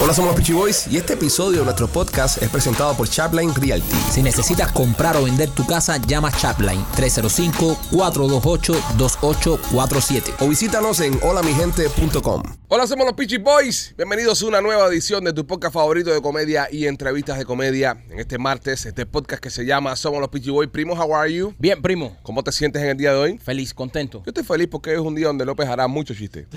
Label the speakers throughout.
Speaker 1: Hola, somos los Peachy Boys y este episodio de nuestro podcast es presentado por Chapline Realty.
Speaker 2: Si necesitas comprar o vender tu casa, llama Chapline 305-428-2847.
Speaker 1: O visítanos en holamigente.com. Hola, somos los Peachy Boys. Bienvenidos a una nueva edición de tu podcast favorito de comedia y entrevistas de comedia. En este martes, este podcast que se llama Somos los Peachy Boys. Primo, how are you?
Speaker 3: Bien, primo.
Speaker 1: ¿Cómo te sientes en el día de hoy?
Speaker 3: Feliz, contento.
Speaker 1: Yo estoy feliz porque hoy es un día donde López hará mucho chiste.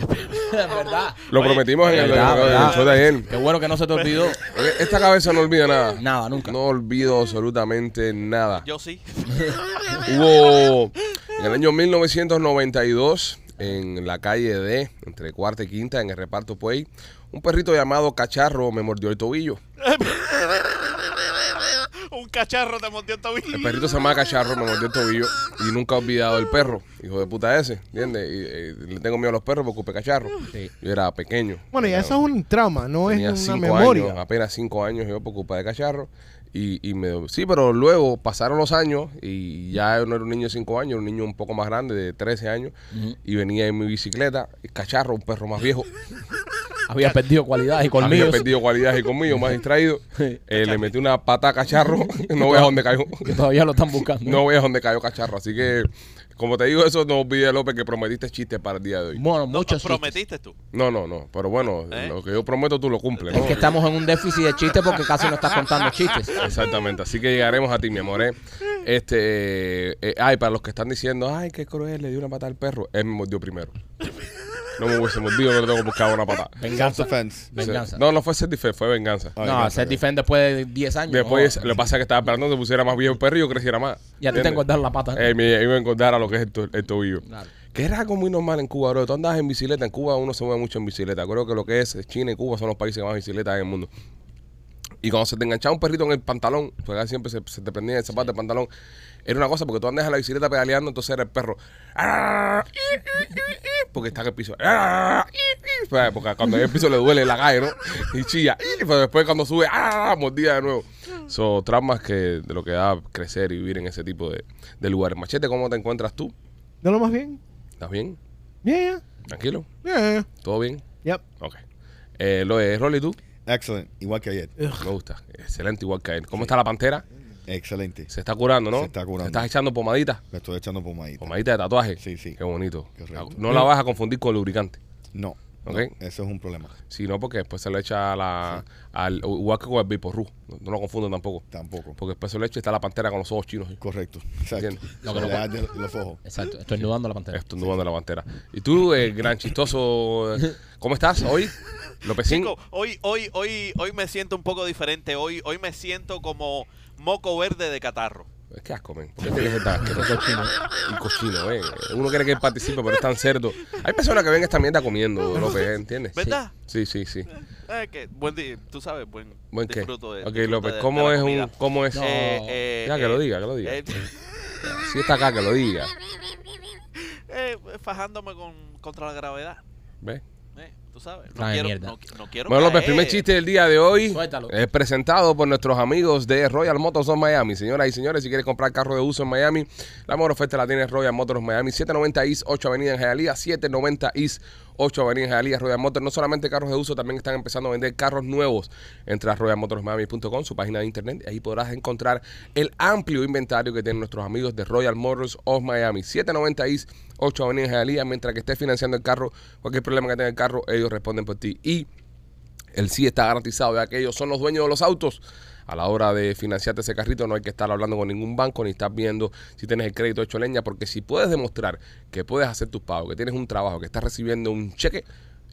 Speaker 3: ¿Verdad?
Speaker 1: Lo prometimos en el,
Speaker 3: verdad,
Speaker 1: en el
Speaker 3: verdad.
Speaker 1: show de ayer.
Speaker 3: Qué bueno que no se te olvidó.
Speaker 1: Porque Esta cabeza no olvida nada.
Speaker 3: Nada, nunca.
Speaker 1: No olvido absolutamente nada.
Speaker 4: Yo sí.
Speaker 1: Hubo en el año 1992 en la calle D, entre cuarta y quinta, en el reparto Puey, un perrito llamado Cacharro me mordió el tobillo.
Speaker 4: Un cacharro te mordió el tobillo.
Speaker 1: El perrito se llamaba Cacharro, me mordió el tobillo y nunca he olvidado el perro, hijo de puta ese, ¿entiendes? Y, eh, le tengo miedo a los perros porque ocupé Cacharro. Yo era pequeño.
Speaker 5: Bueno, ya eso es un trauma,
Speaker 4: Pues,
Speaker 5: no
Speaker 1: Tenía
Speaker 5: es una
Speaker 1: cinco
Speaker 5: memoria.
Speaker 1: años, ah. apenas cinco años yo por culpa de cacharro. Y, y me, sí, pero luego pasaron los años y ya no era un niño de cinco años, era un niño un poco más grande, de 13 años. Y venía en mi bicicleta, y cacharro, un perro más viejo.
Speaker 3: Había perdido cualidades y
Speaker 1: Había
Speaker 3: colmillos.
Speaker 1: perdido cualidades y conmigo, más distraído. Eh, le metí una pata a cacharro, no veas dónde cayó.
Speaker 3: Que todavía lo están buscando.
Speaker 1: No veas dónde cayó cacharro. Así que, como te digo eso, no olvides, López, que prometiste chistes para el día de hoy.
Speaker 3: Bueno, muchos chistes.
Speaker 4: Prometiste tú.
Speaker 1: No, no, no. Pero bueno,
Speaker 4: ¿Eh?
Speaker 1: lo que yo prometo tú lo cumples. ¿no?
Speaker 3: Es que estamos en un déficit de chistes porque casi no estás contando chistes.
Speaker 1: Exactamente, así que llegaremos a ti, mi amor. ¿eh? Este, eh, ay, para los que están diciendo, ay, qué cruel, le dio una patada al perro, él me mordió primero. No me hubiese mordido, no le tengo buscado una patada.
Speaker 3: Venganza.
Speaker 6: Self-defense.
Speaker 3: Venganza.
Speaker 1: No, no fue Certife, fue venganza.
Speaker 6: Ah,
Speaker 3: No,
Speaker 6: venganza,
Speaker 3: se defiende después de 10 años.
Speaker 1: Después,
Speaker 3: No.
Speaker 1: lo que pasa es que estaba esperando que se pusiera más viejo el perro y yo creciera más.
Speaker 3: Ya te
Speaker 1: ¿Entiendes?
Speaker 3: tengo que dar la pata.
Speaker 1: Eh, me iba a encontrar a lo que es el, to- el tobillo.
Speaker 3: Claro.
Speaker 1: Que era algo muy normal en Cuba, bro. Tú andas en bicicleta. En Cuba uno se mueve mucho en bicicleta. Creo que lo que es China y Cuba son los países que más bicicletas hay en el mundo. Y cuando se te enganchaba un perrito en el pantalón, porque acá siempre se, se te prendía el zapato del pantalón, era una cosa porque tú andas en la bicicleta pedaleando, entonces era el perro. Porque está en el piso. Pues, Porque cuando en el piso le duele la calle, ¿no? Y chilla. Pero después cuando sube, mordida de nuevo. Son traumas que de lo que da crecer y vivir en ese tipo de, de lugares. Machete, ¿cómo te encuentras tú?
Speaker 5: ¿No lo más bien?
Speaker 1: ¿Estás bien?
Speaker 5: Yeah,
Speaker 1: ¿Tranquilo?
Speaker 5: yeah,
Speaker 1: ¿Todo bien?
Speaker 5: yeah. Yep.
Speaker 1: Ok. Eh, lo es, Rolly, tú.
Speaker 6: Excellent. Igual que ayer.
Speaker 1: Me gusta. Excelente, igual que él. ¿Cómo está la pantera?
Speaker 6: Excelente.
Speaker 1: Se está curando, ¿no?
Speaker 6: Se está curando.
Speaker 1: ¿Te estás echando pomadita.
Speaker 6: Me estoy echando pomadita.
Speaker 1: Pomadita de tatuaje.
Speaker 6: Sí, sí.
Speaker 1: Qué bonito. Ah,
Speaker 6: Correcto.
Speaker 1: No la vas a confundir con lubricante.
Speaker 6: No.
Speaker 1: Ok.
Speaker 6: no, Eso es un problema.
Speaker 1: Sí, no, porque después se le echa a la, al. Igual que con el Viporru. No, no lo confundo tampoco.
Speaker 6: Tampoco.
Speaker 1: Porque después se le echa y está la pantera con los ojos chinos.
Speaker 6: Correcto. Exacto.
Speaker 1: Entiendo.
Speaker 3: Lo que no
Speaker 6: Le
Speaker 3: pa-
Speaker 6: arden los ojos.
Speaker 3: Exacto, estoy nudando la pantalla.
Speaker 1: Estornudando la pantera. Y tú, eh, gran chistoso. eh, ¿Cómo estás hoy? Lópezín.
Speaker 4: Chico, hoy, hoy, hoy, hoy me siento un poco diferente. Hoy, hoy me siento como moco verde de catarro.
Speaker 1: Es que asco, men. ¿Por qué tiene que estar cochino? Y cochino, eh. Uno quiere que él participe, pero es tan cerdo. Hay personas que ven esta mierda comiendo, López, ¿eh? ¿entiendes?
Speaker 4: ¿Verdad?
Speaker 1: Sí, sí, sí.
Speaker 4: Eh, que buen di- tú sabes, buen,
Speaker 1: Buen qué.
Speaker 4: disfruto de
Speaker 1: Ok,
Speaker 4: disfruto
Speaker 1: López,
Speaker 4: de- de
Speaker 1: ¿cómo
Speaker 4: la
Speaker 1: es un.
Speaker 4: comida.
Speaker 1: ¿Cómo es?
Speaker 4: Eh, eh,
Speaker 1: Ya, que
Speaker 4: eh,
Speaker 1: lo diga, que lo diga.
Speaker 4: eh,
Speaker 1: Si está acá, que lo diga.
Speaker 4: eh, fajándome con, contra la gravedad.
Speaker 1: ¿Ves?
Speaker 4: Eh, tú sabes. No
Speaker 3: Trae
Speaker 4: quiero,
Speaker 3: mierda.
Speaker 4: no, qui- no quiero
Speaker 1: Bueno, López,
Speaker 4: caer.
Speaker 1: primer chiste del día de hoy
Speaker 3: Suéltalo.
Speaker 1: es presentado por nuestros amigos de Royal Motors of Miami. Señoras y señores, si quieres comprar carro de uso en Miami, la mejor oferta la tiene Royal Motors of Miami. 790 East 8 Avenida en Hialeah, 790 East 8 Avenida en Hialeah, Royal Motors. No solamente carros de uso, también están empezando a vender carros nuevos. Entra a royalmotorsmiami.com, su página de internet. Ahí podrás encontrar el amplio inventario que tienen nuestros amigos de Royal Motors of Miami. 790 East 8 Avenida en Hialeah. Mientras que estés financiando el carro, cualquier problema que tenga el carro, ellos responden por ti. Y el sí está garantizado, ya que ellos son los dueños de los autos. A la hora de financiarte ese carrito no hay que estar hablando con ningún banco ni estar viendo si tienes el crédito hecho leña, porque si puedes demostrar que puedes hacer tus pagos, que tienes un trabajo, que estás recibiendo un cheque,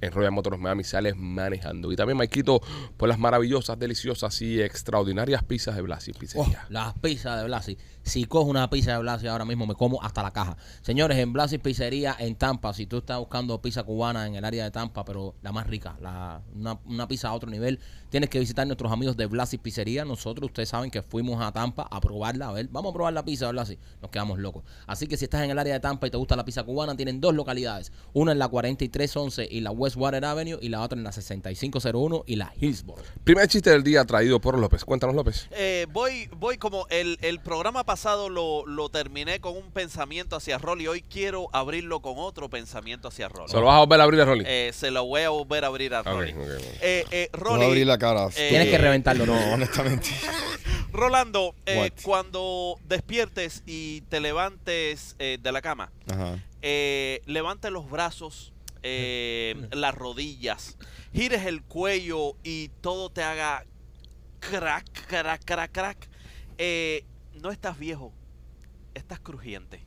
Speaker 1: en Royal Motors Miami sales manejando. Y también Maikito por las maravillosas, deliciosas y extraordinarias pizzas de Blasi
Speaker 2: Oh.
Speaker 1: Pizzería.
Speaker 3: Las pizzas de Blasi. Si cojo una pizza de Blasi ahora mismo, me como hasta la caja. Señores, en Blasi Pizzería en Tampa, si tú estás buscando pizza cubana en el área de Tampa, pero la más rica, la, una, una pizza a otro nivel, tienes que visitar nuestros amigos de Blasi Pizzería. Nosotros, ustedes saben que fuimos a Tampa a probarla. A ver, vamos a probar la pizza de Blasi. Nos quedamos locos. Así que si estás en el área de Tampa y te gusta la pizza cubana, tienen dos localidades. Una en la 4311 y la West Westwater Avenue y la otra en la 6501 y la Hillsborough.
Speaker 1: Primer chiste del día traído por López. Cuéntanos, López.
Speaker 4: Eh, voy, voy como el, el programa pasado lo, lo terminé con un pensamiento hacia Rolly. Hoy quiero abrirlo con otro pensamiento hacia Rolly.
Speaker 1: Se lo vas a volver a abrir a Rolly.
Speaker 4: Eh, se lo voy a volver a abrir a
Speaker 1: Ok,
Speaker 4: Rolly.
Speaker 1: ok, ok.
Speaker 4: Eh, eh,
Speaker 6: No voy a abrir
Speaker 4: Rolly,
Speaker 6: la cara.
Speaker 4: eh,
Speaker 3: Tienes que reventarlo, no.
Speaker 6: No, honestamente.
Speaker 4: Rolando, eh,
Speaker 6: What?
Speaker 4: cuando despiertes y te levantes eh, de la cama,
Speaker 6: Ajá.
Speaker 4: eh, levante los brazos, eh, las rodillas, gires el cuello y todo te haga crack, crack, crack, crack. Eh, no estás viejo, estás crujiente.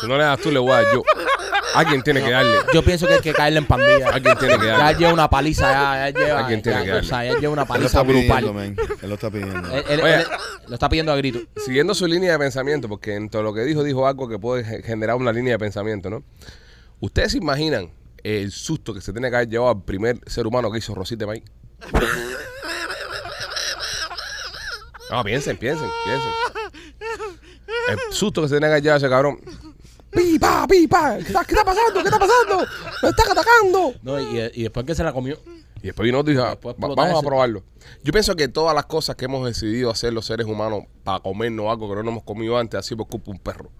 Speaker 1: Si no le das tú, le voy a dar yo. Alguien tiene que darle.
Speaker 3: Yo pienso que hay que caerle en pandilla.
Speaker 1: Alguien tiene que
Speaker 3: Ya
Speaker 1: darle.
Speaker 3: lleva una paliza, ya, ya lleva.
Speaker 1: Alguien tiene
Speaker 3: ya,
Speaker 1: que darle.
Speaker 3: o sea, ya lleva una
Speaker 6: Él lo
Speaker 3: paliza
Speaker 6: está
Speaker 3: grupal.
Speaker 6: pidiendo, man. Él lo está pidiendo.
Speaker 3: Él- él-
Speaker 1: Oye.
Speaker 3: él- lo está pidiendo a grito.
Speaker 1: Siguiendo su línea de pensamiento, porque en todo lo que dijo, dijo algo que puede ge- generar una línea de pensamiento, ¿no? ¿Ustedes se imaginan el susto que se tiene que haber llevado al primer ser humano que hizo Rosita May? No, piensen, piensen, piensen. El susto que se tiene que haber llevado ese cabrón. ¡Pipa, pipa! ¿Qué está, qué está pasando? ¿Qué está pasando? ¡Me están atacando!
Speaker 3: No, y, y después que se la comió.
Speaker 1: Y después vino otro y dijo, "Ah,
Speaker 3: Después
Speaker 1: va-
Speaker 3: explotar
Speaker 1: vamos a
Speaker 3: ese-
Speaker 1: probarlo. Yo pienso que todas las cosas que hemos decidido hacer los seres humanos para comernos algo que no nos hemos comido antes, así por culpa de un perro.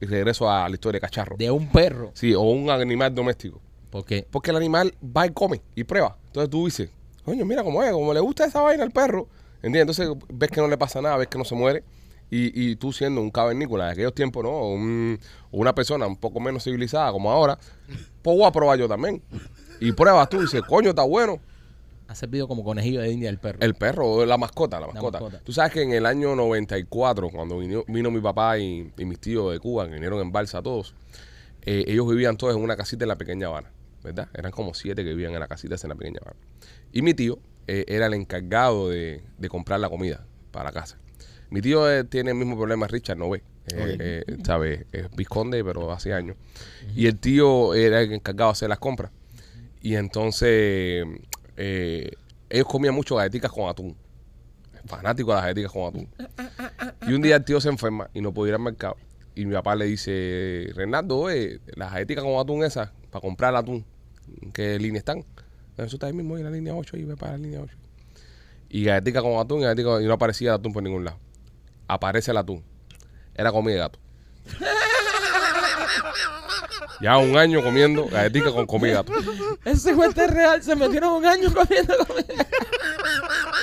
Speaker 1: Y regreso a la historia de cacharro.
Speaker 3: De un perro.
Speaker 1: Sí, o un animal doméstico.
Speaker 3: Porque
Speaker 1: Porque el animal va y come y prueba. Entonces tú dices, coño, mira cómo es, como le gusta esa vaina al perro. ¿Entiendes? Entonces ves que no le pasa nada, ves que no se muere. Y, y tú siendo un cavernícola de aquellos tiempos, ¿no? O un- o una persona un poco menos civilizada como ahora, pues voy a probar yo también. Y pruebas tú y dices, coño, está bueno.
Speaker 3: ha servido como conejillo de India el perro.
Speaker 1: El perro, la mascota, la
Speaker 3: La
Speaker 1: mascota.
Speaker 3: mascota.
Speaker 1: Tú sabes que en el año 94, cuando vino, vino mi papá y, y mis tíos de Cuba, que vinieron en balsa todos, eh, ellos vivían todos en una casita en la pequeña Habana, ¿verdad? Eran como siete que vivían en la casita esa en la pequeña Habana. Y mi tío eh, era el encargado de, de comprar la comida para la casa. Mi tío eh, tiene el mismo problema, Richard, no ve. Eh, eh, ¿Sabes? Es visconde, pero hace años. Y el tío era el encargado de hacer las compras. Y entonces eh, ellos comían mucho galletitas con atún. Fanático de las galletitas con atún. Y un día el tío se enferma y no puede ir al mercado. Y mi papá le dice, Renaldo, oye, las galletitas con atún esas, para comprar el atún, ¿en ¿qué línea están? "No, Eso está ahí mismo, en la línea 8, y ve para la línea 8. Y galletica con atún, y, galletica con- y no aparecía el atún por ningún lado. Aparece el atún. Era comida de gato. Ya un año comiendo galletica con comida de gato.
Speaker 3: Ese juez real se metieron un año comiendo comida.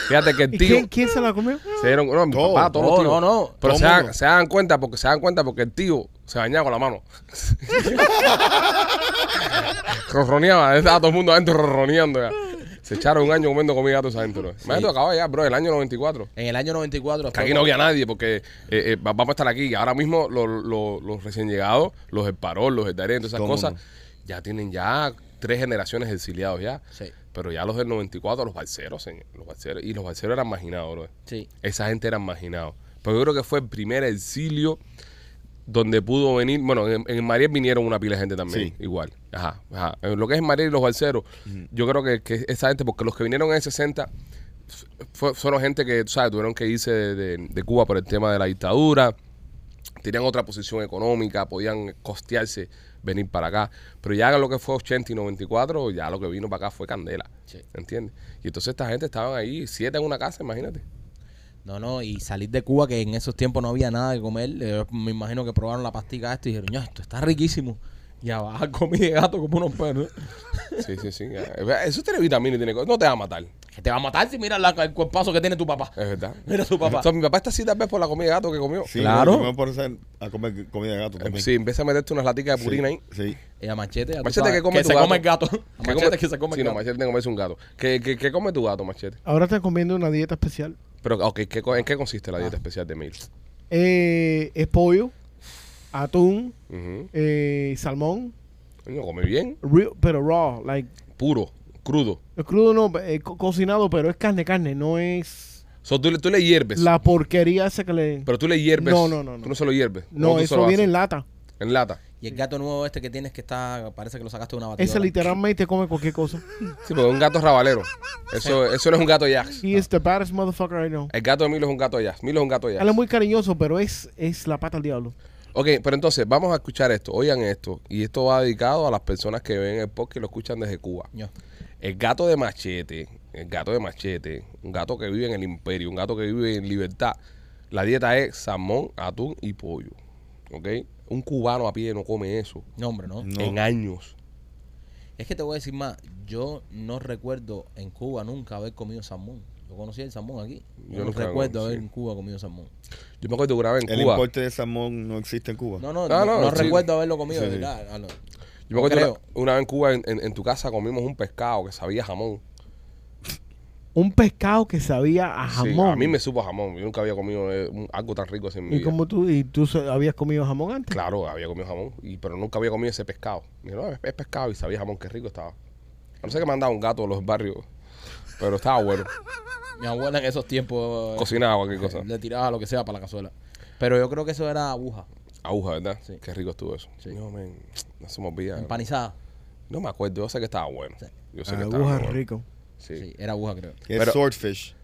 Speaker 1: Fíjate que el
Speaker 5: ¿Y
Speaker 1: tío
Speaker 5: quién, quién se la comió?
Speaker 1: se dieron, no, mi
Speaker 6: Todo,
Speaker 1: papá, todos los
Speaker 3: no,
Speaker 1: tíos.
Speaker 3: no, no.
Speaker 1: Pero
Speaker 6: Todo
Speaker 1: se, dan,
Speaker 6: mundo.
Speaker 1: se dan cuenta porque se dan cuenta porque el tío se bañaba con la mano. Rorroneaba, estaba todo el mundo adentro rorroneando ya. Se echaron un año comiendo comida gatos adentro. ¿no? Imagínate, acababa ya, bro, el año 94.
Speaker 3: En el año 94.
Speaker 1: Que aquí no había nadie porque eh, eh, va- vamos a estar aquí. Ahora mismo lo- lo- los recién llegados, los del Parol, los del Darien, todas esas
Speaker 6: Todo el
Speaker 1: cosas,
Speaker 6: mundo.
Speaker 1: ya tienen ya tres generaciones de exiliados ya.
Speaker 3: Sí,
Speaker 1: Pero ya los del 94, los balseros, señor. Los balseros, y los balseros eran marginados, bro.
Speaker 3: sí.
Speaker 1: Esa gente era marginado. Pero yo creo que fue el primer exilio donde pudo venir. Bueno, en, en Mariel vinieron una pila de gente también,
Speaker 6: Sí.
Speaker 1: igual. Ajá, ajá. En Lo que es Mariel y los balseros, yo creo que, que esa gente, porque los que vinieron en el 60 fue- fueron gente que, tú sabes, tuvieron que irse de, de- de Cuba por el tema de la dictadura, tenían otra posición económica, podían costearse venir para acá. Pero ya lo que fue 80 y 94, ya lo que vino para acá fue candela.
Speaker 3: Sí.
Speaker 1: ¿Entiendes? Y entonces esta gente estaban ahí, siete en una casa, imagínate.
Speaker 3: No, no, y salir de Cuba, que en esos tiempos no había nada que comer. eh, me imagino que probaron la pastica esta y dijeron, "Ño, esto está riquísimo. Y abajo comí de gato como unos perros. ¿eh?
Speaker 1: Sí, sí, sí. ya. Eso tiene vitamina y tiene cosas. No te va a matar.
Speaker 3: Que te va a matar si mira la- el cuerpazo que tiene tu papá.
Speaker 1: Es verdad.
Speaker 3: Mira su papá.
Speaker 1: O sea, mi papá está así tal vez por la comida de gato que comió.
Speaker 6: Sí,
Speaker 3: Claro.
Speaker 6: Me voy a poner a comer comida de gato
Speaker 1: Eh,
Speaker 6: también.
Speaker 1: Sí, empieza a meterte unas laticas de purina ahí.
Speaker 6: Sí.
Speaker 3: Y a machete, ya tú
Speaker 1: Machete
Speaker 3: sabes,
Speaker 1: que come tu
Speaker 3: se
Speaker 1: gato.
Speaker 3: come el gato. A
Speaker 1: ¿Qué
Speaker 3: machete que se come
Speaker 1: sí,
Speaker 3: el
Speaker 1: no,
Speaker 3: gato.
Speaker 1: machete te comes un gato. ¿Qué, qué, qué come tu gato, machete?
Speaker 5: Ahora está comiendo una dieta especial.
Speaker 1: Pero, ok, ¿qué co- ¿en qué consiste la dieta especial de Mil?
Speaker 5: Eh, es pollo, atún,
Speaker 1: Ujú.
Speaker 5: eh, salmón,
Speaker 1: Coño, come bien,
Speaker 5: real- pero raw, like
Speaker 1: puro, crudo.
Speaker 5: el crudo no, eh, co- cocinado, pero es carne, carne, no es
Speaker 1: O sea, tú, le- tú le hierves.
Speaker 5: la porquería esa que le...
Speaker 1: Pero tú le hierves.
Speaker 5: No, no, no, no.
Speaker 1: Tú no se lo hierves. ¿Cómo
Speaker 5: no,
Speaker 1: tú se lo
Speaker 5: eso viene
Speaker 1: haces?
Speaker 5: en lata.
Speaker 1: en lata.
Speaker 3: Y el gato nuevo este que tienes que está, parece que lo sacaste de una batidora.
Speaker 5: Ese literalmente come cualquier cosa.
Speaker 1: Sí, pero es un gato rabalero. Eso, eso no es un gato jazz.
Speaker 5: He is the baddest motherfucker I know.
Speaker 1: El gato de Milo es un gato jazz. Milo es un gato jazz.
Speaker 5: Él es muy cariñoso, pero es, es la pata al diablo.
Speaker 1: Ok, pero entonces vamos a escuchar esto. Oigan esto. Y esto va dedicado a las personas que ven el podcast y lo escuchan desde Cuba.
Speaker 3: Yo.
Speaker 1: El gato de machete, el gato de machete, un gato que vive en el imperio, un gato que vive en libertad. La dieta es salmón, atún y pollo. ¿Ok? Un cubano a pie no come eso
Speaker 3: No, hombre, no.
Speaker 6: No.
Speaker 1: en años.
Speaker 3: Es que te voy a decir más. Yo no recuerdo en Cuba nunca haber comido salmón. Yo conocí el salmón aquí.
Speaker 1: Yo
Speaker 3: Yo no
Speaker 1: nunca
Speaker 3: recuerdo
Speaker 1: conocí.
Speaker 3: haber en Cuba comido salmón.
Speaker 1: Yo me acuerdo que una vez en
Speaker 6: El
Speaker 1: Cuba.
Speaker 6: importe de salmón no existe en Cuba.
Speaker 3: No, no,
Speaker 1: Ah,
Speaker 3: no,
Speaker 1: no,
Speaker 3: no
Speaker 1: sí.
Speaker 3: recuerdo haberlo comido.
Speaker 6: Sí,
Speaker 3: de
Speaker 6: sí.
Speaker 3: verdad, ah, no.
Speaker 1: Yo me acuerdo
Speaker 3: creo.
Speaker 1: una, una vez en Cuba, en, en- en tu casa, comimos un pescado que sabía a jamón.
Speaker 5: Un pescado que sabía a
Speaker 1: Sí,
Speaker 5: jamón.
Speaker 1: a mí me supo a jamón. Yo nunca había comido eh, un- algo tan rico así en mi
Speaker 5: ¿Y
Speaker 1: vida.
Speaker 5: cómo tú, y tú se- habías comido jamón antes?
Speaker 1: Claro, había comido jamón, y, pero nunca había comido ese pescado. Me dijo, no, es, es pescado y sabía jamón, qué rico estaba. A no ser que me han dado un gato de los barrios, pero estaba bueno.
Speaker 3: Mi abuela en esos tiempos eh,
Speaker 1: Cocinaba cualquier cosa.
Speaker 3: le tiraba lo que sea para la cazuela. Pero yo creo que eso era aguja,
Speaker 1: Aguja, ¿verdad?
Speaker 3: Sí.
Speaker 1: Qué rico estuvo eso.
Speaker 3: Sí.
Speaker 1: No, men, no se me olvida.
Speaker 3: empanizada.
Speaker 1: No me acuerdo, yo sé que estaba bueno.
Speaker 3: Sí.
Speaker 1: Yo sé que estaba
Speaker 5: Aguja
Speaker 1: muy bueno.
Speaker 5: rico.
Speaker 1: Sí.
Speaker 3: Sí.
Speaker 1: Sí.
Speaker 3: era aguja, creo.
Speaker 6: Que es
Speaker 1: Pero-
Speaker 6: swordfish.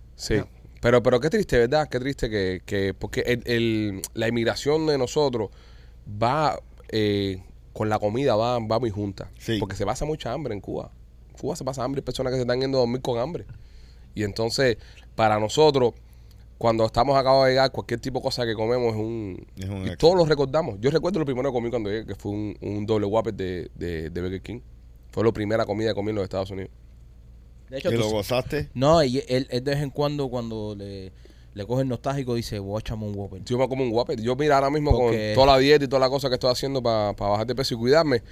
Speaker 1: Pero, pero qué triste, ¿verdad? Qué triste que, que porque el, el- la inmigración de nosotros va eh, con la comida, va, va muy junta.
Speaker 6: Sí.
Speaker 1: Porque se pasa mucha hambre en Cuba. En Cuba se pasa hambre, hay personas que se están yendo a dormir con hambre. Y entonces, para nosotros, cuando estamos acá de llegar, cualquier tipo de cosa que comemos es un...
Speaker 6: Es un
Speaker 1: y
Speaker 6: extra.
Speaker 1: todos lo recordamos. Yo recuerdo lo primero que comí cuando llegué, que fue un, un doble Whopper de, de, de Burger King. Fue la primera comida que comí en los Estados Unidos.
Speaker 3: De hecho,
Speaker 6: ¿Y
Speaker 3: tú- Eh,
Speaker 6: lo gozaste?
Speaker 3: no, y él, él de vez en cuando, cuando le, le coge el nostálgico, dice, voy a echarme un Whopper".
Speaker 1: Yo me como un Whopper. Yo, mira, ahora mismo
Speaker 3: Porque-
Speaker 1: con toda la dieta y toda la cosa que estoy haciendo para bajar de peso y cuidarme,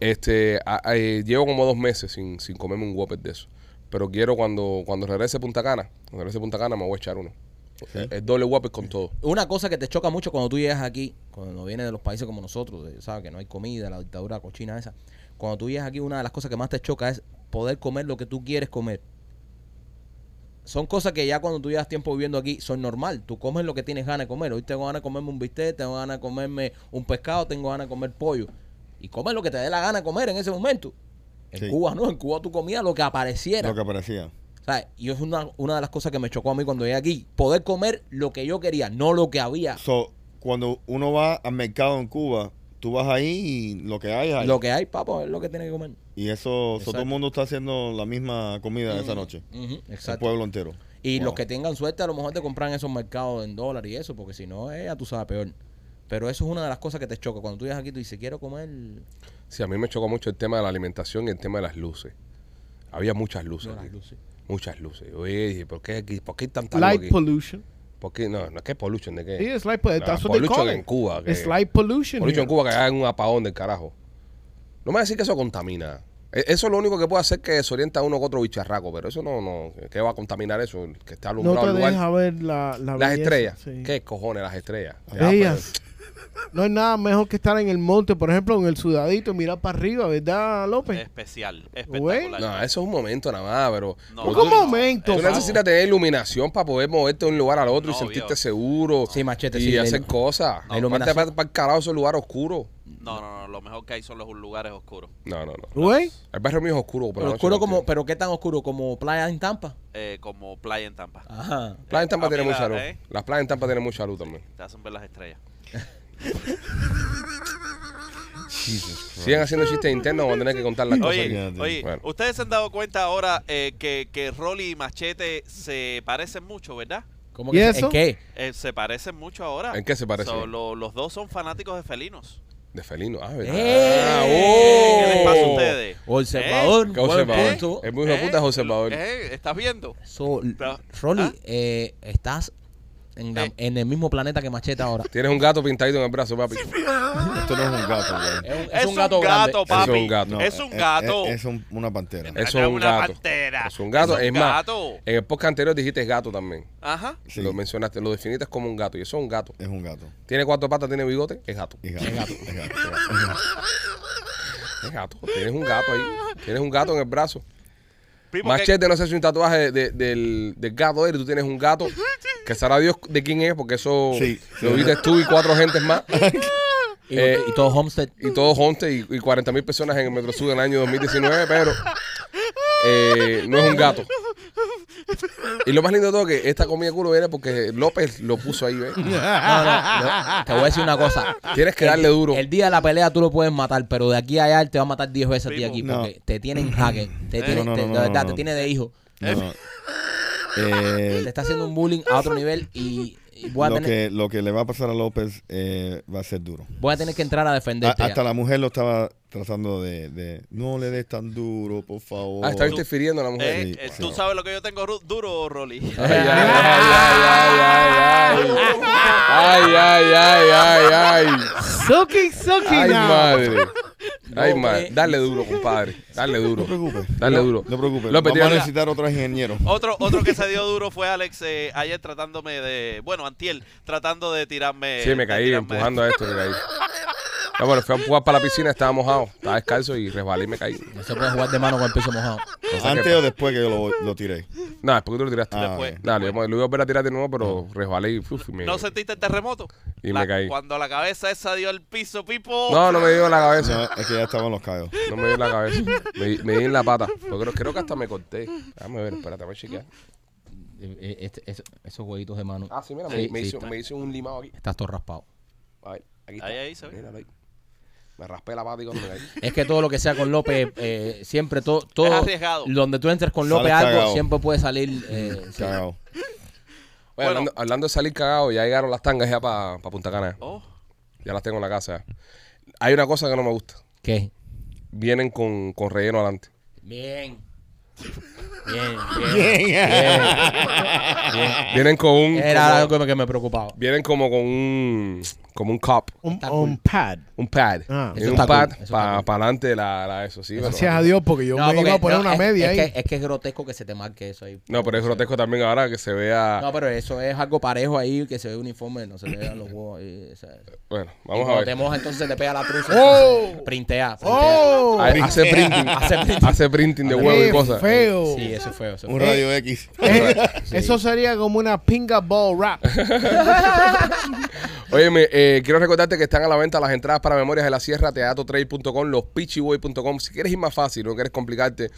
Speaker 1: este, a- a- eh, llevo como dos meses sin, sin comerme un Whopper de eso. Pero quiero cuando, cuando regrese a Punta Cana, cuando regrese a Punta Cana me voy a echar uno.
Speaker 6: Sí.
Speaker 3: eh,
Speaker 1: El doble Whopper con todo.
Speaker 3: Una cosa que te choca mucho cuando tú llegas aquí, cuando vienes de los países como nosotros, de- ¿sabes? Que no hay comida, la dictadura cochina esa. Cuando tú llegas aquí, una de las cosas que más te choca es poder comer lo que tú quieres comer. Son cosas que ya cuando tú llevas tiempo viviendo aquí son normal. Tú comes lo que tienes ganas de comer. Hoy tengo ganas de comerme un bistec, tengo ganas de comerme un pescado, tengo ganas de comer pollo. Y comes lo que te dé la gana de comer en ese momento. En
Speaker 6: Sí.
Speaker 3: Cuba no, en Cuba tú comías lo que apareciera.
Speaker 6: Lo que parecía.
Speaker 3: ¿Sabes? Y es una, una de las cosas que me chocó a mí cuando llegué aquí. Poder comer lo que yo quería, no lo que había.
Speaker 6: So, cuando uno va al mercado en Cuba, tú vas ahí y lo que hay, hay.
Speaker 3: Lo que hay, papo, es lo que tiene que comer.
Speaker 6: Y eso, so, todo
Speaker 3: Exacto.
Speaker 6: el mundo está haciendo la misma comida esa noche.
Speaker 3: Ujú,
Speaker 6: El
Speaker 3: Exacto.
Speaker 6: pueblo entero.
Speaker 3: Y
Speaker 6: Wow.
Speaker 3: los que tengan suerte, a lo mejor te compran esos mercados en dólar y eso, porque si no, eh, ya tú sabes peor. Pero eso es una de las cosas que te choca. Cuando tú llegas aquí, tú dices, quiero comer.
Speaker 1: Sí, a mí me chocó mucho el tema de la alimentación y el tema de las luces. Había muchas luces.
Speaker 3: No, las
Speaker 1: tío.
Speaker 3: luces.
Speaker 1: Muchas luces. Oye, dije, ¿por qué aquí? ¿Por qué hay tanta luz
Speaker 5: Light
Speaker 1: aquí?
Speaker 5: pollution.
Speaker 1: ¿Por qué? No, no es que es pollution, ¿de qué?
Speaker 5: Sí, it's light pollution.
Speaker 1: La
Speaker 5: That's what they
Speaker 1: pollution
Speaker 5: call
Speaker 1: en
Speaker 5: it.
Speaker 1: Cuba. que-
Speaker 5: It's light pollution.
Speaker 1: Por dicho en
Speaker 5: here.
Speaker 1: Cuba que hagan un apagón del carajo. No me va a decir que eso contamina. E- Eso es lo único que puede hacer que desorienta a uno con otro bicharraco, pero eso no, no, ¿qué va a contaminar eso? El Que está
Speaker 5: No
Speaker 1: alumbrado
Speaker 5: te
Speaker 1: el lugar.
Speaker 5: deja ver la, la
Speaker 1: las
Speaker 5: belleza,
Speaker 1: estrellas.
Speaker 5: sí.
Speaker 1: ¿Qué Ah, cojones las estrellas? pues, Te da
Speaker 5: Bellas. No hay nada mejor que estar en el monte, por ejemplo, en el sudadito, mirar para arriba, ¿verdad,
Speaker 1: Eh.
Speaker 5: López?
Speaker 4: Especial,
Speaker 1: para-
Speaker 4: espectacular.
Speaker 1: No, eso es un momento nada más, pero.
Speaker 4: No,
Speaker 1: pero
Speaker 5: ¿Cómo
Speaker 1: tú-
Speaker 5: momento?
Speaker 1: Tú
Speaker 5: Vamos.
Speaker 1: necesitas tener iluminación para poder moverte de un lugar al otro y
Speaker 4: No,
Speaker 1: sentirte
Speaker 4: viejo.
Speaker 1: seguro.
Speaker 3: Sí, machete,
Speaker 1: Y
Speaker 3: sí, la
Speaker 1: hacer
Speaker 3: ilu-
Speaker 1: cosas.
Speaker 3: la
Speaker 1: Aparte,
Speaker 3: iluminación.
Speaker 1: para, para el carajo, esos lugares oscuros.
Speaker 4: No, no, no, lo mejor que hay son los lugares oscuros.
Speaker 1: No, no, no.
Speaker 5: Güey,
Speaker 1: El barrio mío es oscuro. por la
Speaker 3: Uh. Pero
Speaker 1: noche,
Speaker 3: oscuro
Speaker 1: no, tío.
Speaker 3: como, pero qué tan oscuro, como playa en Tampa.
Speaker 4: eh, como playa en Tampa.
Speaker 3: Ajá.
Speaker 1: Las playas en Tampa
Speaker 4: A mí
Speaker 1: tienen
Speaker 4: la-
Speaker 1: mucha luz.
Speaker 4: ¿eh?
Speaker 1: Las playas en Tampa tienen mucha luz también.
Speaker 4: Te hacen ver las estrellas.
Speaker 1: Siguen haciendo chistes internos, van a tener que contar las cosas.
Speaker 6: que
Speaker 4: Oye,
Speaker 6: hacen.
Speaker 4: oye
Speaker 1: Bueno.
Speaker 4: ustedes se han dado cuenta ahora eh, que, que Rolly y Machete se parecen mucho, ¿verdad?
Speaker 3: ¿Cómo
Speaker 5: ¿Y
Speaker 3: que
Speaker 5: eso?
Speaker 3: ¿En qué?
Speaker 4: Eh, se parecen mucho ahora.
Speaker 1: ¿En qué se parecen?
Speaker 4: So, lo- los dos son fanáticos de felinos.
Speaker 1: De felino. Ah, ¿verdad?
Speaker 3: ¡Eh!
Speaker 1: Ah,
Speaker 3: Oh.
Speaker 4: ¿Qué les pasa a ustedes?
Speaker 3: Observador.
Speaker 1: Qué
Speaker 3: buen
Speaker 1: ¿Eh? observador.
Speaker 3: punto.
Speaker 1: Es muy hijo de puta, es observador.
Speaker 4: ¿Eh? ¿Estás viendo?
Speaker 3: So,
Speaker 4: Ta-
Speaker 3: Rolly,
Speaker 4: ¿Ah?
Speaker 3: eh, estás en, la-
Speaker 4: Eh.
Speaker 3: en el mismo planeta que Machete ahora.
Speaker 1: Tienes un gato pintadito en el brazo, papi.
Speaker 6: Esto no es un gato, güey.
Speaker 3: Es un,
Speaker 4: Es, un gato,
Speaker 3: grande.
Speaker 4: papi.
Speaker 1: Es un gato.
Speaker 6: No,
Speaker 4: es
Speaker 6: eh,
Speaker 4: un
Speaker 6: eh,
Speaker 4: gato.
Speaker 6: Es, un- una pantera.
Speaker 1: Es
Speaker 4: Acá
Speaker 1: un
Speaker 4: una
Speaker 1: gato.
Speaker 4: pantera.
Speaker 1: Es un gato.
Speaker 4: Es un
Speaker 1: Es más,
Speaker 4: gato.
Speaker 1: en el podcast anterior dijiste gato también.
Speaker 4: Ajá.
Speaker 6: Sí,
Speaker 1: Lo mencionaste, lo definiste como un gato y eso es un gato.
Speaker 6: es un gato.
Speaker 1: Tiene cuatro patas, tiene bigote, es gato.
Speaker 6: Es gato. Es gato. Es gato.
Speaker 1: Es gato. Tienes un gato ahí. Tienes un gato en el brazo.
Speaker 4: Primo, ¿qué-
Speaker 1: Machete no se hace un tatuaje de- de- del, del gato de él. Tú tienes un gato que sabrá Dios de quién es porque eso
Speaker 6: Sí.
Speaker 1: lo viste tú y cuatro gentes más.
Speaker 3: Y,
Speaker 1: Eh,
Speaker 3: y todo Homestead.
Speaker 1: y todo Honte y, y 40 mil personas en el Metro Sur en el año 2019, pero eh, no es un gato. Y lo más lindo de todo es que esta comida de culo viene porque López lo puso ahí, ¿ves?
Speaker 3: No, no, no, Te voy a decir una cosa.
Speaker 1: Tienes que
Speaker 3: El-
Speaker 1: darle duro.
Speaker 3: El día de la pelea tú lo puedes matar, pero de aquí a allá él te va a matar 10 veces a ti
Speaker 4: Primo.
Speaker 3: aquí.
Speaker 6: No.
Speaker 3: Porque te tiene en jaque. Te tiene,
Speaker 6: no, no,
Speaker 3: te- de
Speaker 6: no,
Speaker 3: verdad,
Speaker 6: no.
Speaker 3: te tiene de hijo.
Speaker 6: No.
Speaker 3: Te
Speaker 6: Eh,
Speaker 3: está haciendo un bullying a otro nivel y, y voy, a
Speaker 6: lo,
Speaker 3: tener,
Speaker 6: que, lo que le va a pasar a López eh, va a ser duro.
Speaker 3: voy a tener que entrar a
Speaker 6: A-
Speaker 3: defenderte.
Speaker 6: hasta
Speaker 3: ya.
Speaker 6: la mujer lo estaba tratando de, de, no le des tan duro, por favor.
Speaker 1: Ah, está interfiriendo la mujer.
Speaker 4: Eh,
Speaker 6: Sí,
Speaker 4: eh,
Speaker 6: sí.
Speaker 4: Tú sabes lo que yo tengo ru- duro, Rolly.
Speaker 1: Ay, ay, ay, ay, ay, ay. Ay, ay, ay, ay, ay.
Speaker 5: Suki, suki,
Speaker 1: Ay,
Speaker 5: now.
Speaker 1: madre. Ay,
Speaker 3: No,
Speaker 1: madre.
Speaker 3: eh.
Speaker 1: Dale duro, compadre. Dale duro.
Speaker 6: No te preocupes.
Speaker 1: Dale
Speaker 6: No,
Speaker 1: duro.
Speaker 6: No te
Speaker 1: López,
Speaker 6: preocupes. Vamos a
Speaker 1: tírale-
Speaker 6: necesitar otro ingeniero.
Speaker 4: Otro, otro que se dio duro fue Alex eh, ayer tratándome de. Bueno, Antiel, tratando de tirarme.
Speaker 1: Sí, me
Speaker 4: de
Speaker 1: caí
Speaker 4: tirarme.
Speaker 1: empujando a esto, me caí. No, bueno, fui a empujar para la piscina, estaba mojado, estaba descalzo y resbalé y me caí.
Speaker 3: No se puede jugar de mano con el piso mojado.
Speaker 6: Antes o después que yo lo, lo tiré.
Speaker 1: No, después que tú lo tiraste.
Speaker 6: Ah,
Speaker 4: Después.
Speaker 6: ok.
Speaker 1: Dale, lo iba a volver a tirar de nuevo, pero resbalé y, uf, y me...
Speaker 4: ¿No sentiste el terremoto?
Speaker 1: Y
Speaker 4: La-
Speaker 1: me caí.
Speaker 4: Cuando la cabeza esa dio al piso, Pipo.
Speaker 1: No, no me dio en la cabeza.
Speaker 6: No, es que ya estaban los callos.
Speaker 1: No me dio en la cabeza. Me, me di en la pata. Yo creo, creo que hasta me corté. Déjame ver, espérate, voy a chequear.
Speaker 3: Eh, eh, este- eso- esos huevitos de mano.
Speaker 1: Ah, sí, mira, me,
Speaker 3: Sí,
Speaker 1: me
Speaker 3: sí,
Speaker 1: hice,
Speaker 3: está-
Speaker 1: me hice un limado aquí.
Speaker 3: Estás todo raspado.
Speaker 1: A ver, aquí está.
Speaker 4: Ahí, ahí, se ve.
Speaker 1: Míralo ahí. Me raspé la pata y cuando me caí.
Speaker 3: Es que todo lo que sea con López, eh, siempre todo, todo.
Speaker 4: Es arriesgado.
Speaker 3: Donde tú entres con López
Speaker 6: Sales
Speaker 3: algo,
Speaker 6: cagao.
Speaker 3: siempre puede salir. eh, sí.
Speaker 6: Cagado.
Speaker 1: Oye,
Speaker 4: Bueno.
Speaker 1: hablando, hablando de salir cagado, ya llegaron las tangas ya para Punta Cana.
Speaker 4: Oh,
Speaker 1: Ya las tengo en la casa. ya. Hay una cosa que no me gusta.
Speaker 3: ¿Qué?
Speaker 1: Vienen con, con relleno adelante.
Speaker 3: Bien. Bien, bien.
Speaker 6: Bien.
Speaker 1: Vienen con un.
Speaker 3: Era
Speaker 1: como-
Speaker 3: algo que me, que me preocupaba.
Speaker 1: vienen como con un. Como un cup.
Speaker 5: Un,
Speaker 3: Está
Speaker 5: un pad.
Speaker 1: Un pad.
Speaker 5: Ah.
Speaker 1: Tiene
Speaker 3: Eso
Speaker 1: un
Speaker 3: está
Speaker 1: pad
Speaker 3: cool, eso está
Speaker 1: para
Speaker 3: cool.
Speaker 1: adelante de la, la eso, sí. pero-
Speaker 5: Gracias a Dios, porque yo me
Speaker 3: porque-
Speaker 5: iba a poner
Speaker 3: no,
Speaker 5: una
Speaker 3: es-
Speaker 5: media
Speaker 3: es
Speaker 5: ahí.
Speaker 3: Que, es que es grotesco que se te marque eso ahí.
Speaker 1: No, pero es grotesco también ahora que se vea.
Speaker 3: No, pero eso es algo parejo ahí, que se ve uniforme, no se te vean los huevos ahí. o sea.
Speaker 1: Bueno,
Speaker 3: y
Speaker 1: vamos a
Speaker 3: cuando
Speaker 1: ver.
Speaker 3: te moja, entonces se te pega la truza.
Speaker 5: ¡Oh!
Speaker 3: entonces, Printea. printea.
Speaker 5: ¡Oh!
Speaker 1: Ay, Hace printing.
Speaker 3: Hace printing.
Speaker 1: Hace printing de
Speaker 5: ¡Qué
Speaker 1: huevo y cosas.
Speaker 5: feo!
Speaker 3: Sí, eso fue. Eso
Speaker 6: Un
Speaker 3: fue.
Speaker 6: radio X.
Speaker 5: Eh, Eso sería como una pinga ball rap.
Speaker 1: Óyeme, eh, quiero recordarte que están a la venta las entradas para Memorias de la Sierra, teatrotrail.com, lospitchyboy.com. Si quieres ir más fácil, no quieres complicarte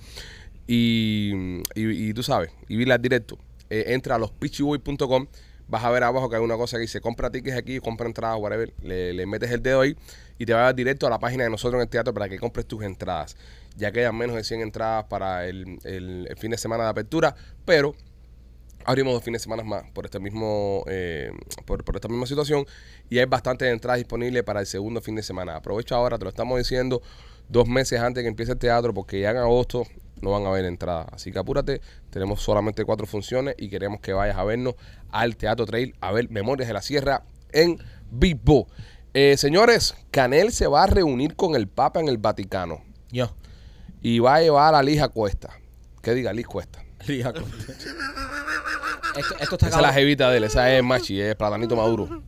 Speaker 1: y, y- y tú sabes, y vilas directo, eh, entra a lospitchyboy.com. Vas a ver abajo que hay una cosa que dice compra tickets aquí, compra entradas, whatever. Le, le metes el dedo ahí y te va a dar directo a la página de nosotros en el teatro para que compres tus entradas. Ya quedan menos de 100 entradas para el- el- el fin de semana de apertura, pero Abrimos dos fines de semana más por este mismo eh, por, por esta misma situación y hay bastantes entradas disponibles para el segundo fin de semana. Aprovecho ahora, te lo estamos diciendo dos meses antes que empiece el teatro porque ya en agosto no van a haber entradas. Así que apúrate, tenemos solamente cuatro funciones y queremos que vayas a vernos al Teatro Trail a ver Memorias de la Sierra en vivo. Eh, señores, Canel se va a reunir con el Papa en el Vaticano
Speaker 3: Yo.
Speaker 1: y va a llevar a Lija Cuesta. ¿Qué diga Liz Cuesta?
Speaker 3: Lija con- esto, esto
Speaker 1: Esa
Speaker 3: está
Speaker 1: es la
Speaker 3: cabrón.
Speaker 1: jevita de él, esa es Machi, es Platanito Maduro.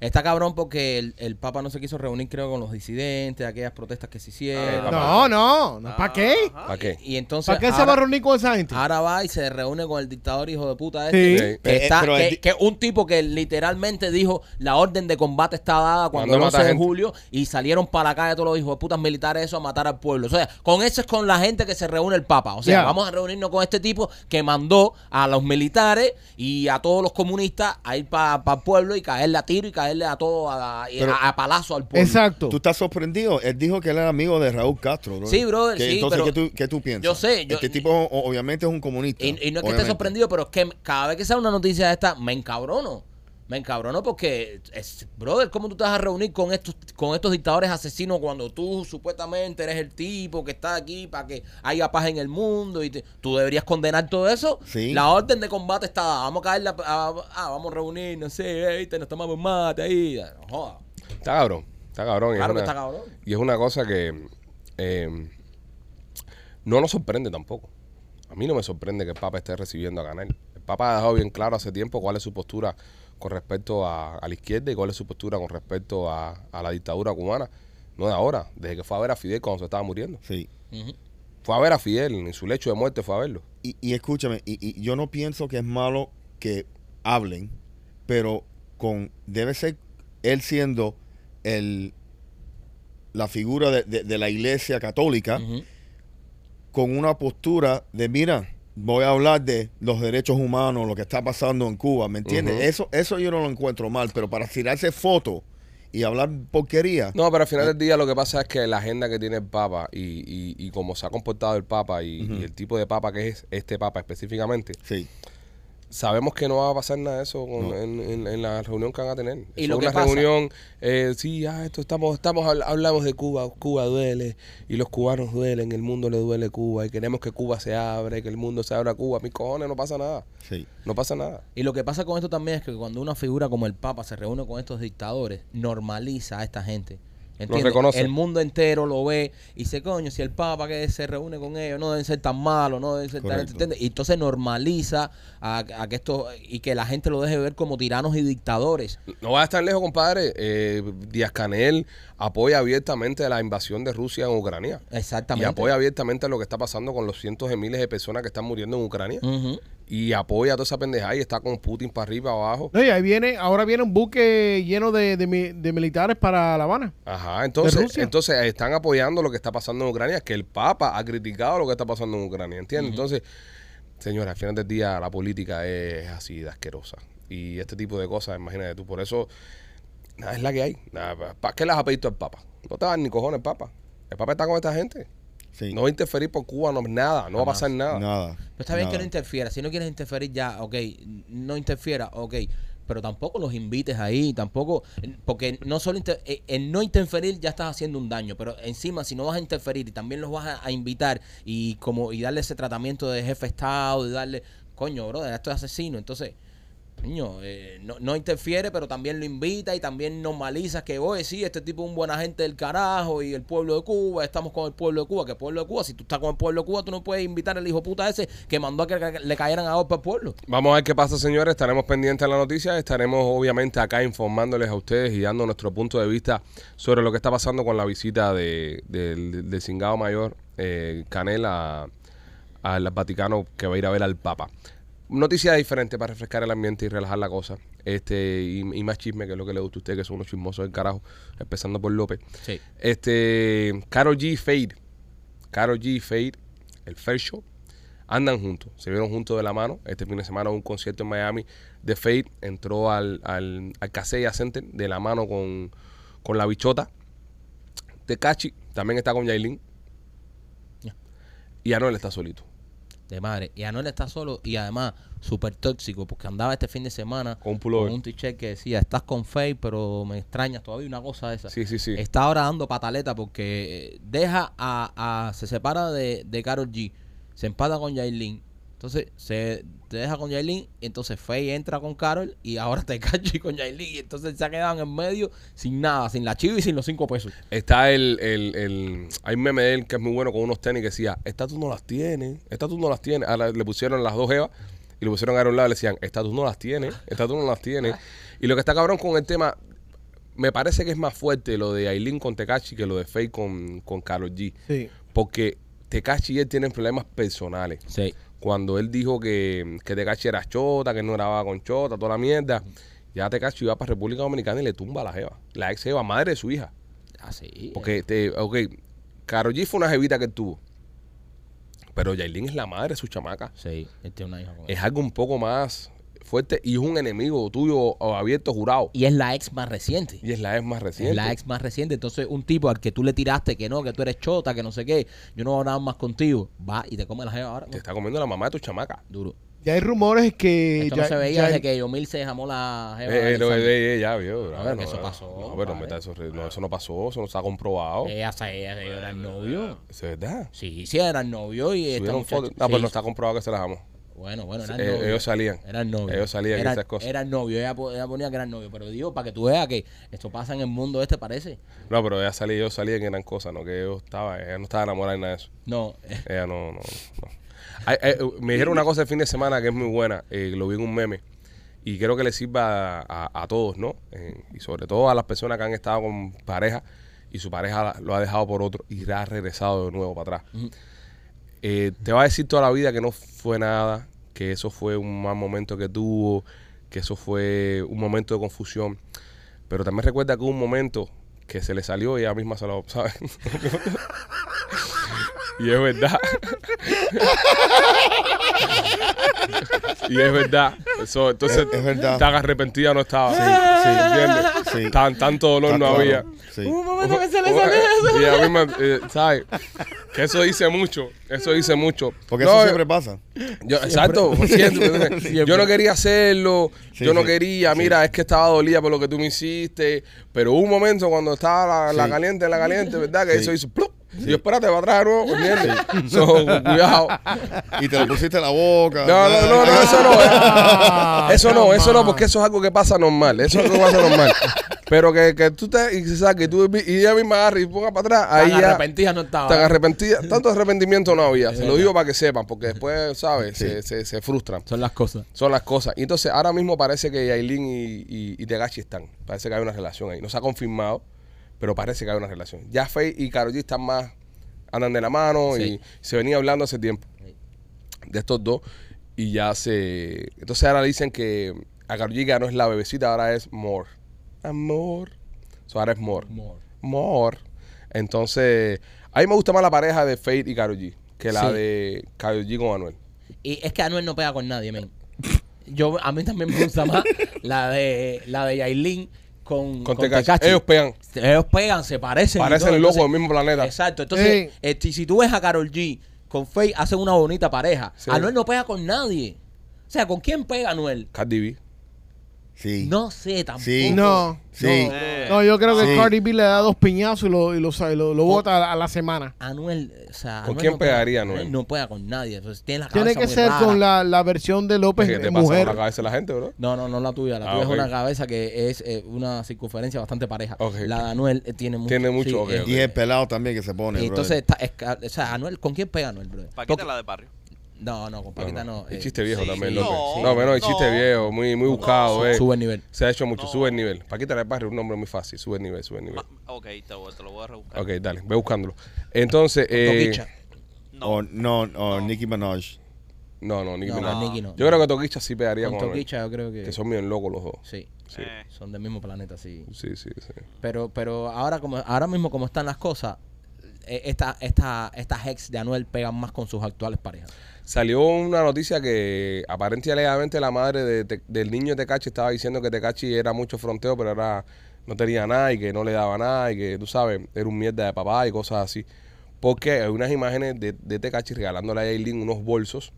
Speaker 3: Está cabrón porque el, el Papa no se quiso reunir, creo, con los disidentes, aquellas protestas que se hicieron.
Speaker 5: No, no, no. ¿Para Ah, qué?
Speaker 1: ¿Para qué?
Speaker 3: Y entonces.
Speaker 5: ¿Para qué se
Speaker 3: ahora-
Speaker 5: va a reunir con esa
Speaker 1: Ah,
Speaker 5: gente?
Speaker 3: Ahora va y se reúne con el dictador hijo de puta
Speaker 5: Sí.
Speaker 3: este.
Speaker 1: Sí.
Speaker 3: Que,
Speaker 6: Eh,
Speaker 3: está-
Speaker 6: pero el
Speaker 3: que-
Speaker 6: di-
Speaker 3: que un tipo que literalmente dijo la orden de combate está dada cuando
Speaker 1: Cuando
Speaker 3: el
Speaker 1: mata
Speaker 3: 11 de
Speaker 1: gente.
Speaker 3: julio y salieron para la calle todos los hijos de putas militares eso a matar al pueblo. O sea, con eso es con la gente que se reúne el Papa. O sea,
Speaker 5: Ya.
Speaker 3: vamos a reunirnos con este tipo que mandó a los militares y a todos los comunistas a ir para el pueblo y caerle a tiro y caerle a todo a, y
Speaker 6: Pero-
Speaker 3: a- a palazo al pueblo.
Speaker 5: Exacto.
Speaker 6: ¿Tú estás sorprendido? Él dijo que él era amigo de Raúl Castro, bro.
Speaker 3: Sí, brother,
Speaker 6: Que-
Speaker 3: sí,
Speaker 6: Entonces,
Speaker 3: pero-
Speaker 6: ¿qué, tú, qué tú piensas?
Speaker 3: Yo sé, yo-
Speaker 6: Este tipo o- obviamente es un comunista.
Speaker 3: Y, y no es que
Speaker 6: obviamente.
Speaker 3: esté sorprendido, pero es que cada vez que sale una noticia de esta, me encabrono. Me encabrono porque, es, brother, ¿cómo tú te vas a reunir con estos, con estos dictadores asesinos cuando tú supuestamente eres el tipo que está aquí para que haya paz en el mundo? y te- ¿Tú deberías condenar todo eso?
Speaker 6: Sí.
Speaker 3: La orden de combate está dada. Vamos a caer, la- a- a- vamos a reunir, no sé, eh, ¿viste? nos tomamos un mate ahí. No joda.
Speaker 1: Está cabrón, está cabrón. y es
Speaker 3: Claro que
Speaker 1: una-
Speaker 3: está cabrón.
Speaker 1: Y es una cosa que eh, no nos sorprende tampoco. A mí no me sorprende que el Papa esté recibiendo a Canel. El Papa ha dejado bien claro hace tiempo cuál es su postura con respecto a, a la izquierda y cuál es su postura con respecto a, a la dictadura cubana. No de ahora, desde que fue a ver a Fidel cuando se estaba muriendo.
Speaker 6: Sí.
Speaker 3: Ujú.
Speaker 1: Fue a ver a Fidel, en su lecho de muerte fue a verlo.
Speaker 6: Y, y escúchame, y, y yo no pienso que es malo que hablen, pero con debe ser él siendo el la figura de, de- de la iglesia católica
Speaker 3: Ujú.
Speaker 6: con una postura de mira, voy a hablar de los derechos humanos, lo que está pasando en Cuba, ¿me entiendes?
Speaker 1: Ujú.
Speaker 6: Eso eso yo no lo encuentro mal, pero para tirarse fotos y hablar porquería,
Speaker 1: No, pero al final del día lo que pasa es que la agenda que tiene el Papa y, y, y cómo se ha comportado el Papa y, y el tipo de Papa que es este Papa específicamente,
Speaker 6: sí.
Speaker 1: sabemos que no va a pasar nada de eso con- en, en- en la reunión que van a tener.
Speaker 3: Y
Speaker 1: Eso
Speaker 3: lo
Speaker 1: es
Speaker 3: que
Speaker 1: una
Speaker 3: pasa-
Speaker 1: reunión, eh, sí, ah, esto estamos, estamos habl- hablamos de Cuba, Cuba duele y los cubanos duelen, el mundo le duele Cuba y queremos que Cuba se abra y que el mundo se abra a Cuba. Mis cojones, no pasa nada,
Speaker 6: Sí.
Speaker 1: no pasa nada.
Speaker 3: Y lo que pasa con esto también es que cuando una figura como el Papa se reúne con estos dictadores, normaliza a esta gente. ¿Entiendes?
Speaker 1: reconoce.
Speaker 3: El mundo entero lo ve y dice, coño, si el Papa que se reúne con ellos no deben ser tan malos, no deben ser tan...
Speaker 6: Correcto.
Speaker 3: ¿entiendes? Y entonces normaliza a, a que esto... Y que la gente lo deje ver como tiranos y dictadores.
Speaker 1: No va a estar lejos, compadre. Eh, Díaz Canel apoya abiertamente la invasión de Rusia en Ucrania. Y
Speaker 3: Exactamente.
Speaker 1: apoya abiertamente lo que está pasando con los cientos de miles de personas que están muriendo en Ucrania.
Speaker 2: Mm.
Speaker 3: Ujú.
Speaker 1: Y apoya toda esa pendejada y está con Putin para arriba, abajo.
Speaker 5: No, y ahí viene, ahora viene un buque lleno de, de mi- de militares para La Habana.
Speaker 1: Ajá, entonces,
Speaker 5: Rusia?
Speaker 1: entonces eh, están apoyando lo que está pasando en Ucrania, que el Papa ha criticado lo que está pasando en Ucrania, ¿entiendes? Entonces, señora, al final del día la política es así de asquerosa. Y este tipo de cosas, imagínate tú, por eso, nada, es la que hay. Nada, ¿Para qué las ha pedido el Papa? No te dan ni cojones el Papa. El Papa está con esta gente.
Speaker 6: Sí.
Speaker 1: No va a interferir por Cuba, no, nada, no va a pasar nada.
Speaker 6: nada.
Speaker 3: Pero está bien que no
Speaker 6: nada.
Speaker 3: interfiera. Si no quieres interferir ya, ok, no interfiera, ok. Pero tampoco los invites ahí, tampoco, porque no solo inter- eh, en no interferir ya estás haciendo un daño, pero encima si no vas a interferir y también los vas a, a invitar y como y darle ese tratamiento de jefe de estado, y darle, coño, bro, esto es asesino, entonces, coño, eh, no, no interfiere, pero también lo invita y también normalizas que, oye, sí, este tipo es un buen agente del carajo y el pueblo de Cuba, estamos con el pueblo de Cuba, que el pueblo de Cuba, si tú estás con el pueblo de Cuba, tú no puedes invitar al hijo puta ese que mandó a que ca- le cayeran a otro pueblo.
Speaker 1: Vamos a ver qué pasa, señores. Estaremos pendientes de la noticia. Estaremos, obviamente, acá informándoles a ustedes y dando nuestro punto de vista sobre lo que está pasando con la visita de, del del Cingado Mayor eh, Canel a- al Vaticano que va a ir a ver al Papa. Noticia diferente para refrescar el ambiente y relajar la cosa. Este, y, y más chisme, que es lo que le gusta a usted, que son unos chismosos del carajo, empezando por López.
Speaker 3: Sí.
Speaker 1: Este, Carol G. Fade. Karol G, Fade, el Fair Show, andan juntos, se vieron juntos de la mano. Este fin de semana hubo un concierto en Miami de Fade, entró al, al, al Casella Center de la mano con, con la bichota. Tecachi también está con Yailin.
Speaker 3: Ya.
Speaker 1: Y Anuel está solito.
Speaker 3: De madre. Y Anuel está solo y además súper tóxico porque andaba este fin de semana
Speaker 1: Con un pullover.
Speaker 3: con un t-shirt que decía, estás con Faye, pero me extrañas todavía una cosa de esa.
Speaker 1: Sí, sí, sí.
Speaker 3: Está ahora dando pataleta porque eh, deja a, a- se separa de, de Karol G, se empata con Yailin. Entonces se te deja con Yailin, entonces Faye entra con Carol y ahora te cacho y con Yailin. Y entonces se ha quedado en el medio sin nada, sin la chiva y sin los cinco pesos.
Speaker 1: Está el, el, el. Hay un meme de él que es muy bueno con unos tenis que decía: Estas tú no las tienes, estas tú no las tienes. Ahora le pusieron las dos Evas y le pusieron a un lado y le decían: Estas tú no las tienes, estas tú no las tienes. Y lo que está cabrón con el tema, me parece que es más fuerte lo de Aileen con Tekashi que lo de Faye con, con Karol G.
Speaker 5: Sí.
Speaker 1: Porque Tekashi y él tienen problemas personales
Speaker 3: Sí.
Speaker 1: cuando él dijo que, que Tecachi era chota, que él no grababa con chota, toda la mierda, ya Tecachi va para República Dominicana y le tumba a la jeva. La ex jeva, madre de su hija.
Speaker 3: Así.
Speaker 1: Porque, te, ok, Karol G fue una jevita que él tuvo. Pero Yailin es la madre de su chamaca.
Speaker 3: Sí, él tiene una hija con él.
Speaker 1: Es algo un poco más fuerte y es un enemigo tuyo o abierto jurado.
Speaker 3: Y es la ex más reciente.
Speaker 1: Y es la ex más reciente.
Speaker 3: Es la ex más reciente. Entonces, un tipo al que tú le tiraste que no, que tú eres chota, que no sé qué, yo no voy a hablar más contigo, va y te come la jeva ahora.
Speaker 1: Te está comiendo la mamá de tu chamaca.
Speaker 3: Duro.
Speaker 5: Ya hay rumores que.
Speaker 3: Esto
Speaker 5: ya-
Speaker 3: no se veía
Speaker 5: ya-
Speaker 3: desde que Yomil se jamó la jeva.
Speaker 1: Eh,
Speaker 3: de
Speaker 1: eh, no,
Speaker 3: Alexander.
Speaker 1: eh, eh, ya vio.
Speaker 3: No,
Speaker 1: ah,
Speaker 3: pero que eso
Speaker 1: ah,
Speaker 3: pasó, Eh,
Speaker 1: No, pero no, me
Speaker 3: padre.
Speaker 1: está- eso, no, eso no pasó, eso no está comprobado.
Speaker 3: Ella se ella se- era el novio.
Speaker 1: Eso es verdad.
Speaker 3: Sí, sí, era el novio y eh, esta
Speaker 1: Subieron
Speaker 3: muchacha-
Speaker 1: fotos. No,
Speaker 3: sí.
Speaker 1: pero no está comprobado que se las amó.
Speaker 3: Bueno, bueno, era
Speaker 1: Eh,
Speaker 3: el novio.
Speaker 1: ellos salían.
Speaker 3: Era el novio.
Speaker 1: Ellos salían y
Speaker 3: era,
Speaker 1: esas cosas.
Speaker 3: Era el novio, ella, po- ella ponía que era el novio. Pero digo, para que tú veas que esto pasa en el mundo este, parece.
Speaker 1: No, pero ella salía, ellos salían que eran cosas, ¿no? Que ellos estaban, ella no estaba enamorada ni nada de eso.
Speaker 3: No, eh,
Speaker 1: Ella no, no, no. Ay, ay, me dijeron una cosa el fin de semana que es muy buena, eh, lo vi en un meme, y creo que le sirva a, a- a todos, ¿no? Eh, y sobre todo a las personas que han estado con pareja y su pareja la- lo ha dejado por otro y ha regresado de nuevo para atrás. Eh, te va a decir toda la vida que no fue nada, que eso fue un mal momento que tuvo, que eso fue un momento de confusión. Pero también recuerda que hubo un momento que se le salió y ella misma se lo, ¿sabes? y es verdad. Y es verdad. Eso, entonces,
Speaker 6: Es- es verdad.
Speaker 1: tan arrepentida no estaba.
Speaker 6: sí.
Speaker 1: ¿Entiendes?
Speaker 6: Sí.
Speaker 1: Tan, tanto dolor
Speaker 6: Está
Speaker 1: no
Speaker 6: claro,
Speaker 1: había.
Speaker 6: sí.
Speaker 1: Uh.
Speaker 7: momento que se le
Speaker 1: Ojo,
Speaker 7: salió eso.
Speaker 1: Y ella misma, eh, ¿sabes? Que eso dice mucho. Eso dice mucho.
Speaker 6: Porque
Speaker 1: No, eh,
Speaker 6: eso siempre pasa.
Speaker 1: yo- exacto, siempre. Yo no quería hacerlo,
Speaker 6: Sí,
Speaker 1: yo no
Speaker 6: sí,
Speaker 1: quería,
Speaker 6: sí.
Speaker 1: mira, es que estaba dolida por lo que tú me hiciste, pero hubo un momento cuando estaba la, la
Speaker 6: Sí.
Speaker 1: caliente, la caliente, ¿verdad? Que
Speaker 6: Sí.
Speaker 1: eso hizo ¡plup! Y yo, espérate, va atrás de nuevo, ¿entiendes? So, cuidado.
Speaker 6: Y te lo pusiste en la boca.
Speaker 1: No, no, no, no, eso
Speaker 3: eh. Ah,
Speaker 1: no.
Speaker 6: Ah,
Speaker 1: Eso no, eso no, porque eso es algo que pasa normal. Eso es algo que pasa normal. Pero que, que tú te y se saque y tú y ella misma agarre y ponga para atrás, ahí
Speaker 3: Tan
Speaker 1: ya
Speaker 3: arrepentida no estaba.
Speaker 1: tan arrepentida, tanto arrepentimiento no había. Se lo digo para que sepan, porque después, ¿sabes? Se, se, se frustran.
Speaker 3: Son las cosas.
Speaker 1: Son las cosas. Y entonces ahora mismo parece que Yailin y, y, y Tegachi están. Parece que hay una relación ahí. No se ha confirmado, pero parece que hay una relación. Ya Faye y Karol G están más, andan de la mano
Speaker 3: Sí.
Speaker 1: y se venía hablando hace tiempo de estos dos. Y ya se... Entonces ahora dicen que a Karol G ya no es la bebecita, ahora es More. Amor. So, ahora es More.
Speaker 3: More.
Speaker 1: More. Entonces, a mí me gusta más la pareja de Faith y Karol G que la
Speaker 3: Sí.
Speaker 1: de Karol G con Manuel.
Speaker 3: Y es que Anuel no pega con nadie, men. Yo, a mí también me gusta más la de la de Yailin con,
Speaker 1: Con Tekashi. Ellos pegan.
Speaker 3: Ellos pegan, se parecen. y
Speaker 1: Parecen
Speaker 3: todo.
Speaker 1: locos del
Speaker 3: Entonces-
Speaker 1: mismo planeta.
Speaker 3: Exacto. Entonces,
Speaker 5: Sí.
Speaker 3: este, si tú ves a Carol G con Faye, hacen una bonita pareja.
Speaker 1: Sí.
Speaker 3: Anuel no pega con nadie. O sea, ¿con quién pega Anuel?
Speaker 1: Cardi B.
Speaker 6: Sí.
Speaker 3: No sé tampoco.
Speaker 6: Sí.
Speaker 5: No.
Speaker 6: Sí.
Speaker 4: Eh,
Speaker 5: No, yo creo que
Speaker 6: Sí.
Speaker 5: Cardi B le da dos piñazos y lo, y lo, sa- y lo- lo bota a la- a la
Speaker 3: Ah,
Speaker 5: semana.
Speaker 3: Anuel, o sea,
Speaker 1: ¿Con
Speaker 3: Anuel
Speaker 1: quién
Speaker 3: no
Speaker 1: pegaría
Speaker 3: pega-
Speaker 1: Anuel?
Speaker 3: No pega con nadie. Entonces, tiene la
Speaker 5: Tiene
Speaker 3: cabeza
Speaker 5: que
Speaker 3: muy
Speaker 5: ser
Speaker 3: rara.
Speaker 5: con la, la versión de López
Speaker 1: ¿Qué te
Speaker 5: eh,
Speaker 1: pasa con
Speaker 5: mujer.
Speaker 1: la cabeza de la gente, bro?
Speaker 3: No, no, no la tuya. La
Speaker 1: Ah,
Speaker 3: tuya
Speaker 1: ok.
Speaker 3: es una cabeza que es eh, una circunferencia bastante pareja.
Speaker 1: Ok.
Speaker 3: La de Anuel eh, tiene mucho.
Speaker 1: Tiene mucho,
Speaker 3: sí,
Speaker 1: ok,
Speaker 3: es-
Speaker 1: ok.
Speaker 6: Y es el pelado también que se pone.
Speaker 3: y entonces,
Speaker 6: brother.
Speaker 3: está, es ca- o sea, Anuel, ¿con quién pega Anuel, bro?
Speaker 4: Paquita la de barrio.
Speaker 3: No, no, con Paquita no.
Speaker 1: El
Speaker 3: eh,
Speaker 1: chiste viejo
Speaker 4: sí,
Speaker 1: también,
Speaker 4: sí.
Speaker 1: López.
Speaker 4: No,
Speaker 1: No, pero no, el
Speaker 4: no.
Speaker 1: chiste viejo, muy, muy buscado, eh.
Speaker 3: Sube el nivel.
Speaker 1: Se ha hecho mucho,
Speaker 4: No.
Speaker 1: sube el nivel. Paquita del Barrio es un nombre muy fácil, sube el nivel, sube el nivel.
Speaker 4: Ma- ok, te, voy- te lo voy a rebuscar.
Speaker 1: Ok, dale, ve buscándolo. Entonces, eh,
Speaker 3: Toquicha.
Speaker 4: No.
Speaker 6: O no, o Nicki Minaj.
Speaker 1: no, no, Nicki
Speaker 3: No,
Speaker 1: Minaj.
Speaker 3: con Nicki no.
Speaker 1: Yo creo que Toquicha sí pegaría
Speaker 3: Con
Speaker 1: con, Anuel,
Speaker 3: Toquicha eh. yo creo que...
Speaker 1: Que son bien locos los dos.
Speaker 3: Sí,
Speaker 1: Sí,
Speaker 4: Eh,
Speaker 3: son del mismo planeta, sí.
Speaker 1: sí, sí. sí.
Speaker 3: Pero, pero ahora, como, ahora mismo como están las cosas, eh, esta, esta, estas ex de Anuel pegan más con sus actuales parejas.
Speaker 1: Salió una noticia que aparentemente alegadamente la madre de Te- del niño de Tecachi estaba diciendo que Tecachi era mucho fronteo, pero era no tenía nada y que no le daba nada y que tú sabes, era un mierda de papá y cosas así. Porque hay unas imágenes de, de Tecachi regalándole a Aileen unos bolsos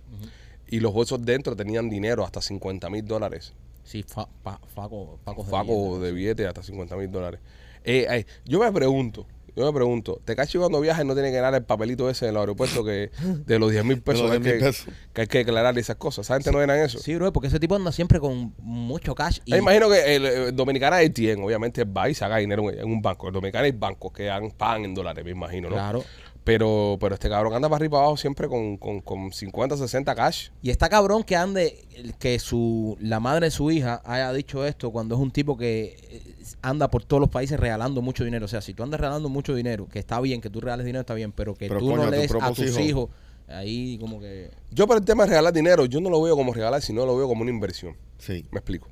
Speaker 1: y los bolsos dentro tenían dinero, hasta 50 mil dólares.
Speaker 3: Sí, fa, pa- Faco, Paco de
Speaker 1: Faco
Speaker 3: mierda.
Speaker 1: de billetes hasta 50 mil dólares. Eh, ay, yo me pregunto, yo me pregunto, Tecachi cuando viaja no tiene que ganar el papelito ese del aeropuerto que de los 10 mil pesos,
Speaker 6: De los
Speaker 1: que hay
Speaker 6: 10.000
Speaker 1: que,
Speaker 6: pesos.
Speaker 1: que hay que declarar y esas cosas. ¿Sabes? no eran eso.
Speaker 3: Sí, bro, porque ese tipo anda siempre con mucho cash. Y,
Speaker 1: Eh, imagino que el, eh, Dominicana es 100, obviamente va y saca dinero en en un banco. El Dominicana es bancos que dan pan en dólares, me imagino, ¿no?
Speaker 3: Claro.
Speaker 1: Pero, pero este cabrón anda para arriba y para abajo siempre con, con, con 50, 60 cash.
Speaker 3: y está cabrón que ande, el- que su la madre de su hija haya dicho esto cuando es un tipo que eh, anda por todos los países regalando mucho dinero. O sea, si tú andas regalando mucho dinero, que está bien, que tú regales dinero, está bien, pero que
Speaker 6: Pero,
Speaker 3: tú
Speaker 6: coño, a
Speaker 3: no
Speaker 6: tus
Speaker 3: lees a
Speaker 6: propios
Speaker 3: tus hijos.
Speaker 6: hijos.
Speaker 3: ahí como que...
Speaker 1: Yo para el tema de regalar dinero, yo no lo veo como regalar, sino lo veo como una inversión.
Speaker 6: Sí,
Speaker 1: Me explico.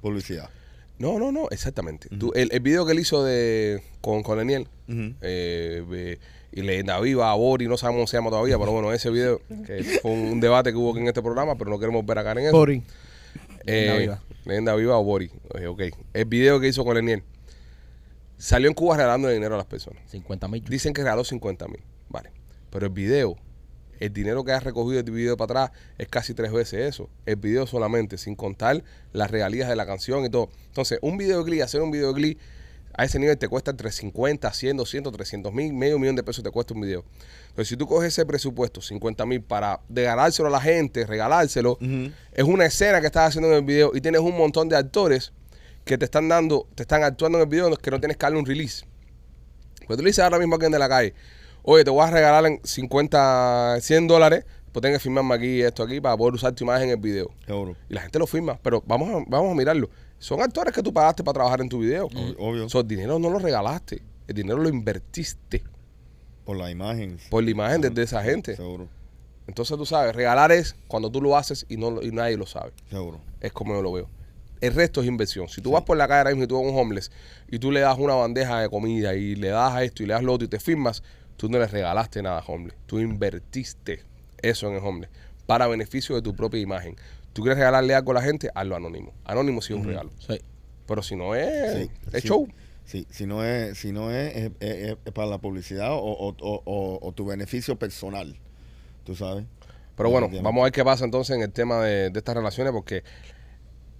Speaker 6: publicidad.
Speaker 1: No, no, no, exactamente. Tú- el, el video que él hizo de con, con Leniel,
Speaker 6: Ujú.
Speaker 1: eh, eh, y Leyenda Viva, Bori, no sabemos cómo se llama todavía, pero bueno, ese video que fue un, un debate que hubo aquí en este programa, pero no queremos ver acá en eso.
Speaker 5: Sorry.
Speaker 1: Eh,
Speaker 3: Leyenda Viva.
Speaker 1: Leyenda Viva o Bori. Eh, ok. El video que hizo con Leniel. Salió en Cuba regalando dinero a las personas.
Speaker 3: 50 mil.
Speaker 1: Dicen que regaló 50 mil. Vale. Pero el video, el dinero que has recogido del video para atrás es casi tres veces eso. El video solamente, sin contar las regalías de la canción y todo. Entonces, un videoclip, hacer un videoclip a ese nivel te cuesta entre 50, 100, 200, 300 mil, medio millón de pesos te cuesta un video. Entonces, si tú coges ese presupuesto, 50 mil, para regalárselo a la gente, regalárselo, es una escena que estás haciendo en el video y tienes un montón de actores que te están dando, te están actuando en el video que no tienes que darle un release. Pues tú le dices ahora mismo a alguien de la calle, oye, te voy a regalar en 50, 100 dólares, pues tengo que firmarme aquí esto aquí para poder usar tu imagen en el video.
Speaker 6: Seguro.
Speaker 1: Y la gente lo firma, pero vamos a, vamos a mirarlo. Son actores que tú pagaste para trabajar en tu video.
Speaker 6: Ob- Obvio.
Speaker 1: Mm. So, el dinero no lo regalaste, el dinero lo invertiste
Speaker 6: por la imagen.
Speaker 1: por la imagen de, de esa gente.
Speaker 6: Seguro.
Speaker 1: Entonces tú sabes, regalar es cuando tú lo haces y, no, lo- y nadie lo sabe.
Speaker 6: Seguro.
Speaker 1: Es como yo lo veo. El resto es inversión. Si tú vas por la calle ahora mismo y tú ves un homeless y tú le das una bandeja de comida y le das a esto y le das lo otro y te firmas, tú no le regalaste nada, homeless. Tú invertiste eso en el homeless, para beneficio de tu propia imagen. ¿Tú quieres regalarle algo a la gente? Hazlo anónimo. Anónimo sí es un regalo.
Speaker 3: Sí.
Speaker 1: Pero si no es,
Speaker 6: Sí,
Speaker 1: Eh, es
Speaker 6: sí.
Speaker 1: show.
Speaker 6: Sí, si no es, si no es, es- es- es para la publicidad o, o- o- o- o tu beneficio personal, tú sabes.
Speaker 1: Pero bueno,
Speaker 6: Entiendo.
Speaker 1: vamos a ver qué pasa entonces en el tema de, de estas relaciones, porque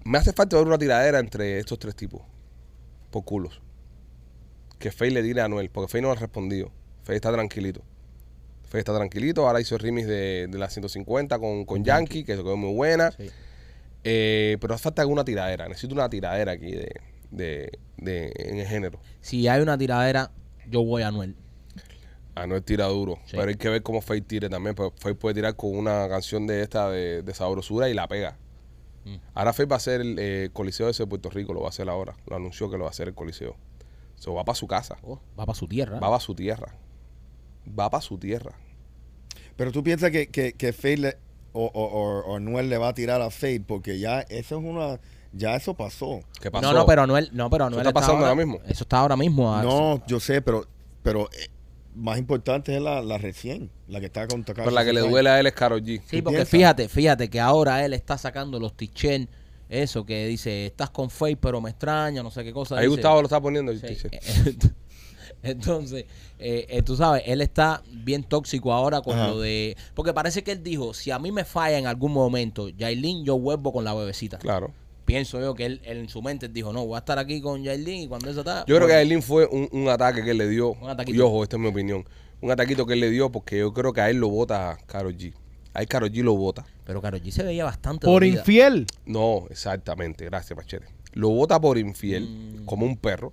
Speaker 1: me hace falta ver una tiradera entre estos tres tipos, por culos. Que Faye le tire a Anuel, porque Faye no ha respondido. Faye está tranquilito. Faye está tranquilito, ahora hizo el remix de, de la 150 con, con Yankee, que se quedó muy buena.
Speaker 3: Sí.
Speaker 1: Eh, pero hace falta alguna tiradera, necesito una tiradera aquí de, de, de- en el género.
Speaker 3: Si hay una tiradera, yo voy a Anuel.
Speaker 1: Anuel Ah, tira duro,
Speaker 3: Sí.
Speaker 1: pero hay que ver cómo Faye tire también, porque Faye puede tirar con una canción de esta de, de sabrosura y la pega.
Speaker 3: Mm.
Speaker 1: Ahora Faye va a hacer el eh, Coliseo ese de Puerto Rico, lo va a hacer ahora, lo anunció que lo va a hacer el Coliseo. So, va para su casa,
Speaker 3: Oh, va para su tierra.
Speaker 1: va para su tierra, va para su tierra.
Speaker 6: Pero tú piensas que, que, que Fade le- o, o, o- o Anuel le va a tirar a Fade porque ya eso es una, ya eso pasó.
Speaker 1: ¿Qué pasó?
Speaker 3: No, no, pero Anuel, no, pero
Speaker 1: Eso
Speaker 3: Anuel
Speaker 1: está pasando ahora
Speaker 3: ahora
Speaker 1: mismo.
Speaker 3: Eso está ahora mismo. ah,
Speaker 6: No, yo sé, pero, pero eh, más importante es la, la recién, la que está con Takashi
Speaker 1: Pero la que le
Speaker 6: Six
Speaker 1: duele a él es Karol G.
Speaker 3: Sí,
Speaker 6: ¿Tú
Speaker 3: porque
Speaker 6: piensas?
Speaker 3: fíjate, fíjate que ahora él está sacando los tichen, eso que dice, estás con Faye, pero me extraña, no sé qué cosa.
Speaker 1: Ahí
Speaker 3: dice.
Speaker 1: Gustavo lo está poniendo.
Speaker 3: Sí.
Speaker 1: dice.
Speaker 3: Entonces, eh, eh, tú sabes, él está bien tóxico ahora con
Speaker 6: Ajá.
Speaker 3: lo de... Porque parece que él dijo, si a mí me falla en algún momento, Yailin, yo vuelvo con la bebecita.
Speaker 1: Claro.
Speaker 3: Pienso yo que él, él en su mente dijo, no, voy a estar aquí con Yailin y cuando eso está...
Speaker 1: Yo creo que a Aileen fue un, un ataque que él le dio.
Speaker 3: Un ataquito.
Speaker 1: y ojo, esta es mi opinión. Un ataquito que él le dio porque yo creo que a él lo vota Karol G. A él Karol G lo vota.
Speaker 3: Pero Karol G se veía bastante
Speaker 5: Por
Speaker 3: dolida.
Speaker 5: infiel.
Speaker 1: No, exactamente. Gracias, Machete. Lo vota por infiel, como un perro.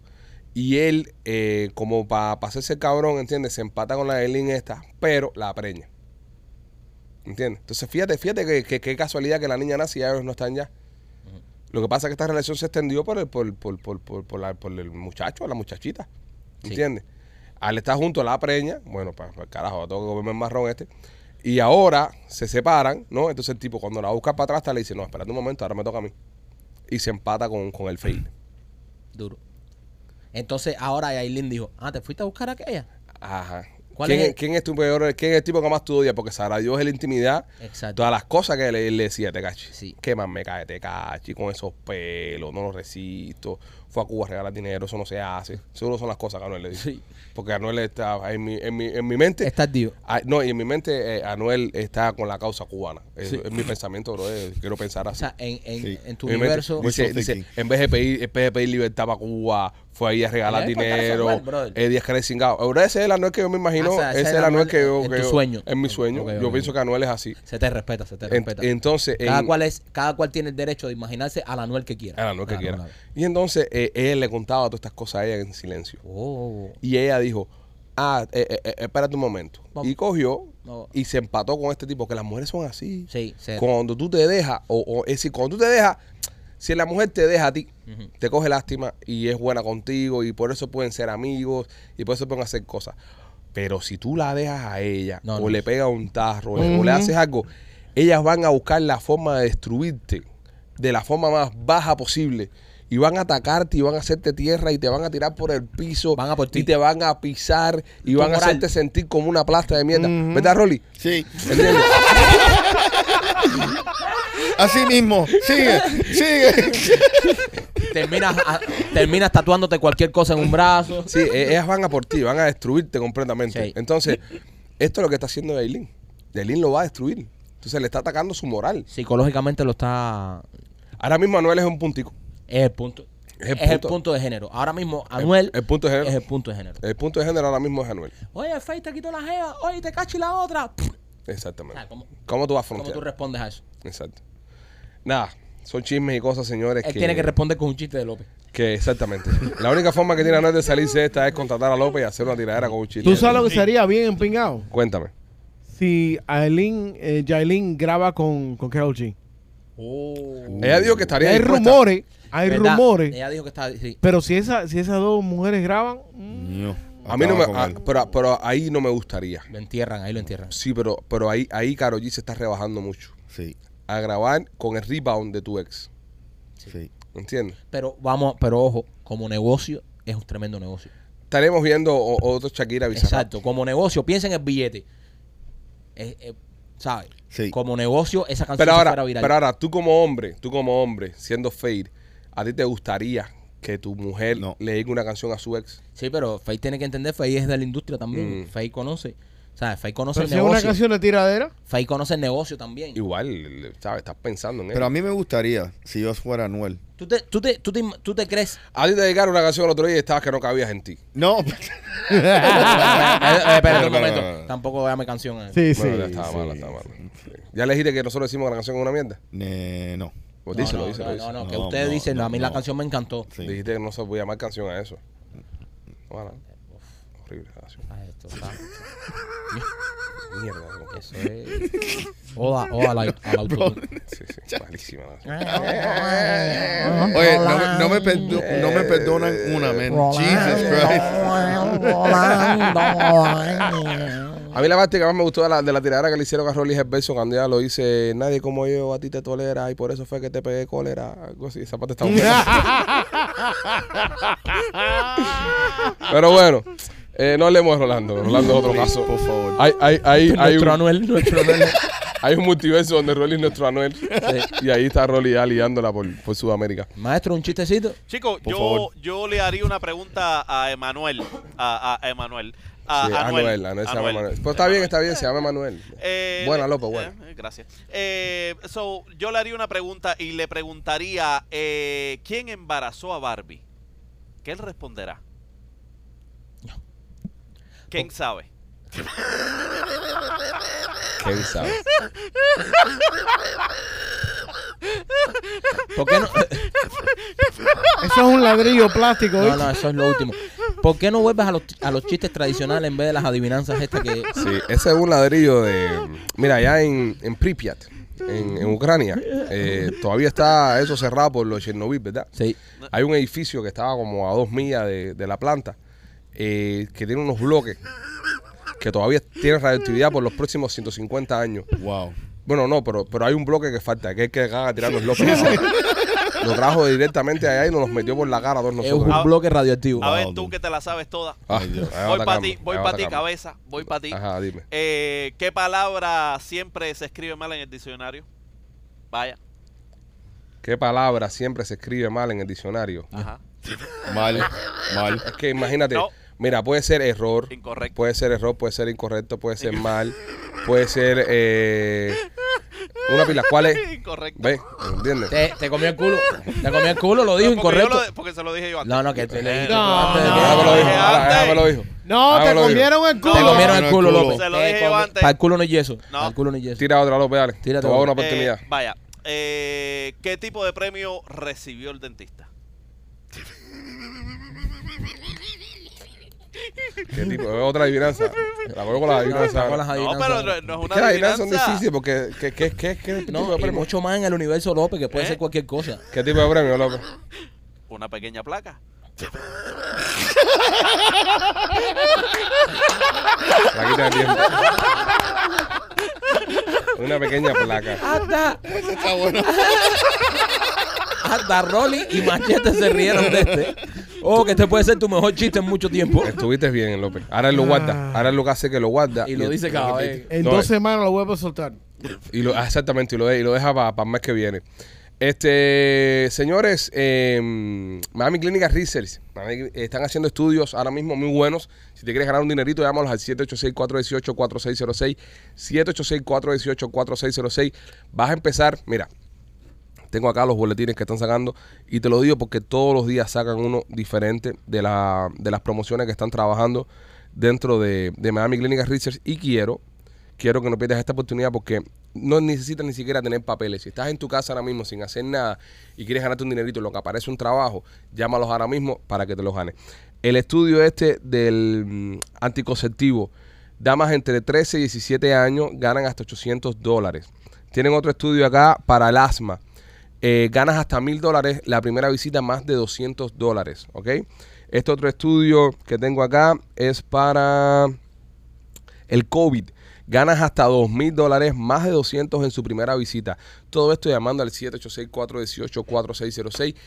Speaker 1: Y él, eh, como para hacerse cabrón, ¿entiendes? Se empata con la Eileen esta, pero la preña. ¿Entiendes? Entonces, fíjate, fíjate que, que- qué casualidad que la niña nace y ya ellos no están ya. Lo que pasa es que esta relación se extendió por el, por, por, por, por, por la- por el muchacho o la muchachita.
Speaker 3: Sí.
Speaker 1: ¿Entiendes? Al estar junto a la preña, bueno, pues, pues, carajo, tengo que comerme el marrón este. Y ahora se separan, ¿no? Entonces el tipo cuando la busca para atrás, hasta le dice, no, espérate un momento, ahora me toca a mí. Y se empata con, con el fail.
Speaker 3: Duro. Entonces ahora Yailin dijo, ah, ¿te fuiste a buscar a aquella?
Speaker 1: Ajá.
Speaker 3: ¿Cuál
Speaker 1: ¿Quién,
Speaker 3: es
Speaker 1: es
Speaker 3: el-
Speaker 1: quién es tu peor, quién es el tipo que más tú odias? Porque sabrá Dios es la intimidad,
Speaker 3: Exacto.
Speaker 1: todas las cosas que le, le decía te cachi.
Speaker 3: Sí.
Speaker 1: ¿Qué más me cae te cachi con esos pelos? No los resisto. Fue a Cuba a regalar dinero, eso no se hace. Seguro son las cosas que Anuel le dice.
Speaker 3: Sí.
Speaker 1: Porque Anuel está en mi, en mi, en mi mente.
Speaker 3: Estás digo.
Speaker 1: Ah, no, y en mi mente eh, Anuel está con la causa cubana. Es,
Speaker 3: Sí.
Speaker 1: es mi pensamiento, bro. eh, quiero pensar
Speaker 3: O
Speaker 1: así.
Speaker 3: sea, en, en,
Speaker 6: Sí.
Speaker 3: en tu
Speaker 1: Mi mente
Speaker 3: universo...
Speaker 6: Muy
Speaker 1: Dice,
Speaker 6: Wishful
Speaker 1: dice,
Speaker 6: thinking.
Speaker 1: en vez de pedir, en vez de pedir libertad para Cuba, fue ahí a regalar
Speaker 3: Le va a importar
Speaker 1: dinero.
Speaker 3: eso a Anuel, brother.
Speaker 1: eh, Díaz Canel cingado. Ahora ese es el Anuel que yo me imagino.
Speaker 3: Ah, o sea,
Speaker 1: ese es el Anuel que yo.
Speaker 3: en
Speaker 1: que
Speaker 3: tu
Speaker 1: yo-
Speaker 3: sueño.
Speaker 1: En mi
Speaker 3: Ok,
Speaker 1: sueño.
Speaker 3: ok,
Speaker 1: yo
Speaker 3: ok.
Speaker 1: pienso que Anuel es así.
Speaker 3: Se te respeta, se te
Speaker 1: En-
Speaker 3: respeta.
Speaker 1: entonces,
Speaker 3: cada,
Speaker 1: en-
Speaker 3: cual es, cada cual tiene el derecho de imaginarse al Anuel que quiera.
Speaker 1: el Anuel que
Speaker 3: Claro,
Speaker 1: quiera.
Speaker 3: claro.
Speaker 1: Y entonces eh, él le contaba todas estas cosas a ella en silencio.
Speaker 3: Oh,
Speaker 1: Y ella dijo, ah, eh, eh, eh, espérate un momento.
Speaker 3: Vamos.
Speaker 1: Y cogió
Speaker 3: No.
Speaker 1: y se empató con este tipo, que las mujeres son así.
Speaker 3: sí, se-
Speaker 1: Cuando tú te dejas, o, o- es decir, cuando tú te dejas, si la mujer te deja a ti,
Speaker 3: Ujú.
Speaker 1: te coge lástima y es buena contigo y por eso pueden ser amigos y por eso pueden hacer cosas. Pero si tú la dejas a ella
Speaker 3: No,
Speaker 1: o
Speaker 3: no.
Speaker 1: le pegas un tarro eh, o
Speaker 5: Ujú.
Speaker 1: le haces algo, ellas van a buscar la forma de destruirte de la forma más baja posible. Y van a atacarte y van a hacerte tierra y te van a tirar por el piso
Speaker 3: Van a por ti.
Speaker 1: y te van a pisar y
Speaker 3: Tu
Speaker 1: van a
Speaker 3: moral.
Speaker 1: hacerte sentir como una plasta de mierda.
Speaker 5: Ujú.
Speaker 1: ¿Verdad, Rolly?
Speaker 6: Sí,
Speaker 1: ¿Entiendes?
Speaker 6: así mismo. Sigue, sigue.
Speaker 3: terminas, a- terminas ah, tatuándote cualquier cosa en un brazo.
Speaker 1: Sí, e- ellas van a por ti, van a destruirte completamente.
Speaker 3: Sí.
Speaker 1: Entonces, esto es lo que está haciendo Yailin. Yailin lo va a destruir. Entonces le está atacando su moral.
Speaker 3: Psicológicamente lo está.
Speaker 1: Ahora mismo Anuel es un puntico.
Speaker 3: Es el punto.
Speaker 1: Es
Speaker 3: Es
Speaker 1: el
Speaker 3: el,
Speaker 1: punto.
Speaker 3: punto. de género. Ahora mismo, Anuel.
Speaker 1: el punto de género.
Speaker 3: Es el punto de género.
Speaker 1: El punto de género ahora mismo es Anuel.
Speaker 3: Oye, Faye te quitó la jeva. Oye, te cachi la otra. Pff,
Speaker 1: Exactamente.
Speaker 3: Ah,
Speaker 1: ¿Cómo,
Speaker 3: ¿cómo-
Speaker 1: tú vas a
Speaker 3: ¿Cómo tú
Speaker 1: frontear?
Speaker 3: respondes a eso?
Speaker 1: Exacto. Nada, son chismes y cosas, señores.
Speaker 3: Él tiene que responder con un chiste de López.
Speaker 1: que exactamente. La única forma que tiene Anuel de salirse de esta es contratar a López y hacer una tiradera con un chiste.
Speaker 5: ¿Tú sabes lo que sería bien empingado?
Speaker 1: Cuéntame.
Speaker 5: Si Aileen, eh, Yailin graba con, con Karol G.
Speaker 1: Ella dijo que estaría
Speaker 5: hay
Speaker 1: dispuesta.
Speaker 5: rumores, hay
Speaker 3: ¿Verdad? Eh.
Speaker 5: rumores.
Speaker 3: Ella dijo que está. Sí.
Speaker 5: Pero si, esa, si esas dos mujeres graban, mm,
Speaker 1: A mí no me...
Speaker 6: Acaba con
Speaker 1: ah,
Speaker 6: él.
Speaker 1: pero, pero ahí no me gustaría.
Speaker 3: Lo entierran, ahí lo entierran.
Speaker 1: Sí, pero, pero ahí, ahí Karol G se está rebajando mucho.
Speaker 6: Sí,
Speaker 1: a grabar con el rebound de tu ex.
Speaker 6: sí.
Speaker 1: ¿Entiendes?
Speaker 3: Pero vamos, pero ojo, como negocio, es un tremendo negocio.
Speaker 1: Estaremos viendo o- otro Shakira Bizarrap.
Speaker 3: Exacto, como negocio, piensa en el billete. Eh, eh, ¿sabes?
Speaker 6: Sí.
Speaker 3: Como negocio, esa canción
Speaker 1: Pero
Speaker 3: se
Speaker 1: ahora,
Speaker 3: fuera viral.
Speaker 1: pero ahora, tú como hombre, tú como hombre, siendo Fade, ¿a ti te gustaría que tu mujer
Speaker 6: No.
Speaker 1: le diga una canción a su ex?
Speaker 3: Sí, pero Faye tiene que entender, Faye es de la industria también.
Speaker 1: Mm.
Speaker 3: Faye conoce, ¿sabes? Faye conoce
Speaker 5: Pero
Speaker 3: el
Speaker 5: si es una
Speaker 3: negocio.
Speaker 5: canción de tiradera,
Speaker 3: Faye conoce el negocio también.
Speaker 1: Igual, le- ¿sabes? Estás pensando en él.
Speaker 6: Pero a mí me gustaría, si yo fuera Anuel.
Speaker 3: ¿Tú te, tú, te, tú, te, tú te crees?
Speaker 1: a ti te dedicaron una canción el otro día y estabas que no cabías en ti.
Speaker 6: No,
Speaker 1: Ah,
Speaker 3: Eh, eh, espérate un
Speaker 6: Pero,
Speaker 3: momento.
Speaker 6: pero, pero.
Speaker 3: Tampoco dame canción. eh.
Speaker 5: sí, sí.
Speaker 1: Bueno, ya estaba
Speaker 6: sí,
Speaker 1: mal, estaba mal. Sí. Ya le dijiste que nosotros decimos que la canción es una mierda.
Speaker 6: Eh, no.
Speaker 1: Pues
Speaker 3: No,
Speaker 1: díselo,
Speaker 3: no,
Speaker 1: díselo.
Speaker 3: no,
Speaker 1: díselo.
Speaker 3: no, no, que
Speaker 6: No,
Speaker 3: ustedes
Speaker 6: no,
Speaker 3: dicen,
Speaker 6: no,
Speaker 3: a mí
Speaker 6: no.
Speaker 3: la canción me encantó.
Speaker 6: Sí.
Speaker 1: Dijiste que no se podía llamar canción a eso. Bueno, horrible canción.
Speaker 3: Ah, esto está-
Speaker 1: Mierda. ¿no?
Speaker 3: Eso es. Oda, oda al, al autotune.
Speaker 1: Sí, sí, malísima. la canción.
Speaker 6: Oye, no, me- no me perdo- no me perdonan una, man. Jesus Christ.
Speaker 1: A mí la parte que más me gustó de la, de la tiradera que le hicieron a Rolly Herberson cuando ya lo dice nadie como yo a ti te tolera y por eso fue que te pegué cólera. Algo así, esa parte está buena. Pero bueno, eh, no hablemos de Rolando. Rolando es otro caso.
Speaker 6: Por favor.
Speaker 1: Hay, hay, hay, hay,
Speaker 3: Nuestro
Speaker 1: un,
Speaker 3: Anuel, nuestro Anuel.
Speaker 1: hay un multiverso donde Rolly es nuestro Anuel. Y ahí está Rolly ya liándola por, por Sudamérica.
Speaker 3: Maestro, un chistecito.
Speaker 4: Chicos,
Speaker 6: Por
Speaker 4: yo,
Speaker 6: favor.
Speaker 4: yo le haría una pregunta a Emanuel. A, a- a Emanuel. A
Speaker 1: Sí,
Speaker 4: Ah, Anuel.
Speaker 1: Anuel, Anuel se llama
Speaker 4: Anuel.
Speaker 1: Manuel. Pues está bien, está bien, se llama Manuel.
Speaker 4: Eh,
Speaker 1: buena,
Speaker 4: le-
Speaker 1: López, buena.
Speaker 4: eh, gracias. Eh, so, yo le haría una pregunta y le preguntaría: eh, ¿quién embarazó a Barbie? ¿Qué él responderá? ¿Quién sabe?
Speaker 1: ¿Quién sabe?
Speaker 3: ¿Por qué no?
Speaker 5: eso es un ladrillo plástico.
Speaker 3: No,
Speaker 5: ¿viste?
Speaker 3: no, eso es lo último. ¿Por qué no vuelves a los, a los chistes tradicionales en vez de las adivinanzas estas que...
Speaker 1: Sí, ese es un ladrillo de. Mira, allá en, en Pripyat, en, en Ucrania, eh, todavía está eso cerrado por los Chernobyl, ¿verdad?
Speaker 3: Sí.
Speaker 1: Hay un edificio que estaba como a dos millas de, de la planta, eh, que tiene unos bloques que todavía tiene radioactividad por los próximos 150 años.
Speaker 6: Wow.
Speaker 1: Bueno, no, pero, pero hay un bloque que falta, que es que acaba de tirar los bloques. Lo trajo directamente allá y nos los metió por la cara a todos
Speaker 3: Es un
Speaker 1: nosotros.
Speaker 4: Ah,
Speaker 3: bloque radioactivo.
Speaker 4: A ver,
Speaker 6: Wow,
Speaker 4: tú
Speaker 6: dude.
Speaker 4: que te la sabes toda.
Speaker 1: Ah, ahí
Speaker 4: Voy
Speaker 1: va
Speaker 4: para
Speaker 1: atacando,
Speaker 4: ti, voy
Speaker 1: ahí va
Speaker 4: para ti,
Speaker 1: atacando.
Speaker 4: cabeza. Voy para ti.
Speaker 1: Ajá, dime.
Speaker 4: Eh, ¿Qué palabra siempre se escribe mal en el diccionario? Vaya.
Speaker 1: ¿Qué palabra siempre se escribe mal en el diccionario?
Speaker 4: Ajá.
Speaker 6: Mal, mal.
Speaker 1: Es que imagínate,
Speaker 4: No.
Speaker 1: mira, puede ser error,
Speaker 4: Incorrecto.
Speaker 1: puede ser error, puede ser incorrecto, puede ser mal, puede ser eh, una pila. ¿Cuál es?
Speaker 4: Incorrecto.
Speaker 1: ¿Ves? ¿Entiendes?
Speaker 3: Te, te comió el culo. Te comió el culo, lo dijo
Speaker 4: No, porque yo
Speaker 3: incorrecto.
Speaker 4: lo de- Eh, porque se lo dije yo antes.
Speaker 3: No, no, que te le dijiste
Speaker 5: No,
Speaker 3: tú antes de
Speaker 5: no.
Speaker 3: que-
Speaker 1: Ahora me lo dijo,
Speaker 4: dije
Speaker 1: ahora- ahora
Speaker 4: antes.
Speaker 1: me lo dijo.
Speaker 5: No,
Speaker 1: Ahora
Speaker 5: te
Speaker 1: me lo dijo.
Speaker 5: comieron el
Speaker 4: No.
Speaker 5: culo.
Speaker 3: Te
Speaker 4: No,
Speaker 3: comieron
Speaker 6: no,
Speaker 3: el culo,
Speaker 6: el culo.
Speaker 3: López.
Speaker 4: Se lo
Speaker 3: Te
Speaker 4: dije yo
Speaker 3: comi-
Speaker 4: antes.
Speaker 3: Para el culo no hay yeso.
Speaker 4: No.
Speaker 3: Para el culo no hay yeso.
Speaker 1: Tira otra, López, dale.
Speaker 3: Tírate
Speaker 1: Te voy a dar una
Speaker 4: Eh,
Speaker 1: oportunidad.
Speaker 4: vaya. Eh, ¿Qué tipo de premio recibió el dentista?
Speaker 1: ¿Qué tipo? Es otra adivinanza. La pongo con la
Speaker 3: No,
Speaker 1: adivinanza.
Speaker 3: sacó las
Speaker 1: ahora.
Speaker 4: No, pero no,
Speaker 3: adivinanzas.
Speaker 4: no es
Speaker 1: Es
Speaker 4: una
Speaker 1: que las
Speaker 4: adivinanza.
Speaker 1: adivinanzas son difíciles porque ¿qué, qué, qué, qué tipo
Speaker 3: No,
Speaker 1: de
Speaker 3: y
Speaker 1: premio?
Speaker 3: mucho más en el universo López, que puede
Speaker 4: ¿Eh?
Speaker 3: ser cualquier cosa.
Speaker 1: ¿Qué tipo de premio, López?
Speaker 4: Una pequeña placa.
Speaker 1: La quita de tiempo. Una pequeña placa.
Speaker 3: Hasta,
Speaker 6: Ese está bueno.
Speaker 3: hasta Rolly y Machete se rieron de este. Oh, que este puede ser tu mejor chiste en mucho tiempo. Ah.
Speaker 1: Estuviste bien, López. Ahora él lo guarda. Ahora él lo que hace es que lo guarda.
Speaker 3: Y lo dice cada vez.
Speaker 5: En
Speaker 1: No,
Speaker 5: dos
Speaker 1: eh.
Speaker 5: semanas lo vuelvo a soltar.
Speaker 1: Y lo, ah, exactamente, y lo, de- y lo deja para el mes que viene. Este, señores, eh, Miami Clinic Research Miami- están haciendo estudios ahora mismo muy buenos. Si te quieres ganar un dinerito, llámalos al 786-418-4606. 786-418-4606. Vas a empezar, mira, tengo acá los boletines que están sacando y te lo digo porque todos los días sacan uno diferente de, la, de las promociones que están trabajando dentro de, de Miami Clinic Research y quiero, quiero que no pierdas esta oportunidad porque no necesitas ni siquiera tener papeles. Si estás en tu casa ahora mismo sin hacer nada y quieres ganarte un dinerito, en lo que aparece un trabajo, llámalos ahora mismo para que te los ganes. El estudio este del mm, anticonceptivo, damas entre 13 y 17 años ganan hasta 800 dólares. Tienen otro estudio acá para el asma. Eh, ganas hasta mil dólares, la primera visita más de 200 dólares, ¿ok? Este otro estudio que tengo acá es para el COVID. Ganas hasta 2 mil dólares, más de 200 en su primera visita. Todo esto llamando al 786-418-4606.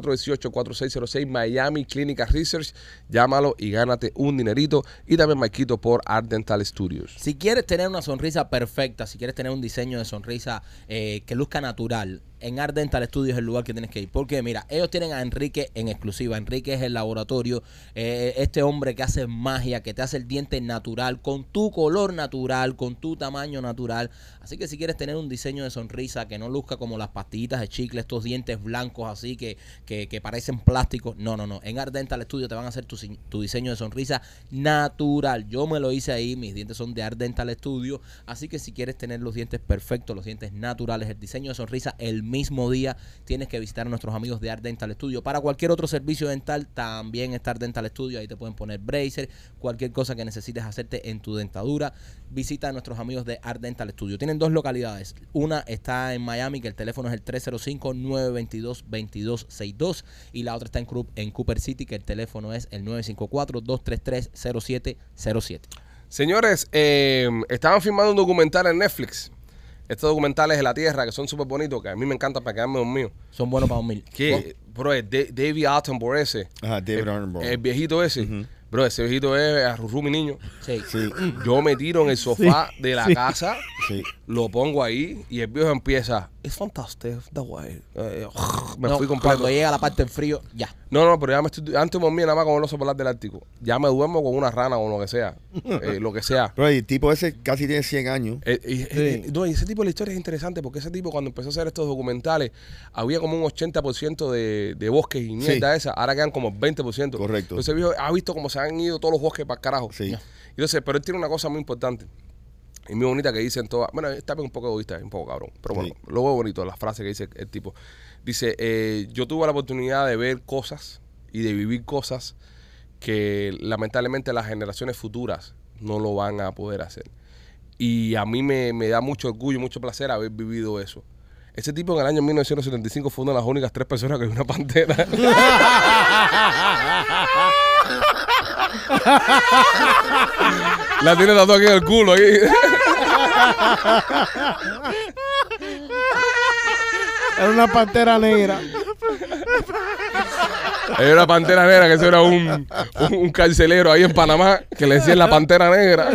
Speaker 1: 786-418-4606. Miami Clinical Research. Llámalo y gánate un dinerito. Y también Marquito por Art Dental Studios.
Speaker 2: Si quieres tener una sonrisa perfecta, si quieres tener un diseño de sonrisa eh, que luzca natural, en Art Dental Studios es el lugar que tienes que ir. Porque mira, ellos tienen a Enrique en exclusiva. Enrique es el laboratorio, eh, este hombre que hace magia, que te hace el diente natural, con tu color natural, con tu tamaño natural. Así que si quieres tener un diseño de sonrisa que no luzca como las pastillitas de chicle, estos dientes blancos así que, que, que parecen plásticos, no, no, no. En Art Dental Studio te van a hacer tu, si- tu diseño de sonrisa natural. Yo me lo hice ahí, mis dientes son de Art Dental Studio. Así que si quieres tener los dientes perfectos, los dientes naturales, el diseño de sonrisa el mismo día, tienes que visitar a nuestros amigos de Art Dental Studio. Para cualquier otro servicio dental, también está Art Dental Studio. Ahí te pueden poner bracer, cualquier cosa que necesites hacerte en tu dentadura. Visita a nuestros amigos de Art Dental Studio. Tienen dos localidades. Una está en Miami, que el teléfono es el 305-922-2262. Y la otra está en, Cru- en Cooper City, que el teléfono es el 954-233-0707.
Speaker 1: Señores, eh, estaban filmando un documental en Netflix. Estos documentales de la Tierra que son súper bonitos, que a mí me encanta para quedarme dormido.
Speaker 2: Son buenos para dormir.
Speaker 1: Que, bro, es Da- David Attenborough ese.
Speaker 6: Ajá, David
Speaker 1: el,
Speaker 6: Attenborough.
Speaker 1: El viejito ese. Bro, ese viejito es Arrurú, mi niño.
Speaker 2: Sí.
Speaker 6: Sí,
Speaker 1: Yo me tiro en el sofá de la casa,
Speaker 6: sí.
Speaker 1: lo pongo ahí y el viejo empieza. Es fantástico, da guay. Eh, me
Speaker 2: No,
Speaker 1: fui completo.
Speaker 2: cuando llega la parte del frío, ya.
Speaker 1: No, no, pero ya me estoy. Antes dormía nada más con el oso polar del Ártico. Ya me duermo con una rana o lo que sea. Eh, lo que sea.
Speaker 6: Pero el tipo ese casi tiene 100 años.
Speaker 1: Eh, y- eh, no, y ese tipo de la historia es interesante porque ese tipo cuando empezó a hacer estos documentales había como un 80% de, de bosques y mierda esa, ahora quedan como 20%.
Speaker 6: Correcto.
Speaker 1: Entonces viejo, ha visto cómo se han ido todos los bosques para carajo.
Speaker 6: Sí.
Speaker 1: Entonces, pero él tiene una cosa muy importante y muy bonita que dicen todas. Bueno, está un poco egoísta, es un poco cabrón, pero bueno,
Speaker 6: Sí.
Speaker 1: luego es bonito la frase que dice el tipo. Dice, eh, yo tuve la oportunidad de ver cosas y de vivir cosas que lamentablemente las generaciones futuras no lo van a poder hacer. Y a mí me, me da mucho orgullo, y mucho placer haber vivido eso. Ese tipo en el año 1975 fue una de las únicas tres personas que vio una pantera. La tiene tatuada aquí en el culo. Aquí.
Speaker 5: Era una pantera negra.
Speaker 1: Hay una pantera negra que eso era un, un, un carcelero ahí en Panamá que le decían la pantera negra.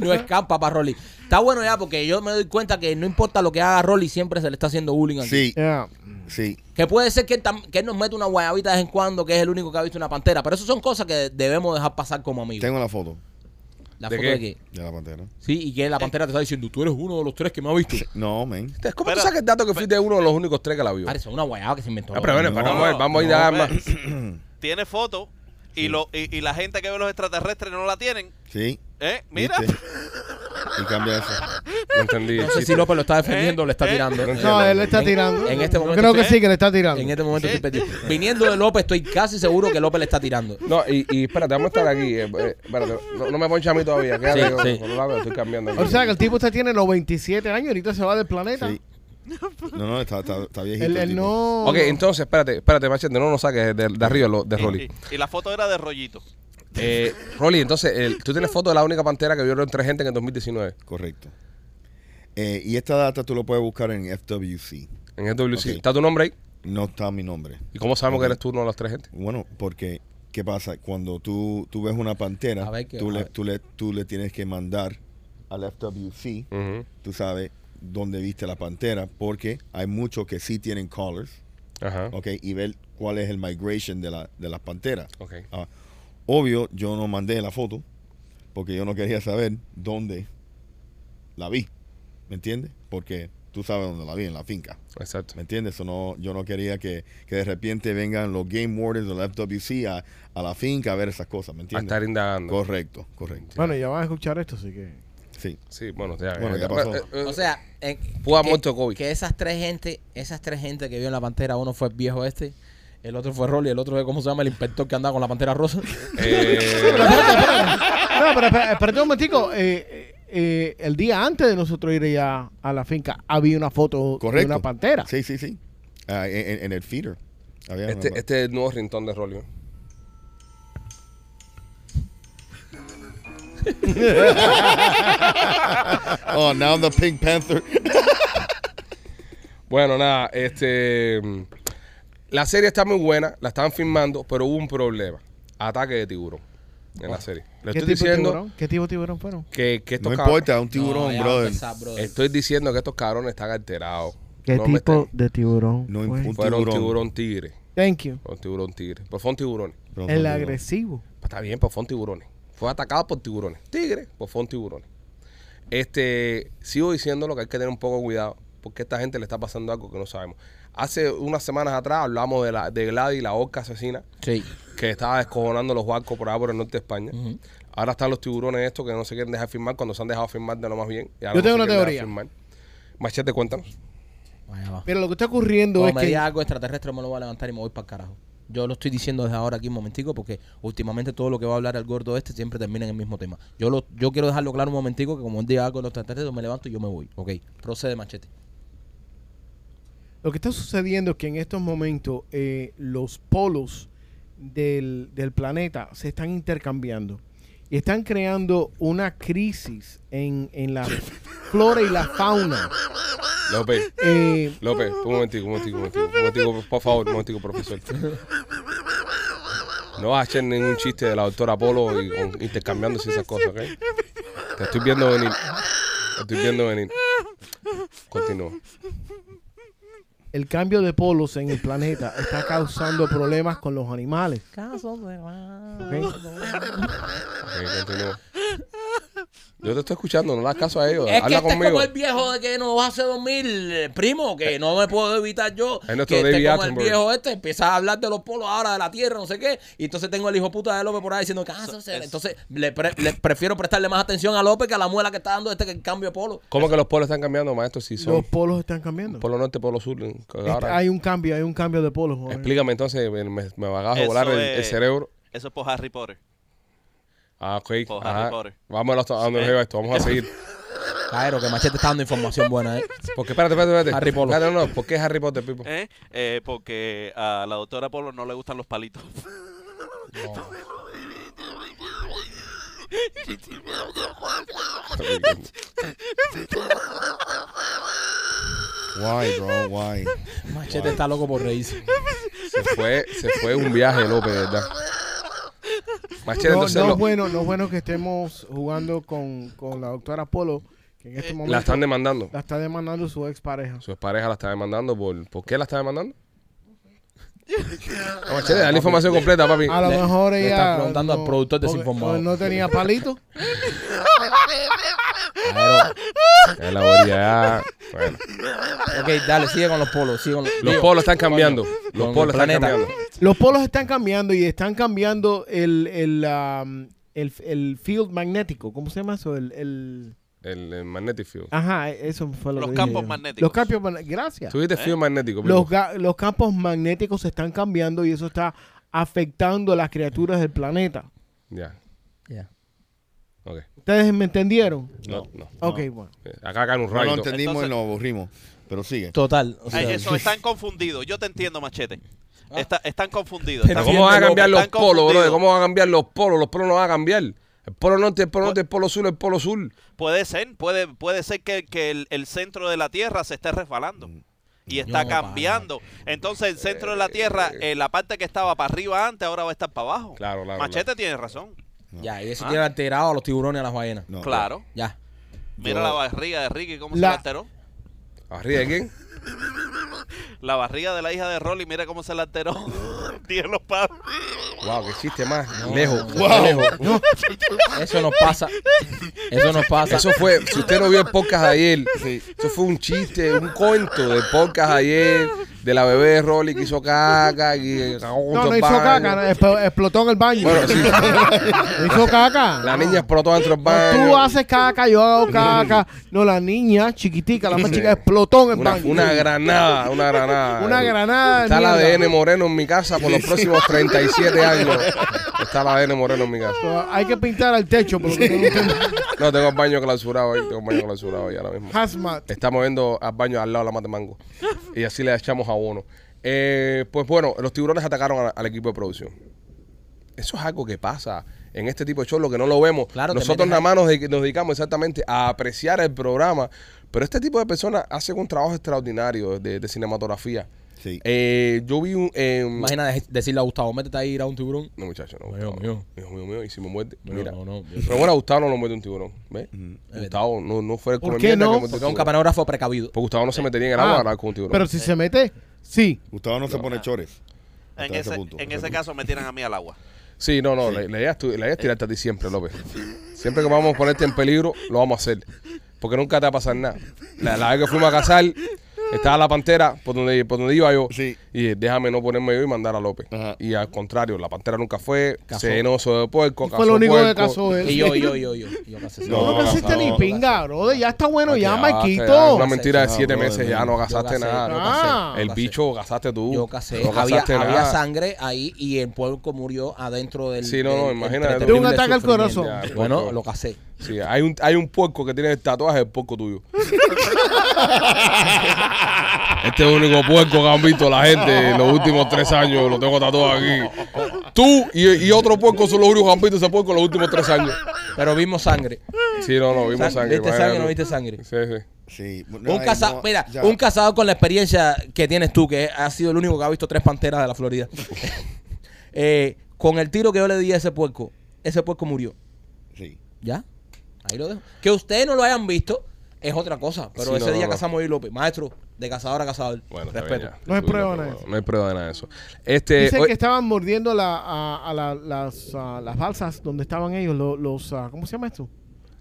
Speaker 2: No escampa para Rolly. Está bueno ya porque yo me doy cuenta que no importa lo que haga Rolly, siempre se le está haciendo
Speaker 3: Eh,
Speaker 2: bullying aquí.
Speaker 6: Sí,
Speaker 5: Yeah.
Speaker 6: sí.
Speaker 2: Que puede ser que, él tam- que él nos mete una guayabita de vez en cuando, que es el único que ha visto una pantera. Pero eso son cosas que debemos dejar pasar como amigos.
Speaker 6: Tengo la foto
Speaker 2: la
Speaker 1: ¿De
Speaker 2: foto
Speaker 1: qué?
Speaker 2: de que.
Speaker 6: de la pantera.
Speaker 2: Sí, y que la pantera te está diciendo, tú eres uno de los tres que me ha visto.
Speaker 6: No, men.
Speaker 1: ¿Cómo tú
Speaker 4: Pero-
Speaker 1: sacas el dato que fuiste uno de los únicos tres que la vio?
Speaker 2: Parece una guayaba que se inventó.
Speaker 1: Ah, pero bueno,
Speaker 6: No,
Speaker 1: pero vamos a ir- vamos a ir a
Speaker 4: no,
Speaker 1: más.
Speaker 4: Tiene foto y, lo, y, y la gente que ve los extraterrestres no la tienen.
Speaker 6: Sí.
Speaker 4: ¿Eh? Mira.
Speaker 6: ¿Viste? Y cambia eso.
Speaker 1: No entendí.
Speaker 2: No
Speaker 1: el
Speaker 2: sé si
Speaker 1: chiste.
Speaker 2: López lo está defendiendo o le está
Speaker 4: Eh,
Speaker 2: tirando.
Speaker 1: eh.
Speaker 5: No, él está
Speaker 2: En-
Speaker 5: tirando.
Speaker 2: En este
Speaker 5: Yo
Speaker 2: momento.
Speaker 5: creo que
Speaker 2: estoy-
Speaker 5: sí, que le está tirando.
Speaker 2: En este momento
Speaker 4: Sí.
Speaker 2: estoy perdido. Viniendo de López, estoy casi seguro que López le está tirando.
Speaker 1: No, y, y espérate, vamos a estar aquí. eh, eh, espérate, no, no me ponches a mí todavía. Quédate
Speaker 2: Sí,
Speaker 1: con-
Speaker 2: sí.
Speaker 1: con los labios, estoy cambiando. aquí.
Speaker 5: O sea que el tipo usted tiene 97 años, ahorita se va del planeta.
Speaker 6: Sí. No, no, está, está, está viejito.
Speaker 5: Él,
Speaker 6: el
Speaker 5: él
Speaker 6: tipo.
Speaker 5: no.
Speaker 1: ok, entonces, espérate, espérate, Machete, no nos saques de, de arriba lo- de
Speaker 4: Y,
Speaker 1: Rolly.
Speaker 4: y- y la foto era de rollito.
Speaker 1: Eh, Rolly, entonces, el- tú tienes foto de la única pantera que vieron tres gente en el 2019,
Speaker 6: Correcto. Eh, y esta data tú lo puedes buscar en FWC.
Speaker 1: en el WC.
Speaker 6: Ok.
Speaker 1: ¿Está tu nombre ahí?
Speaker 6: No está mi nombre.
Speaker 1: ¿Y cómo sabemos
Speaker 6: Ok.
Speaker 1: que eres tú uno de los tres gente?
Speaker 6: Bueno, porque ¿qué pasa? Cuando tú, tú ves una pantera,
Speaker 2: A ver qué-
Speaker 6: tú,
Speaker 2: a
Speaker 6: le,
Speaker 2: ver.
Speaker 6: tú, le, tú le tienes que mandar al FWC,
Speaker 1: Ujú.
Speaker 6: tú sabes, dónde viste la pantera, porque hay muchos que sí tienen colors,
Speaker 1: Ajá.
Speaker 6: ¿ok? Y ver cuál es el migration de, la, de las panteras.
Speaker 1: Ok.
Speaker 6: Ah, obvio, yo no mandé la foto, porque yo no quería saber dónde la vi, ¿me entiendes? Porque tú sabes dónde la vi, en la finca.
Speaker 1: Exacto. Ah,
Speaker 6: ¿Me entiendes? Eso no, yo no quería que, que de repente vengan los game wardens o la FWC a, a la finca a ver esas cosas, ¿me
Speaker 1: A
Speaker 6: entiendes?
Speaker 1: estar indagando.
Speaker 6: Correcto, correcto.
Speaker 5: Bueno, ya van a escuchar esto, así que.
Speaker 6: Sí.
Speaker 1: Sí, bueno, ya.
Speaker 6: Bueno,
Speaker 1: eh,
Speaker 6: ya pasó.
Speaker 1: eh, eh,
Speaker 2: O sea, eh,
Speaker 1: Pudo haber
Speaker 2: que-
Speaker 1: muerto de COVID.
Speaker 2: Que esas tres gente, esas tres gente que vio en la pantera, uno fue el viejo este, el otro fue Rolly, el otro fue cómo se llama el inspector que andaba con la pantera rosa.
Speaker 1: eh,
Speaker 5: No, pero espera- espérate un momentico. eh, eh, eh, el día antes de nosotros ir ya a la finca, había una foto
Speaker 6: Correcto.
Speaker 5: de una pantera.
Speaker 6: Sí, sí, sí. Ah, en, en- en el feeder. Ah, Había
Speaker 1: este,
Speaker 6: una-
Speaker 1: este es el nuevo rintón de Rolly. ¿no?
Speaker 6: oh, now I'm the Pink Panther.
Speaker 1: Bueno, nada, este. mm, La serie está muy buena, la están filmando, pero hubo un problema: ataque de tiburón en la serie. Le
Speaker 5: ¿Qué
Speaker 1: estoy
Speaker 5: tipo de
Speaker 1: diciendo
Speaker 5: tiburón? ¿Qué tipo de tiburón fueron?
Speaker 1: que, que
Speaker 6: Ah. no
Speaker 1: estos cabrones-
Speaker 6: importa, un tiburón,
Speaker 3: ya va a
Speaker 6: brother.
Speaker 3: empezar, brother.
Speaker 1: Estoy diciendo que estos cabrones están alterados.
Speaker 5: ¿Qué
Speaker 1: No me eh,
Speaker 5: tipo
Speaker 1: estén-
Speaker 5: de tiburón?
Speaker 6: No
Speaker 5: fue?
Speaker 6: importa.
Speaker 1: Fueron
Speaker 6: Tiburón.
Speaker 1: tiburón tigre.
Speaker 5: Thank you.
Speaker 1: Fueron tiburón tigre. Pues fueron tiburones.
Speaker 6: Pero
Speaker 5: El
Speaker 6: no,
Speaker 5: agresivo.
Speaker 1: Pues está bien, pues fueron tiburones. Fue atacado por tiburones. Tigre, pues fueron tiburones. Este, sigo diciéndolo que hay que tener un poco de cuidado, porque a esta gente le está pasando algo que no sabemos. Hace unas semanas atrás hablamos de, la, de Gladys, la orca asesina,
Speaker 3: Sí.
Speaker 1: que estaba descojonando los barcos por allá por el norte de España. Ahora están los tiburones estos que no se quieren dejar firmar cuando se han dejado firmar de lo más bien. y ahora
Speaker 5: Yo
Speaker 1: no
Speaker 5: tengo
Speaker 1: se
Speaker 5: una
Speaker 1: quieren dejar
Speaker 5: teoría.
Speaker 1: firmar. Machete, cuéntanos.
Speaker 3: Allá va.
Speaker 5: Pero lo que está ocurriendo
Speaker 3: Cuando
Speaker 5: es
Speaker 3: me
Speaker 5: que...
Speaker 3: diga algo extraterrestre me lo voy a levantar y me voy para el carajo. Yo lo estoy diciendo desde ahora aquí un momentico porque últimamente todo lo que va a hablar el gordo este siempre termina en el mismo tema. Yo lo, yo quiero dejarlo claro un momentico que como él diga algo de los extraterrestres me levanto y yo me voy. Ok, procede machete.
Speaker 5: Lo que está sucediendo es que en estos momentos eh, los polos del, del planeta se están intercambiando y están creando una crisis en, en la flora y la fauna.
Speaker 1: López,
Speaker 5: Eh,
Speaker 1: López, un momentico, un momentico, un momentico, un momentico, por favor, un momentico, profesor. No hagan ningún chiste de la doctora Polo y, con- intercambiándose esas cosas, ¿ok? Te estoy viendo venir. Te estoy viendo venir. Continúa.
Speaker 5: el cambio de polos en el planeta está causando problemas con los animales. ¿ok?
Speaker 1: Ok, continúa. Yo te estoy escuchando, no le das caso a ellos.
Speaker 3: Es que
Speaker 1: Habla
Speaker 3: este es
Speaker 1: conmigo.
Speaker 3: como el viejo de que nos hace dormir, eh, primo, que no me puedo evitar yo.
Speaker 1: Es nuestro
Speaker 3: que este
Speaker 1: David
Speaker 3: como el
Speaker 1: Attenborough.
Speaker 3: viejo este empieza a hablar de los polos ahora, de la tierra, no sé qué. Y entonces tengo el hijo puta de López por ahí diciendo, "Caso, se-".
Speaker 4: es-
Speaker 3: entonces le, pre- le prefiero prestarle más atención a López que a la muela que está dando este que el cambio de polo.
Speaker 1: ¿Cómo que los polos están cambiando, maestro? Si
Speaker 5: Los
Speaker 1: son
Speaker 5: polos están cambiando.
Speaker 1: polo norte, polo sur.
Speaker 5: Está-
Speaker 1: Ahora,
Speaker 5: hay un cambio, hay un cambio de polos. joven.
Speaker 1: explícame entonces, me, me vas a
Speaker 4: Eso
Speaker 1: volar el- el
Speaker 4: es-
Speaker 1: cerebro.
Speaker 4: Eso es por Harry Potter.
Speaker 1: Ah, ok.
Speaker 4: Por
Speaker 1: ajá.
Speaker 4: Harry Potter.
Speaker 1: Vamos a hasta donde nos lleva esto. Vamos a seguir.
Speaker 3: Claro, que Machete está dando información buena, ¿eh?
Speaker 1: Porque espérate, espérate, espérate.
Speaker 3: Harry Potter.
Speaker 1: Espérate, no, no. ¿Por qué Harry Potter, Pipo?
Speaker 4: ¿eh? Eh, porque a la doctora Polo no le gustan los palitos.
Speaker 6: Why, bro? Why?
Speaker 3: Machete está loco por reírse.
Speaker 1: Se fue, se fue un viaje, López, ¿verdad? Machete,
Speaker 5: No,
Speaker 1: entonces
Speaker 5: no
Speaker 1: lo-
Speaker 5: es bueno, no es bueno que estemos jugando con, con la doctora Polo, que en este momento
Speaker 1: Eh, la están demandando.
Speaker 5: la está demandando su expareja.
Speaker 1: Su pareja la está demandando por... ¿Por qué la está demandando? No, machete, da la información completa, papi.
Speaker 5: A lo
Speaker 3: Le-
Speaker 5: mejor
Speaker 3: le
Speaker 5: ella.
Speaker 3: estás preguntando al productor
Speaker 5: porque-
Speaker 3: desinformado.
Speaker 5: porque No tenía palito.
Speaker 1: Claro. Es la orilla. Bueno.
Speaker 3: Ok, dale, sigue con los polos, sigue con los,
Speaker 1: Los
Speaker 3: digo,
Speaker 1: polos están cambiando. Los
Speaker 3: el
Speaker 1: polos están
Speaker 3: planeta.
Speaker 1: cambiando.
Speaker 5: Los polos están cambiando y están cambiando el, el, um, el, el field magnético. ¿Cómo se llama eso? El, el-
Speaker 1: El, el magnetic field.
Speaker 5: Ajá, eso fue lo
Speaker 4: Los
Speaker 5: que dije
Speaker 4: campos
Speaker 5: yo.
Speaker 4: magnéticos.
Speaker 5: Los campos magnéticos. Gracias.
Speaker 1: Tuviste field magnético, Pipo.
Speaker 5: Los, ga- los campos magnéticos se están cambiando y eso está afectando a las criaturas del planeta.
Speaker 1: Ya.
Speaker 3: Ya.
Speaker 1: Ok.
Speaker 5: ¿Ustedes me entendieron?
Speaker 1: No, no.
Speaker 5: Ok, bueno.
Speaker 1: Acá caen un
Speaker 6: No
Speaker 1: rayo.
Speaker 6: lo
Speaker 1: y todo.
Speaker 6: entendimos
Speaker 4: Entonces-
Speaker 6: y nos aburrimos. Pero sigue.
Speaker 3: Total. o sea,
Speaker 4: Ay, eso, están confundidos. Yo te entiendo, Machete. Está- están confundidos.
Speaker 1: Ah. Pero
Speaker 4: están
Speaker 1: ¿cómo van a
Speaker 4: bien
Speaker 1: cambiar
Speaker 4: locos,
Speaker 1: los
Speaker 4: están
Speaker 1: polos, bro?
Speaker 4: confundidos.
Speaker 1: ¿Cómo van a cambiar los polos? Los polos no van a cambiar. El polo norte, el polo norte, el polo sur, el polo sur.
Speaker 4: Puede ser, puede, puede ser que, que el, el centro de la Tierra se esté resbalando.
Speaker 1: Mm.
Speaker 4: Y está
Speaker 3: No, para.
Speaker 4: cambiando. Entonces el centro de la Tierra, eh, la parte que estaba para arriba antes, ahora va a estar para abajo.
Speaker 1: Claro, claro,
Speaker 4: Machete tiene razón.
Speaker 3: Ya, y eso
Speaker 4: Ah.
Speaker 3: tiene alterado a los tiburones y a las ballenas.
Speaker 6: No,
Speaker 4: claro.
Speaker 3: Ya.
Speaker 4: Mira
Speaker 6: Yo-
Speaker 4: la barriga de Ricky, cómo se
Speaker 5: La-
Speaker 4: la alteró.
Speaker 1: ¿Arriba de quién?
Speaker 4: La barriga de la hija de Rolly, mira cómo se la alteró. Tiene los padres.
Speaker 1: Wow, qué chiste más. Lejos.
Speaker 6: Wow.
Speaker 1: Lejos.
Speaker 3: Eso nos pasa. Eso nos pasa.
Speaker 1: Eso fue, si usted no vio el podcast de ayer, eso fue un chiste, un cuento del podcast de ayer, de la bebé de Rolly que hizo caca. Que cagó
Speaker 5: No,
Speaker 1: junto
Speaker 5: no
Speaker 1: al
Speaker 5: hizo
Speaker 1: baño.
Speaker 5: caca, no, expl- explotó en el baño.
Speaker 1: Bueno, sí,
Speaker 5: No hizo caca.
Speaker 1: la niña explotó dentro del
Speaker 5: No,
Speaker 1: baño.
Speaker 5: tú haces caca, yo hago caca. No, la niña chiquitica, la más
Speaker 1: Sí.
Speaker 5: chica, explotó en el
Speaker 1: Una,
Speaker 5: baño.
Speaker 1: una granada, una granada.
Speaker 5: Una granada de
Speaker 1: Está la
Speaker 5: mierda.
Speaker 1: ADN Moreno en mi casa por los próximos 37 años. Está la ADN Moreno en mi casa.
Speaker 5: So, Hay que pintar al techo, por lo que tengo entendido.
Speaker 1: No, tengo el baño clausurado ahí, tengo el baño clausurado ahí ahora mismo.
Speaker 5: Hazmat.
Speaker 1: Estamos viendo al baño al lado de la mata de mango. Y así le echamos abono. Eh, pues bueno, los tiburones atacaron a- al equipo de producción. Eso es algo que pasa en este tipo de shows, lo que no lo vemos.
Speaker 3: Claro, te
Speaker 1: Nosotros
Speaker 3: metes
Speaker 1: nada más
Speaker 3: ahí.
Speaker 1: nos, dedic- nos dedicamos exactamente a apreciar el programa, pero este tipo de personas hacen un trabajo extraordinario de, de cinematografía.
Speaker 6: Sí.
Speaker 1: Eh, yo vi un... em,
Speaker 3: Imagina de- decirle a Gustavo, métete ahí ir a un tiburón.
Speaker 1: no, muchacho, no.
Speaker 3: Mío,
Speaker 1: Gustavo,
Speaker 3: mío.
Speaker 1: Hijo mío, mío. Y si me muerde,
Speaker 3: Mío,
Speaker 1: mira.
Speaker 3: no, no.
Speaker 1: Pero bueno, a Gustavo no lo muerde un tiburón. ¿Ves? Gustavo no, no fue el
Speaker 5: ¿Por
Speaker 1: come
Speaker 5: qué
Speaker 1: mierda que
Speaker 5: no?
Speaker 1: mordió un
Speaker 3: Porque es un
Speaker 1: tiburón.
Speaker 3: camarógrafo precavido.
Speaker 1: Porque Gustavo no se metería en el agua
Speaker 5: Ah,
Speaker 1: a hablar con un tiburón.
Speaker 5: Pero si se mete, sí.
Speaker 6: Gustavo no se pone chores.
Speaker 4: En
Speaker 6: hasta ese
Speaker 4: ese,
Speaker 6: punto,
Speaker 4: en
Speaker 6: hasta
Speaker 4: ese
Speaker 6: ese
Speaker 4: caso me tiran a mí al agua.
Speaker 1: Sí, no, no, la, la idea es tu- la idea es tirarte a ti siempre, López. Siempre que vamos a ponerte en peligro, lo vamos a hacer. Porque nunca te va a pasar nada. La, la vez que fuimos a cazar, estaba la pantera por donde, por donde iba yo.
Speaker 6: Sí.
Speaker 1: Y dije, déjame no ponerme yo y mandar a López.
Speaker 6: Ajá.
Speaker 1: Y al contrario, la pantera nunca fue.
Speaker 3: Cazó.
Speaker 1: Cenoso de puerco.
Speaker 5: Y
Speaker 1: Cazó
Speaker 5: fue lo único que
Speaker 1: puerco.
Speaker 5: cazó eh. él.
Speaker 3: Y yo, y yo, y yo, y yo. y yo casi sí.
Speaker 5: No, no,
Speaker 6: No,
Speaker 5: casaste
Speaker 6: no,
Speaker 5: ni
Speaker 6: no,
Speaker 5: pinga, brother. Ya está bueno,
Speaker 1: Porque
Speaker 5: ya,
Speaker 1: ya,
Speaker 5: Maikito.
Speaker 1: ya, Una mentira de
Speaker 6: Ah,
Speaker 1: siete
Speaker 6: brother,
Speaker 1: meses, ya
Speaker 6: man.
Speaker 1: no
Speaker 3: Yo
Speaker 1: gastaste
Speaker 3: casé,
Speaker 1: nada.
Speaker 3: yo
Speaker 5: no.
Speaker 3: casé,
Speaker 5: Ah.
Speaker 3: yo
Speaker 1: El
Speaker 3: casé.
Speaker 1: bicho gastaste tú.
Speaker 3: Yo casé.
Speaker 1: No
Speaker 3: había,
Speaker 1: gastaste
Speaker 3: había
Speaker 1: nada.
Speaker 3: sangre ahí y el puerco murió adentro del.
Speaker 1: Sí, no, no,
Speaker 3: del
Speaker 1: imagínate. De
Speaker 3: entretenible
Speaker 1: un
Speaker 5: ataque al
Speaker 3: sufrimiento.
Speaker 5: corazón.
Speaker 1: Ya,
Speaker 3: Bueno,
Speaker 1: puerco.
Speaker 3: lo casé.
Speaker 1: Sí, hay un, hay un puerco que tiene el tatuaje del puerco tuyo. Este es el único puerco que han visto la gente en los últimos tres años. Lo tengo tatuado aquí. Tú y, y otro puerco son los únicos que han visto ese puerco en los últimos tres años.
Speaker 3: Pero vimos sangre.
Speaker 1: Sí, no, no, vimos
Speaker 3: Sang-
Speaker 1: sangre.
Speaker 3: ¿Viste sangre o
Speaker 1: imagínate.
Speaker 3: no viste sangre?
Speaker 1: Sí, sí.
Speaker 6: Sí.
Speaker 3: un,
Speaker 6: casado
Speaker 3: caza- mira, un cazador con la experiencia que tienes tú, que has sido el único que ha visto tres panteras de la Florida. Eh, con el tiro que yo le di a ese puerco, ese puerco murió.
Speaker 6: Sí.
Speaker 3: ¿Ya? Ahí lo dejo. Que ustedes no lo hayan visto es otra cosa. Pero
Speaker 1: Sí,
Speaker 3: ese
Speaker 1: no,
Speaker 3: día
Speaker 1: no, no.
Speaker 3: cazamos a Luis López. Maestro, de cazador a cazador.
Speaker 1: Bueno, está bien,
Speaker 3: Respeto.
Speaker 1: ya.
Speaker 5: No hay
Speaker 1: Disculpa, pero
Speaker 5: prueba de
Speaker 1: bueno,
Speaker 5: eso.
Speaker 1: No hay prueba de nada de eso. Este,
Speaker 5: Dicen
Speaker 1: hoy-
Speaker 5: que estaban mordiendo la, a, a la- las, a, las balsas donde estaban ellos, lo- los, ah, ¿cómo se llama esto?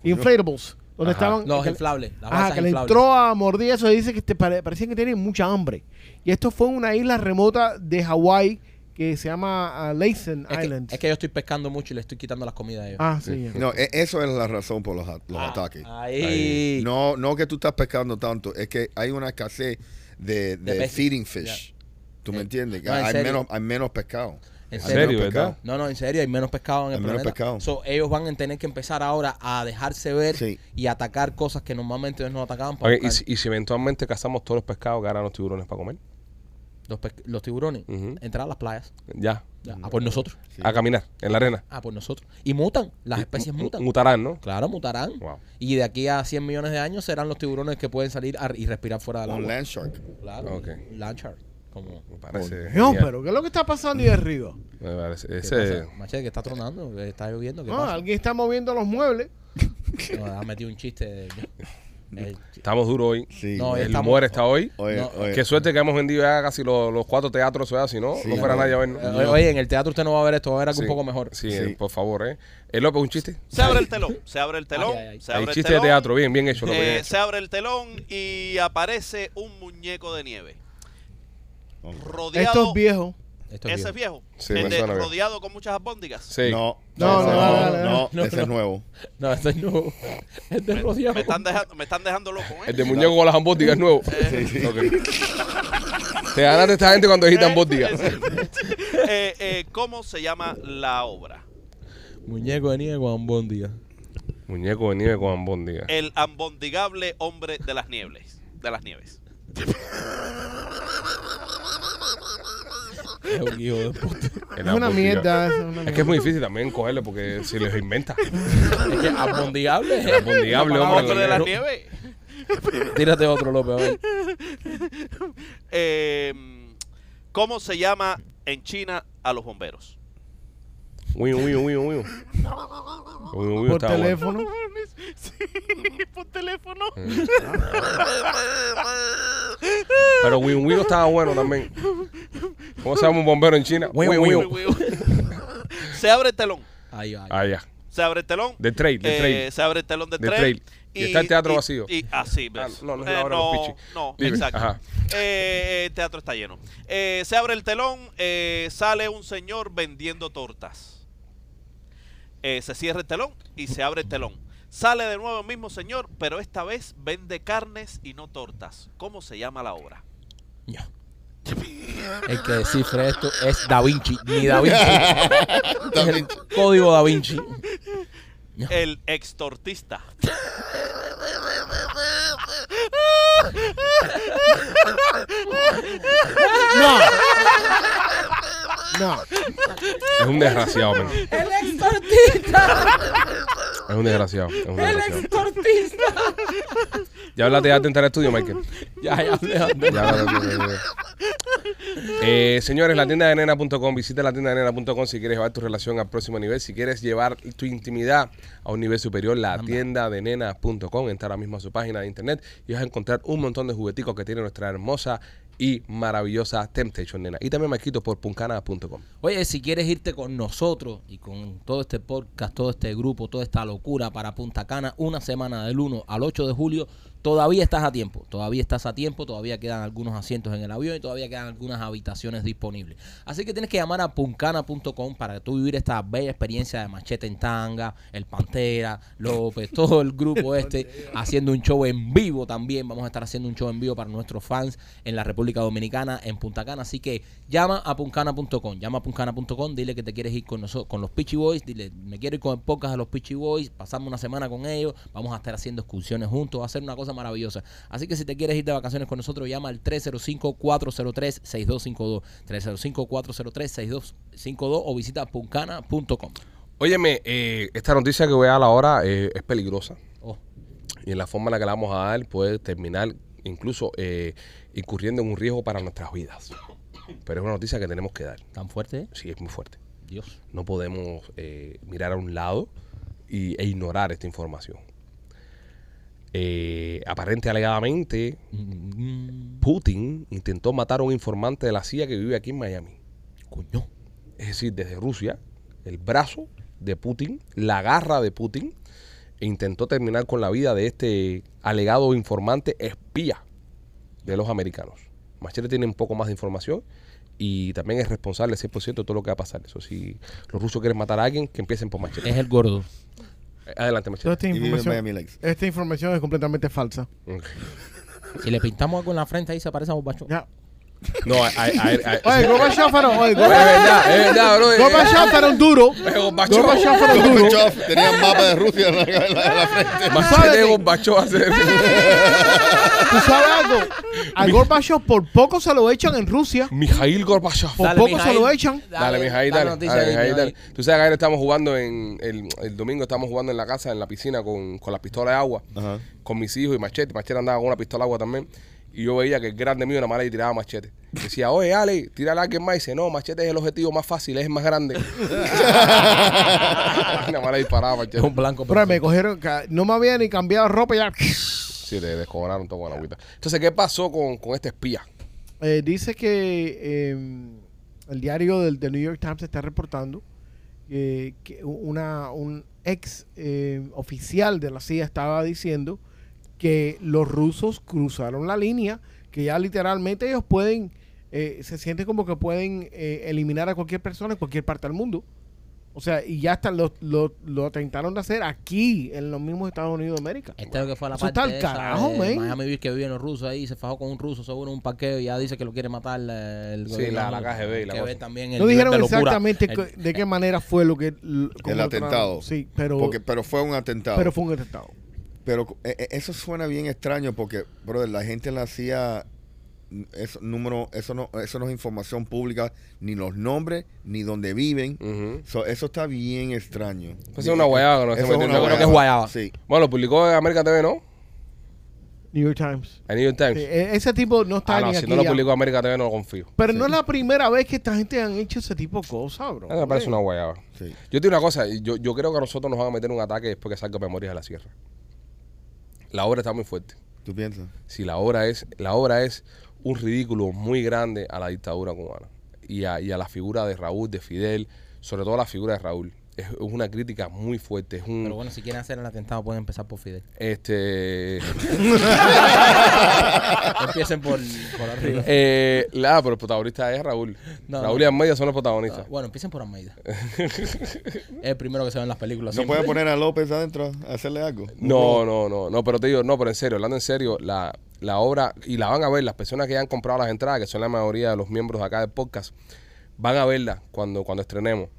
Speaker 5: Inflatables. Donde
Speaker 1: Ajá.
Speaker 5: estaban...
Speaker 3: Los
Speaker 5: que-
Speaker 3: inflables. Las
Speaker 5: Ajá,
Speaker 3: balsas
Speaker 5: que le
Speaker 3: inflables.
Speaker 5: entró a mordir eso y dice que te pare- parecían que tenían mucha hambre. Y esto fue en una isla remota de Hawái que se llama ah, Laysen
Speaker 3: Es que,
Speaker 5: Island.
Speaker 3: es que yo estoy pescando mucho y le estoy quitando las comidas a ellos.
Speaker 5: Ah, sí. ya.
Speaker 6: No, e- eso es la razón por los, a- los ataques.
Speaker 3: Ahí.
Speaker 6: No, no que tú estás pescando tanto, es que hay una escasez de, de
Speaker 3: De pesca.
Speaker 6: feeding fish. ¿Tú me
Speaker 3: Eh,
Speaker 6: entiendes?
Speaker 3: no, en
Speaker 6: hay,
Speaker 3: serio.
Speaker 6: menos, hay menos pescado.
Speaker 3: En
Speaker 6: Hay
Speaker 3: serio,
Speaker 6: menos
Speaker 1: ¿verdad?
Speaker 6: pescado.
Speaker 3: No, no, en serio, hay menos pescado en el
Speaker 6: Hay menos
Speaker 3: planeta.
Speaker 6: pescado.
Speaker 3: So, ellos van a tener que empezar ahora a dejarse ver
Speaker 6: Sí.
Speaker 3: y atacar cosas que normalmente ellos no atacaban. para
Speaker 1: oye, y,
Speaker 3: buscar
Speaker 1: si, y si eventualmente cazamos todos los pescados que harán los tiburones para comer,
Speaker 3: los, pes- los tiburones
Speaker 1: Ujú.
Speaker 3: entrar a las playas
Speaker 1: ya,
Speaker 3: ya,
Speaker 6: Mm.
Speaker 3: a por nosotros.
Speaker 1: a caminar en la arena.
Speaker 3: A por nosotros. Y mutan. Las especies mutan.
Speaker 1: Mutarán, ¿no?
Speaker 3: claro, mutarán.
Speaker 1: Wow.
Speaker 3: Y de aquí a 100 millones de años serán los tiburones que pueden salir a- y respirar fuera del
Speaker 6: Un
Speaker 3: agua.
Speaker 6: land shark.
Speaker 3: Claro.
Speaker 1: Ok.
Speaker 3: un land shark, Como...
Speaker 1: Me parece.
Speaker 5: No,
Speaker 1: genial.
Speaker 5: pero ¿qué es lo que está pasando ahí arriba?
Speaker 1: Me parece.
Speaker 3: ¿Qué
Speaker 1: Ese,
Speaker 3: pasa? Machete, que está tronando, que está lloviendo. ¿qué
Speaker 5: No,
Speaker 3: pasa?
Speaker 5: Ah, alguien está moviendo los muebles.
Speaker 3: No, ha metido un chiste. de- El-
Speaker 1: Estamos duros hoy.
Speaker 6: Sí.
Speaker 3: No,
Speaker 1: El
Speaker 3: estamos-
Speaker 1: humor está hoy.
Speaker 6: Oye,
Speaker 3: no,
Speaker 6: oye.
Speaker 1: Qué suerte que hemos vendido ya casi los, los cuatro teatros, o sea, si no,
Speaker 6: Sí,
Speaker 1: no fuera
Speaker 6: no.
Speaker 1: nadie a vernos.
Speaker 3: Eh, Oye, en el teatro usted no va a ver esto, va a ver algo
Speaker 1: Sí,
Speaker 3: un poco mejor.
Speaker 1: Sí,
Speaker 6: Sí.
Speaker 1: eh, por favor, ¿eh? Eh, López, un chiste.
Speaker 4: Se abre el telón, se abre el telón,
Speaker 3: Ay, ay, ay.
Speaker 4: se
Speaker 1: Hay
Speaker 4: abre el
Speaker 1: chiste de
Speaker 4: telón.
Speaker 1: teatro, bien, bien hecho, López.
Speaker 4: eh,
Speaker 1: bien hecho.
Speaker 4: se abre el telón y aparece un muñeco de nieve. Rodeado.
Speaker 5: Esto es viejo.
Speaker 3: Esto es
Speaker 4: Ese es
Speaker 3: viejo.
Speaker 4: viejo.
Speaker 1: Sí,
Speaker 4: el
Speaker 1: me
Speaker 4: de-
Speaker 1: suena bien.
Speaker 4: rodeado con muchas albóndigas.
Speaker 1: Sí.
Speaker 6: No, ese
Speaker 5: No, no, no, no, no,
Speaker 3: no,
Speaker 6: ese
Speaker 3: no.
Speaker 6: es nuevo.
Speaker 3: No, esto es nuevo. Es de rodeado.
Speaker 4: Me están dejando, me están dejando loco, ¿eh?
Speaker 1: El de muñeco con las ambóticas es nuevo.
Speaker 6: Sí, sí.
Speaker 1: Ok. Te ganaste esta gente cuando dijiste ambótica.
Speaker 4: Eh, eh, ¿Cómo se llama la obra?
Speaker 3: Muñeco de nieve con bondía.
Speaker 1: Muñeco de nieve con ambótica.
Speaker 4: El ambondigable hombre de las nieves. De las nieves.
Speaker 3: Es un hijo de puta.
Speaker 1: El
Speaker 5: Es una
Speaker 1: ambótica.
Speaker 5: mierda. Es, una
Speaker 1: Es que es
Speaker 5: mierda.
Speaker 1: muy difícil también cogerle porque si les inventa.
Speaker 3: Es que abondigable es.
Speaker 1: Abondigable,
Speaker 3: Una palabra
Speaker 4: Hombre de
Speaker 1: hombre.
Speaker 4: las
Speaker 3: que-
Speaker 4: nieves.
Speaker 3: Tírate otro, López. a ver.
Speaker 4: Eh, ¿Cómo se llama en China a los bomberos?
Speaker 1: Uy, uy, uy, uy, uy. Uy, uy,
Speaker 5: Por
Speaker 1: está bueno.
Speaker 5: teléfono.
Speaker 4: por teléfono.
Speaker 1: Pero Win Win estaba bueno también. ¿Cómo se llama un bombero en China?
Speaker 3: Win
Speaker 1: Win
Speaker 3: Win.
Speaker 1: Win.
Speaker 4: se abre el telón.
Speaker 3: Ahí va. ahí va.
Speaker 1: Ah, ya.
Speaker 4: Se abre el telón.
Speaker 1: De trail, de
Speaker 4: Eh,
Speaker 1: trail.
Speaker 4: se abre el telón de
Speaker 1: De
Speaker 4: trail.
Speaker 1: trail. Y está el teatro vacío.
Speaker 4: Y, ah, sí,
Speaker 1: Ah,
Speaker 4: ves.
Speaker 1: no, no es
Speaker 4: Eh,
Speaker 1: la hora de
Speaker 4: no,
Speaker 1: los pichis.
Speaker 4: no,
Speaker 1: Dime.
Speaker 4: exacto.
Speaker 1: Ajá.
Speaker 4: Eh, el teatro está lleno. Eh, se abre el telón, eh, sale un señor vendiendo tortas. Eh, se cierra el telón y se abre el telón. Sale de nuevo el mismo señor, pero esta vez vende carnes y no tortas. ¿Cómo se llama la obra?
Speaker 3: Ya. El que descifre esto es Da Vinci. Ni Da Vinci. es el código Da Vinci.
Speaker 4: El extortista.
Speaker 5: No. No.
Speaker 1: Es un desgraciado, man.
Speaker 7: El extortista.
Speaker 1: Es un desgraciado. Es un
Speaker 7: El
Speaker 1: desgraciado.
Speaker 7: extortista.
Speaker 1: Ya hablaste de arte entrar al estudio, Michael.
Speaker 3: Ya, ya, ya.
Speaker 1: Ya hablaste de- de- de- Eh, señores, la tienda de nena.com. Visita la tienda de nena.com si quieres llevar tu relación al próximo nivel. Si quieres llevar tu intimidad a un nivel superior, la tienda de nena.com. Entra ahora mismo a su página de internet y vas a encontrar un montón de jugueticos que tiene nuestra hermosa y maravillosa Temptation Nena. Y también me quito por puncana.com.
Speaker 3: Oye, si quieres irte con nosotros y con todo este podcast, todo este grupo, toda esta locura para Punta Cana, una semana del 1 al 8 de julio, todavía estás a tiempo, todavía estás a tiempo, todavía quedan algunos asientos en el avión y todavía quedan algunas habitaciones disponibles. Así que tienes que llamar a puncana.com para tú vivir esta bella experiencia de Machete en Tanga, el Pantera, López, todo el grupo este, haciendo un show en vivo también. Vamos a estar haciendo un show en vivo para nuestros fans en la República Dominicana, en Punta Cana. Así que llama a puncana.com, llama a puncana.com, dile que te quieres ir con nosotros, con los Pitchy Boys, dile, me quiero ir con el podcast a los Pitchy Boys, pasamos una semana con ellos, vamos a estar haciendo excursiones juntos, va a ser una cosa maravillosa. Así que si te quieres ir de vacaciones con nosotros, llama al 305-403-6252, 305-403-6252 o visita puncana.com.
Speaker 1: Óyeme, eh, esta noticia que voy a dar ahora eh, es peligrosa.
Speaker 3: Oh,
Speaker 1: y en la forma en la que la vamos a dar puede terminar incluso eh, incurriendo en un riesgo para nuestras vidas. Pero es una noticia que tenemos que dar.
Speaker 3: tan fuerte, ¿eh?
Speaker 1: Sí, es muy fuerte.
Speaker 3: Dios.
Speaker 1: No podemos eh, mirar a un lado y- e ignorar esta información. Eh, aparente alegadamente,
Speaker 3: Mm,
Speaker 1: Putin intentó matar a un informante de la CIA que vive aquí en Miami.
Speaker 3: coño.
Speaker 1: Es decir, desde Rusia, el brazo de Putin, la garra de Putin, e intentó terminar con la vida de este alegado informante espía de los americanos. Machete tiene un poco más de información y también es responsable 100% de todo lo que va a pasar. Eso, si los rusos quieren matar a alguien, que empiecen por Machete. Eh,
Speaker 3: Es el gordo.
Speaker 1: Adelante,
Speaker 5: Toda
Speaker 1: Machete.
Speaker 5: esta
Speaker 6: Y vive en Miami
Speaker 5: información,
Speaker 6: Lakes.
Speaker 5: esta información es completamente falsa.
Speaker 1: Ok.
Speaker 3: Si le pintamos algo en la frente ahí se parece a Bobacho.
Speaker 5: Ya.
Speaker 1: No, a- a- a- a-
Speaker 5: Oye, Gorbachev fueron, oye,
Speaker 1: es verdad, es verdad, bro.
Speaker 5: Gorbachev fueron duro.
Speaker 1: Es Gorbachev.
Speaker 5: Gorbachev fueron duro.
Speaker 6: Gorbachev tenía el mapa de Rusia en la, en la- en la frente.
Speaker 1: Machete es Gorbachev hace-
Speaker 5: ¿Tú sabes algo? A Gorbachev por poco se lo echan en Rusia.
Speaker 1: Mijail Gorbachev.
Speaker 5: Por
Speaker 3: Dale,
Speaker 5: poco se
Speaker 3: Mijail.
Speaker 5: lo echan.
Speaker 1: Dale, mi Jair, dale.
Speaker 3: noticia
Speaker 1: dale,
Speaker 3: ahí,
Speaker 1: Mijail,
Speaker 3: mi
Speaker 1: dale. Tú sabes que ayer estamos jugando en. El, el domingo estamos jugando en la casa, en la piscina, con, con la pistola de agua.
Speaker 6: Ajá.
Speaker 1: Con mis hijos y Machete. Machete andaba con una pistola de agua también. Y yo veía que el grande mío nada más le tiraba a Machete. Decía, oye, Ale, tírala a alguien más. Y dice, no, Machete es el objetivo más fácil, es el más grande. nada más le disparaba a
Speaker 3: Es
Speaker 1: Machete.
Speaker 3: un blanco.
Speaker 5: Bro, me
Speaker 3: perfecto.
Speaker 5: cogieron, ca- no me había ni cambiado ropa ya.
Speaker 1: Sí, te descobraron todo con la agüita. Entonces, ¿qué pasó con, con este espía?
Speaker 5: Eh, dice que eh, el diario del, del New York Times está reportando eh, que una, un ex eh, oficial de la CIA estaba diciendo que los rusos cruzaron la línea, que ya literalmente ellos pueden, eh, se sienten como que pueden eh, eliminar a cualquier persona en cualquier parte del mundo. O sea, y ya hasta lo, lo, lo intentaron de hacer aquí, en los mismos Estados Unidos de América.
Speaker 3: Este es lo que fue a la
Speaker 5: Eso
Speaker 3: parte
Speaker 5: está al
Speaker 3: esa
Speaker 5: carajo,
Speaker 3: de
Speaker 5: man.
Speaker 3: Miami Beach que viven los rusos ahí, se fajó con un ruso seguro en un parqueo y ya dice que lo quiere matar eh, el
Speaker 1: Sí,
Speaker 3: gobierno.
Speaker 1: la- la KGB y la
Speaker 3: Que
Speaker 1: cosa.
Speaker 3: ve también el
Speaker 5: No
Speaker 3: nivel
Speaker 5: dijeron
Speaker 3: de locura.
Speaker 5: exactamente
Speaker 3: El-
Speaker 5: cu- de qué manera fue lo que... l- cómo
Speaker 6: El
Speaker 5: lo
Speaker 6: atentado.
Speaker 5: trataron. Sí, pero...
Speaker 6: Porque, pero fue un atentado.
Speaker 5: Pero fue un atentado.
Speaker 6: Pero eh, eh, eso suena bien extraño porque, brother, la gente la hacía n- eso, número, eso no, eso no es información pública, ni los nombres, ni dónde viven.
Speaker 1: Ujú.
Speaker 6: So, eso está bien extraño.
Speaker 1: Pues es una guayaba que nos
Speaker 6: Eso
Speaker 1: estamos
Speaker 6: es una
Speaker 1: metiendo. Yo creo que es
Speaker 3: guayaba.
Speaker 6: Sí.
Speaker 1: Bueno, lo publicó en América TV, ¿no?
Speaker 5: New York Times.
Speaker 1: En New York Times.
Speaker 5: Sí, e- ese tipo no está
Speaker 1: ah,
Speaker 5: ni
Speaker 1: no,
Speaker 5: aquí
Speaker 1: si no lo
Speaker 5: ya.
Speaker 1: publicó en América TV, no lo confío.
Speaker 5: Pero no es la primera vez que esta gente han hecho ese tipo de cosas, bro.
Speaker 1: A mí me Ah, parece una guayaba.
Speaker 6: Sí.
Speaker 1: Yo te digo una cosa, yo, yo creo que a nosotros nos van a meter un ataque después que salga Memorias de la Sierra. La obra está muy fuerte.
Speaker 6: ¿Tú piensas?
Speaker 1: Si la obra es, la obra es un ridículo muy grande a la dictadura cubana y a, y a la figura de Raúl, de Fidel, sobre todo a la figura de Raúl. Es es una crítica muy fuerte, es un
Speaker 3: Pero bueno, si quieren hacer el atentado pueden empezar por Fidel.
Speaker 1: este
Speaker 3: Empiecen por, por arriba.
Speaker 1: eh, la, pero el protagonista es Raúl.
Speaker 3: No,
Speaker 1: Raúl
Speaker 3: no.
Speaker 1: y Almeida son los protagonistas.
Speaker 3: Bueno, empiecen por Almeida. es el primero que se ve en las películas.
Speaker 6: ¿No
Speaker 3: siempre.
Speaker 6: puede poner a López adentro a hacerle algo?
Speaker 1: No, no, no, no, pero te digo, no, pero en serio, hablando en serio, la, la obra, y la van a ver, las personas que ya han comprado las entradas, que son la mayoría de los miembros de acá del podcast, van a verla cuando, cuando estrenemos.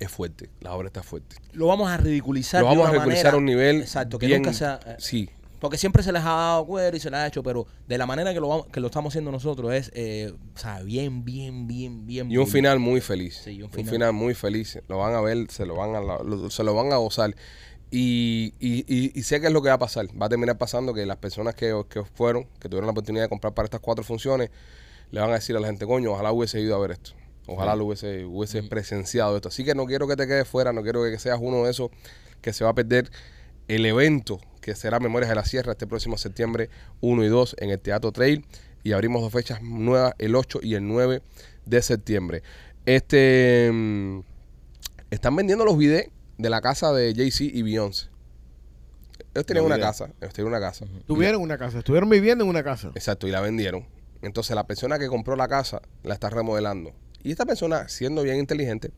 Speaker 1: Es fuerte, la obra está fuerte.
Speaker 3: Lo vamos a ridiculizar.
Speaker 1: Lo
Speaker 3: de
Speaker 1: vamos a
Speaker 3: una
Speaker 1: ridiculizar a
Speaker 3: manera-
Speaker 1: un nivel.
Speaker 3: Exacto, que
Speaker 1: bien-
Speaker 3: nunca se ha- eh,
Speaker 1: Sí,
Speaker 3: Porque siempre se les ha dado cuero y se les ha hecho, pero de la manera que lo, vamos- que lo estamos haciendo nosotros es, eh, o sea, bien, bien, bien, bien.
Speaker 1: Y un
Speaker 3: bien.
Speaker 1: final muy feliz.
Speaker 3: Sí,
Speaker 1: un,
Speaker 3: un
Speaker 1: final.
Speaker 3: final.
Speaker 1: muy feliz. Lo van a ver, se lo van a, la- lo- se lo van a gozar. Y, y- y- y sé que es lo que va a pasar. Va a terminar pasando que las personas que, que fueron, que tuvieron la oportunidad de comprar para estas cuatro funciones, le van a decir a la gente, coño, ojalá hubiese ido a ver esto. Ojalá lo hubiese, hubiese presenciado esto. Así que no quiero que te quedes fuera, no quiero que seas uno de esos que se va a perder el evento que será Memorias de la Sierra este próximo septiembre 1 y 2 en el Teatro Trail y abrimos dos fechas nuevas el 8 y el 9 de septiembre. Este mm, están vendiendo los videos de la casa de Jay-Z y Beyoncé. Ellos tenían
Speaker 6: Los
Speaker 1: una
Speaker 6: bidés.
Speaker 1: casa, ellos tenían una casa.
Speaker 5: Tuvieron una casa, estuvieron viviendo en una casa.
Speaker 1: Exacto, y la vendieron. Entonces la persona que compró la casa la está remodelando. Y esta persona, siendo bien inteligente,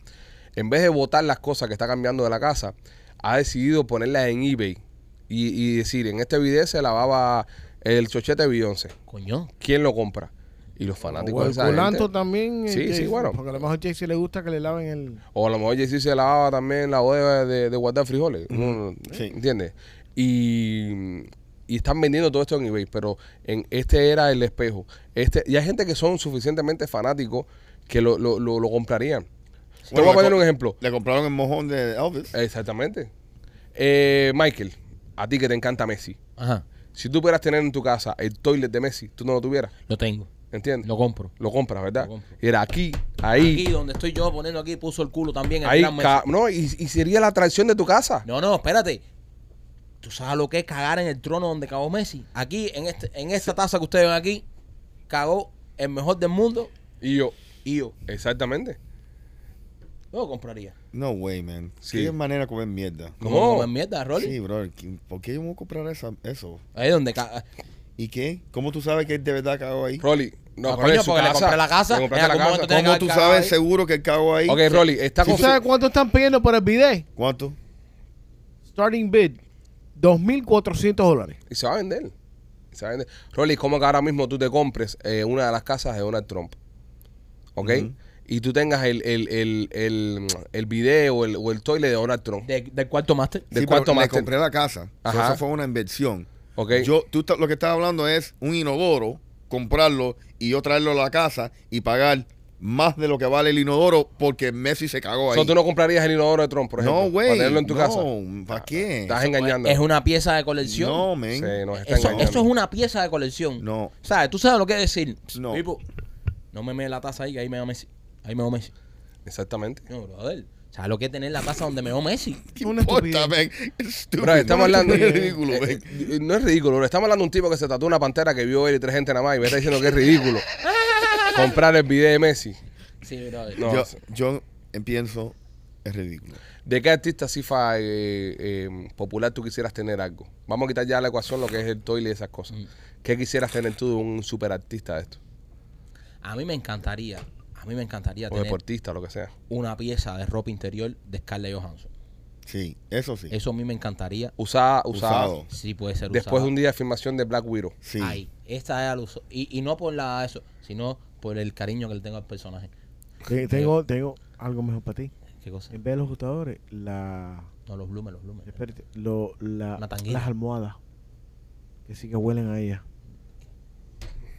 Speaker 1: en vez de botar las cosas que está cambiando de la casa, ha decidido ponerlas en eBay y, y decir, en este video se lavaba el chochete de Beyoncé.
Speaker 3: Coño.
Speaker 1: ¿Quién lo compra? Y los
Speaker 5: O
Speaker 1: fanáticos de
Speaker 5: el
Speaker 1: esa gente.
Speaker 5: colanto también. eh,
Speaker 1: Sí, sí,
Speaker 5: Jason,
Speaker 1: bueno.
Speaker 5: Porque a lo mejor a Jesse le gusta que le laven el.
Speaker 1: O a lo mejor Jay-Z se lavaba también la bodega de, de guardar frijoles. Uno,
Speaker 6: Sí.
Speaker 1: ¿Entiendes? Y, y están vendiendo todo esto en eBay, pero en este era el espejo. Este, y hay gente que son suficientemente fanáticos que lo, lo, lo- lo comprarían. Te voy
Speaker 6: Bueno,
Speaker 1: a poner
Speaker 6: le co-
Speaker 1: un ejemplo.
Speaker 6: Le compraron el mojón de Elvis.
Speaker 1: Exactamente. Eh, Michael, a ti que te encanta Messi.
Speaker 3: Ajá.
Speaker 1: Si tú pudieras tener en tu casa el toilet de Messi, tú no lo tuvieras.
Speaker 3: Lo tengo.
Speaker 1: ¿Entiendes?
Speaker 3: Lo compro.
Speaker 1: Lo compras, ¿verdad?
Speaker 3: Lo compro.
Speaker 1: Era aquí, ahí,
Speaker 3: Aquí donde estoy yo poniendo aquí puso el culo también. el
Speaker 1: ahí.
Speaker 3: gran
Speaker 1: ca-
Speaker 3: Messi.
Speaker 1: no, y, y sería la atracción de tu casa.
Speaker 3: No, no, espérate. ¿Tú sabes lo que es cagar en el trono donde cagó Messi? Aquí, en, este, en esta taza que ustedes ven aquí, cagó el mejor del mundo
Speaker 1: Y yo,
Speaker 3: y yo.
Speaker 1: Exactamente.
Speaker 3: Yo lo compraría.
Speaker 6: No way, man.
Speaker 1: Sí.
Speaker 6: Qué manera de comer mierda.
Speaker 1: ¿Cómo?
Speaker 3: Como comer mierda, Rolly.
Speaker 6: Sí, brother. ¿qué- ¿Por qué yo me voy a comprar esa- eso?
Speaker 3: Ahí donde caga.
Speaker 6: ¿Y qué? ¿Cómo tú sabes que él de verdad cagó ahí?
Speaker 1: Rolly, no,
Speaker 3: Ah,
Speaker 1: pero
Speaker 3: coño,
Speaker 1: es su
Speaker 3: porque le
Speaker 1: casa.
Speaker 3: compré la casa,
Speaker 1: Le compraste
Speaker 3: en
Speaker 1: la
Speaker 3: algún
Speaker 1: casa.
Speaker 3: momento tenía
Speaker 6: ¿Cómo
Speaker 3: Venga,
Speaker 6: tú
Speaker 3: cagó
Speaker 6: sabes
Speaker 3: ahí.
Speaker 6: seguro que él cagó ahí?
Speaker 1: Ok, Rolly, está
Speaker 5: ¿Tú
Speaker 1: confi-
Speaker 5: sabes cuánto están pidiendo por el bidet?
Speaker 6: ¿Cuánto?
Speaker 5: Starting bid, 2.400 dólares.
Speaker 1: Y se va a vender. Y Se va a vender. Rolly, ¿cómo que ahora mismo tú te compres eh, una de las casas de Donald Trump? ¿Ok?
Speaker 6: Ujú.
Speaker 1: Y tú tengas el, el, el, el, el video el, o el toile de Donald Trump.
Speaker 3: De- del cuarto máster.
Speaker 1: ¿De
Speaker 6: Sí,
Speaker 1: cuánto
Speaker 6: pero
Speaker 1: más
Speaker 6: Le
Speaker 1: te-
Speaker 6: compré la casa.
Speaker 1: Ajá.
Speaker 6: So, eso fue una inversión.
Speaker 1: ¿Ok?
Speaker 6: Yo, tú ta- lo que estás hablando es un inodoro, comprarlo y yo traerlo a la casa y pagar más de lo que vale el inodoro porque Messi se cagó
Speaker 1: O
Speaker 6: ahí.
Speaker 1: sea, tú no comprarías el inodoro de Trump, por ejemplo.
Speaker 6: no, güey.
Speaker 1: Ponerlo en tu
Speaker 6: no,
Speaker 1: casa.
Speaker 6: ¿Para qué?
Speaker 1: Estás engañando.
Speaker 3: Es una pieza de colección.
Speaker 6: No, man.
Speaker 1: Sí, nos está
Speaker 3: eso,
Speaker 1: engañando.
Speaker 3: eso es una pieza de colección.
Speaker 6: No.
Speaker 3: ¿Sabes? ¿Tú sabes lo que es decir?
Speaker 6: No.
Speaker 3: Tipo, no me me la taza ahí, que ahí me va Messi. Ahí me va Messi.
Speaker 1: Exactamente.
Speaker 3: No, brother. ¿Sabes lo que es tener la taza donde me va Messi?
Speaker 6: ¿Qué
Speaker 5: Una
Speaker 6: importa,
Speaker 5: estupidez.
Speaker 6: man? Es estúpido.
Speaker 1: Bro, estamos hablando.
Speaker 6: Es ridículo,
Speaker 1: Eh,
Speaker 6: man.
Speaker 1: eh, no es ridículo, bro. Estamos hablando de un tipo que se tatuó una pantera que vio él y tres gente nada más y me está diciendo que es ridículo. Comprar el video de Messi.
Speaker 3: Sí, brother.
Speaker 1: No.
Speaker 6: Yo, yo em, pienso, es ridículo.
Speaker 1: ¿De qué artista cifa eh, eh, popular tú quisieras tener algo? Vamos a quitar ya la ecuación lo que es el toile y esas
Speaker 6: Mm.
Speaker 1: cosas. ¿Qué quisieras tener tú de un superartista de esto?
Speaker 3: A mí me encantaría, a mí me encantaría
Speaker 1: O
Speaker 3: tener
Speaker 1: deportista, lo que sea.
Speaker 3: una pieza de ropa interior de Scarlett Johansson.
Speaker 6: Sí, eso sí.
Speaker 3: Eso a mí me encantaría.
Speaker 1: Usada, usada.
Speaker 6: Usado.
Speaker 3: Sí, puede ser
Speaker 1: Después
Speaker 3: usada.
Speaker 1: de un día de filmación de Black Widow.
Speaker 6: Sí.
Speaker 3: Ahí. Esta es al uso. Y, y no por la eso, sino por el cariño que le tengo al personaje.
Speaker 5: Te- Eh, Tengo, tengo algo mejor para ti.
Speaker 3: ¿Qué cosa?
Speaker 5: En vez de los ajustadores, la,
Speaker 3: No, los blumes, los blumes.
Speaker 5: espérate, lo- la-
Speaker 3: Una tanguita.
Speaker 5: las almohadas. Que sí que huelen a ella.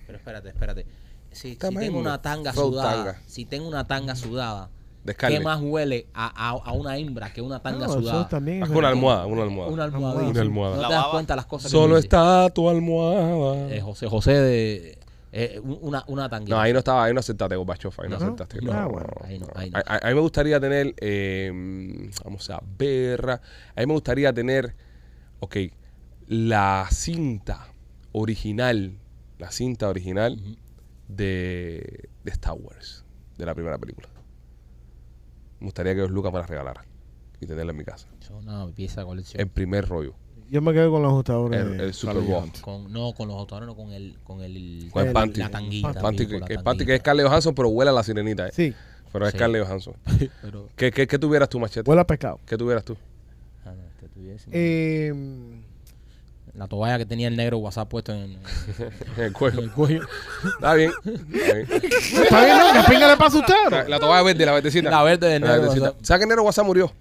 Speaker 3: Pero espérate, espérate. Si, si
Speaker 1: Está
Speaker 3: tengo
Speaker 1: mismo.
Speaker 3: una tanga
Speaker 1: Flow
Speaker 3: sudada,
Speaker 1: tanga.
Speaker 3: si tengo una tanga sudada,
Speaker 1: De Scarlett.
Speaker 3: ¿qué más huele a, a- a una hembra que una tanga
Speaker 5: No, Ah, eso
Speaker 3: sudada?
Speaker 5: también es
Speaker 1: Haz una
Speaker 5: verdad.
Speaker 1: Ah, almohada, una almohada.
Speaker 3: Una almohadita.
Speaker 5: Almohada.
Speaker 1: Una almohada.
Speaker 3: No
Speaker 4: La
Speaker 3: te das
Speaker 4: baba.
Speaker 3: cuenta las cosas que
Speaker 1: Solo
Speaker 3: tú dices.
Speaker 1: está tu almohada.
Speaker 3: Eh, José José de eh, un- una, una tanguita.
Speaker 1: No, ahí no estaba, ahí no aceptaste, Gorbachev, ahí no,
Speaker 5: ¿No?
Speaker 1: aceptaste.
Speaker 5: No, bueno,
Speaker 3: Ah, ahí no, ahí no.
Speaker 1: A, a- a mí me gustaría tener, eh, vamos a ver, a mí me gustaría tener, ok, la cinta original, la cinta original de, de Star Wars, de la primera película. Me gustaría que los Lucas me la regalara y tenerla en mi casa.
Speaker 3: Eso es una pieza de colección.
Speaker 1: El primer rollo,
Speaker 5: Yo me quedo con los ajustadores.
Speaker 1: el,
Speaker 5: de
Speaker 1: el Super
Speaker 5: Scarlett
Speaker 1: Bowl.
Speaker 5: Johansson.
Speaker 3: Con, no, con los autores, no, con el, con el,
Speaker 1: Con el
Speaker 5: El-
Speaker 1: panty.
Speaker 3: la tanguita.
Speaker 1: Panty
Speaker 3: pico,
Speaker 1: que,
Speaker 3: la
Speaker 1: que-
Speaker 3: tanguita.
Speaker 1: panty que es Scarlett Johansson, pero huele a la sirenita. eh.
Speaker 5: Sí,
Speaker 1: Pero es
Speaker 3: Sí.
Speaker 1: Scarlett Johansson.
Speaker 3: Pero,
Speaker 1: ¿Qué, qué, qué tuvieras tú, Machete?
Speaker 5: huele a pescado.
Speaker 1: ¿Qué tuvieras tú?
Speaker 3: ah, no, este tuviese-
Speaker 5: Eh,
Speaker 3: la toalla que tenía el negro WhatsApp puesto en,
Speaker 1: En el cuello.
Speaker 3: en el cuello.
Speaker 1: Está bien. está bien.
Speaker 5: ¿Está bien? ¿no? ¿Qué pinga le pasa a usted? bro?
Speaker 1: La toalla verde, la verdecita.
Speaker 3: La verde del
Speaker 1: La
Speaker 3: negro
Speaker 1: verdecita.
Speaker 3: WhatsApp.
Speaker 1: ¿Sabes que el negro WhatsApp murió?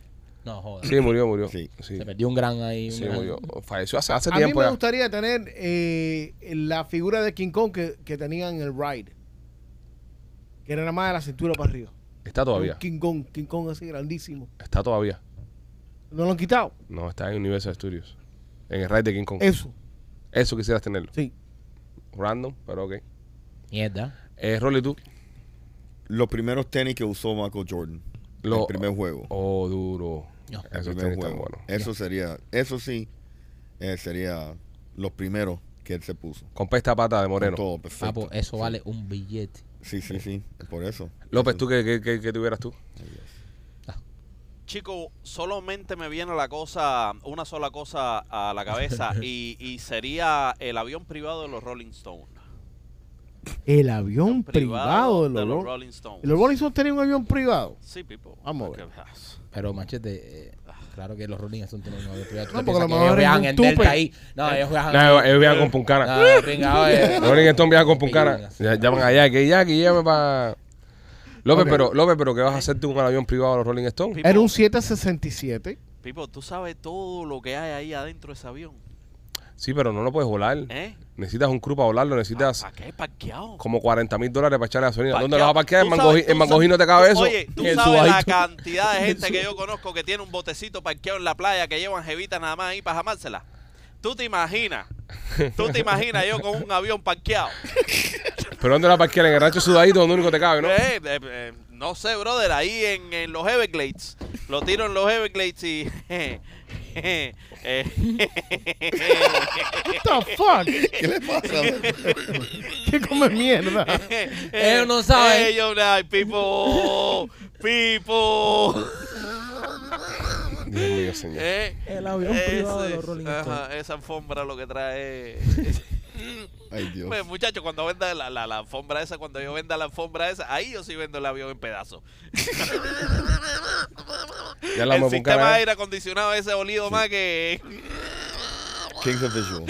Speaker 3: No, joda.
Speaker 1: Sí, murió, murió.
Speaker 6: Sí.
Speaker 1: sí.
Speaker 3: Se perdió un gran ahí. un
Speaker 1: Sí,
Speaker 3: gran-
Speaker 1: murió. Falleció hace, hace
Speaker 5: A mí
Speaker 1: tiempo
Speaker 5: me
Speaker 1: ya.
Speaker 5: gustaría tener eh, la figura de King Kong que, que tenía en el ride. Que era nada más de la cintura para arriba.
Speaker 1: Está todavía.
Speaker 5: Un King Kong, King Kong así grandísimo.
Speaker 1: Está todavía.
Speaker 5: No lo han quitado.
Speaker 1: No, está en Universal Studios. En el raid de King Kong.
Speaker 5: Eso,
Speaker 1: Eso quisieras tenerlo.
Speaker 5: sí.
Speaker 1: Random, pero ok.
Speaker 3: Mierda.
Speaker 1: Eh, Rolly, tú.
Speaker 6: Los primeros tenis que usó Michael Jordan.
Speaker 1: Lo-
Speaker 6: el primer juego.
Speaker 1: Oh, duro.
Speaker 3: No.
Speaker 6: el
Speaker 1: Esos
Speaker 6: primer
Speaker 1: tenis están
Speaker 6: juego.
Speaker 1: buenos.
Speaker 6: Eso sería, eso sí, eh, sería los primeros que él se puso.
Speaker 1: Con pesta pata de moreno. Ah, pues.
Speaker 6: Todo perfecto.
Speaker 3: Papo, Ah, pues, eso vale un billete.
Speaker 6: Sí, sí, sí. Por eso.
Speaker 1: López, ¿tú qué, qué- qué- qué tuvieras tú?
Speaker 4: Chico, solamente me viene la cosa, una sola cosa a la cabeza y, y sería el avión privado de los Rolling Stones.
Speaker 5: El avión privado de los,
Speaker 4: de los
Speaker 5: Rolling
Speaker 4: Rolling Stones.
Speaker 5: Stones. ¿Los Rolling Stones tenían un avión privado?
Speaker 4: Sí, Pipo.
Speaker 5: Vamos a
Speaker 4: Porque-
Speaker 3: Pero machete, eh, claro que los Rolling Stones tienen un avión privado.
Speaker 5: No,
Speaker 3: ¿Tú te
Speaker 5: porque a lo
Speaker 3: piensas que
Speaker 5: mejor
Speaker 3: ellos
Speaker 5: es
Speaker 3: viajan
Speaker 5: un
Speaker 3: en
Speaker 5: tupe.
Speaker 3: Delta ahí. No, ellos
Speaker 4: Ah,
Speaker 3: viajan.
Speaker 1: No, ellos viajan con
Speaker 3: No,
Speaker 1: Puncana.
Speaker 3: venga, oye.
Speaker 1: Rolling Stone viaja con Puncana. Ya- Llaman allá, que ya, que llévame para. López,
Speaker 5: Ok.
Speaker 1: pero, López, pero que vas a hacer tú con el avión privado de los Rolling Stones.
Speaker 4: Pipo,
Speaker 5: Era un 767.
Speaker 4: Pipo, tú sabes todo lo que hay ahí adentro de ese avión.
Speaker 1: Sí, pero no lo puedes volar.
Speaker 4: ¿Eh?
Speaker 1: Necesitas un crew para volarlo,
Speaker 4: ¿Para
Speaker 1: necesitas
Speaker 4: qué parqueado?
Speaker 1: como 40 mil dólares para echarle gasolina. ¿Dónde
Speaker 4: Parqueado.
Speaker 1: lo vas a parquear?
Speaker 4: Tú
Speaker 1: En
Speaker 4: sabes-
Speaker 1: Mangojí,
Speaker 4: tú
Speaker 1: en Mangojí
Speaker 4: sabes-
Speaker 1: no te cabe eso.
Speaker 4: Oye, tú
Speaker 1: En
Speaker 4: sabes la
Speaker 1: Subaito.
Speaker 4: cantidad de gente que yo conozco que tiene un botecito parqueado en la playa que llevan jevitas nada más ahí para jamársela. Tú te imaginas, tú te imaginas yo con un avión parqueado.
Speaker 1: Pero ¿dónde lo vas a parquear? En el rancho sudadito donde único te cabe, ¿no?
Speaker 4: Eh, eh, eh, no sé, brother, ahí en, en los Everglades. Lo tiro en los Everglades y... eh, eh,
Speaker 5: What the fuck?
Speaker 6: ¿Qué le pasa?
Speaker 5: ¿Qué come mierda?
Speaker 3: Ellos no saben.
Speaker 4: Ellos no saben. Pipo, Pipo.
Speaker 1: Dios mío, señor.
Speaker 4: Eh,
Speaker 3: El avión
Speaker 4: ese
Speaker 3: privado de los
Speaker 4: es-
Speaker 3: Rolling
Speaker 4: ajá,
Speaker 3: Stones.
Speaker 4: Esa alfombra lo que trae.
Speaker 6: Ay, Dios.
Speaker 4: pues, muchacho, cuando venda la, la, la alfombra esa, cuando yo venda la alfombra esa, ahí yo sí vendo el avión en pedazos.
Speaker 1: Ya
Speaker 4: El
Speaker 1: la vamos a ¿eh?
Speaker 4: sistema de
Speaker 1: Puncana.
Speaker 4: aire acondicionado ese olido más que.
Speaker 6: Kings of Visual.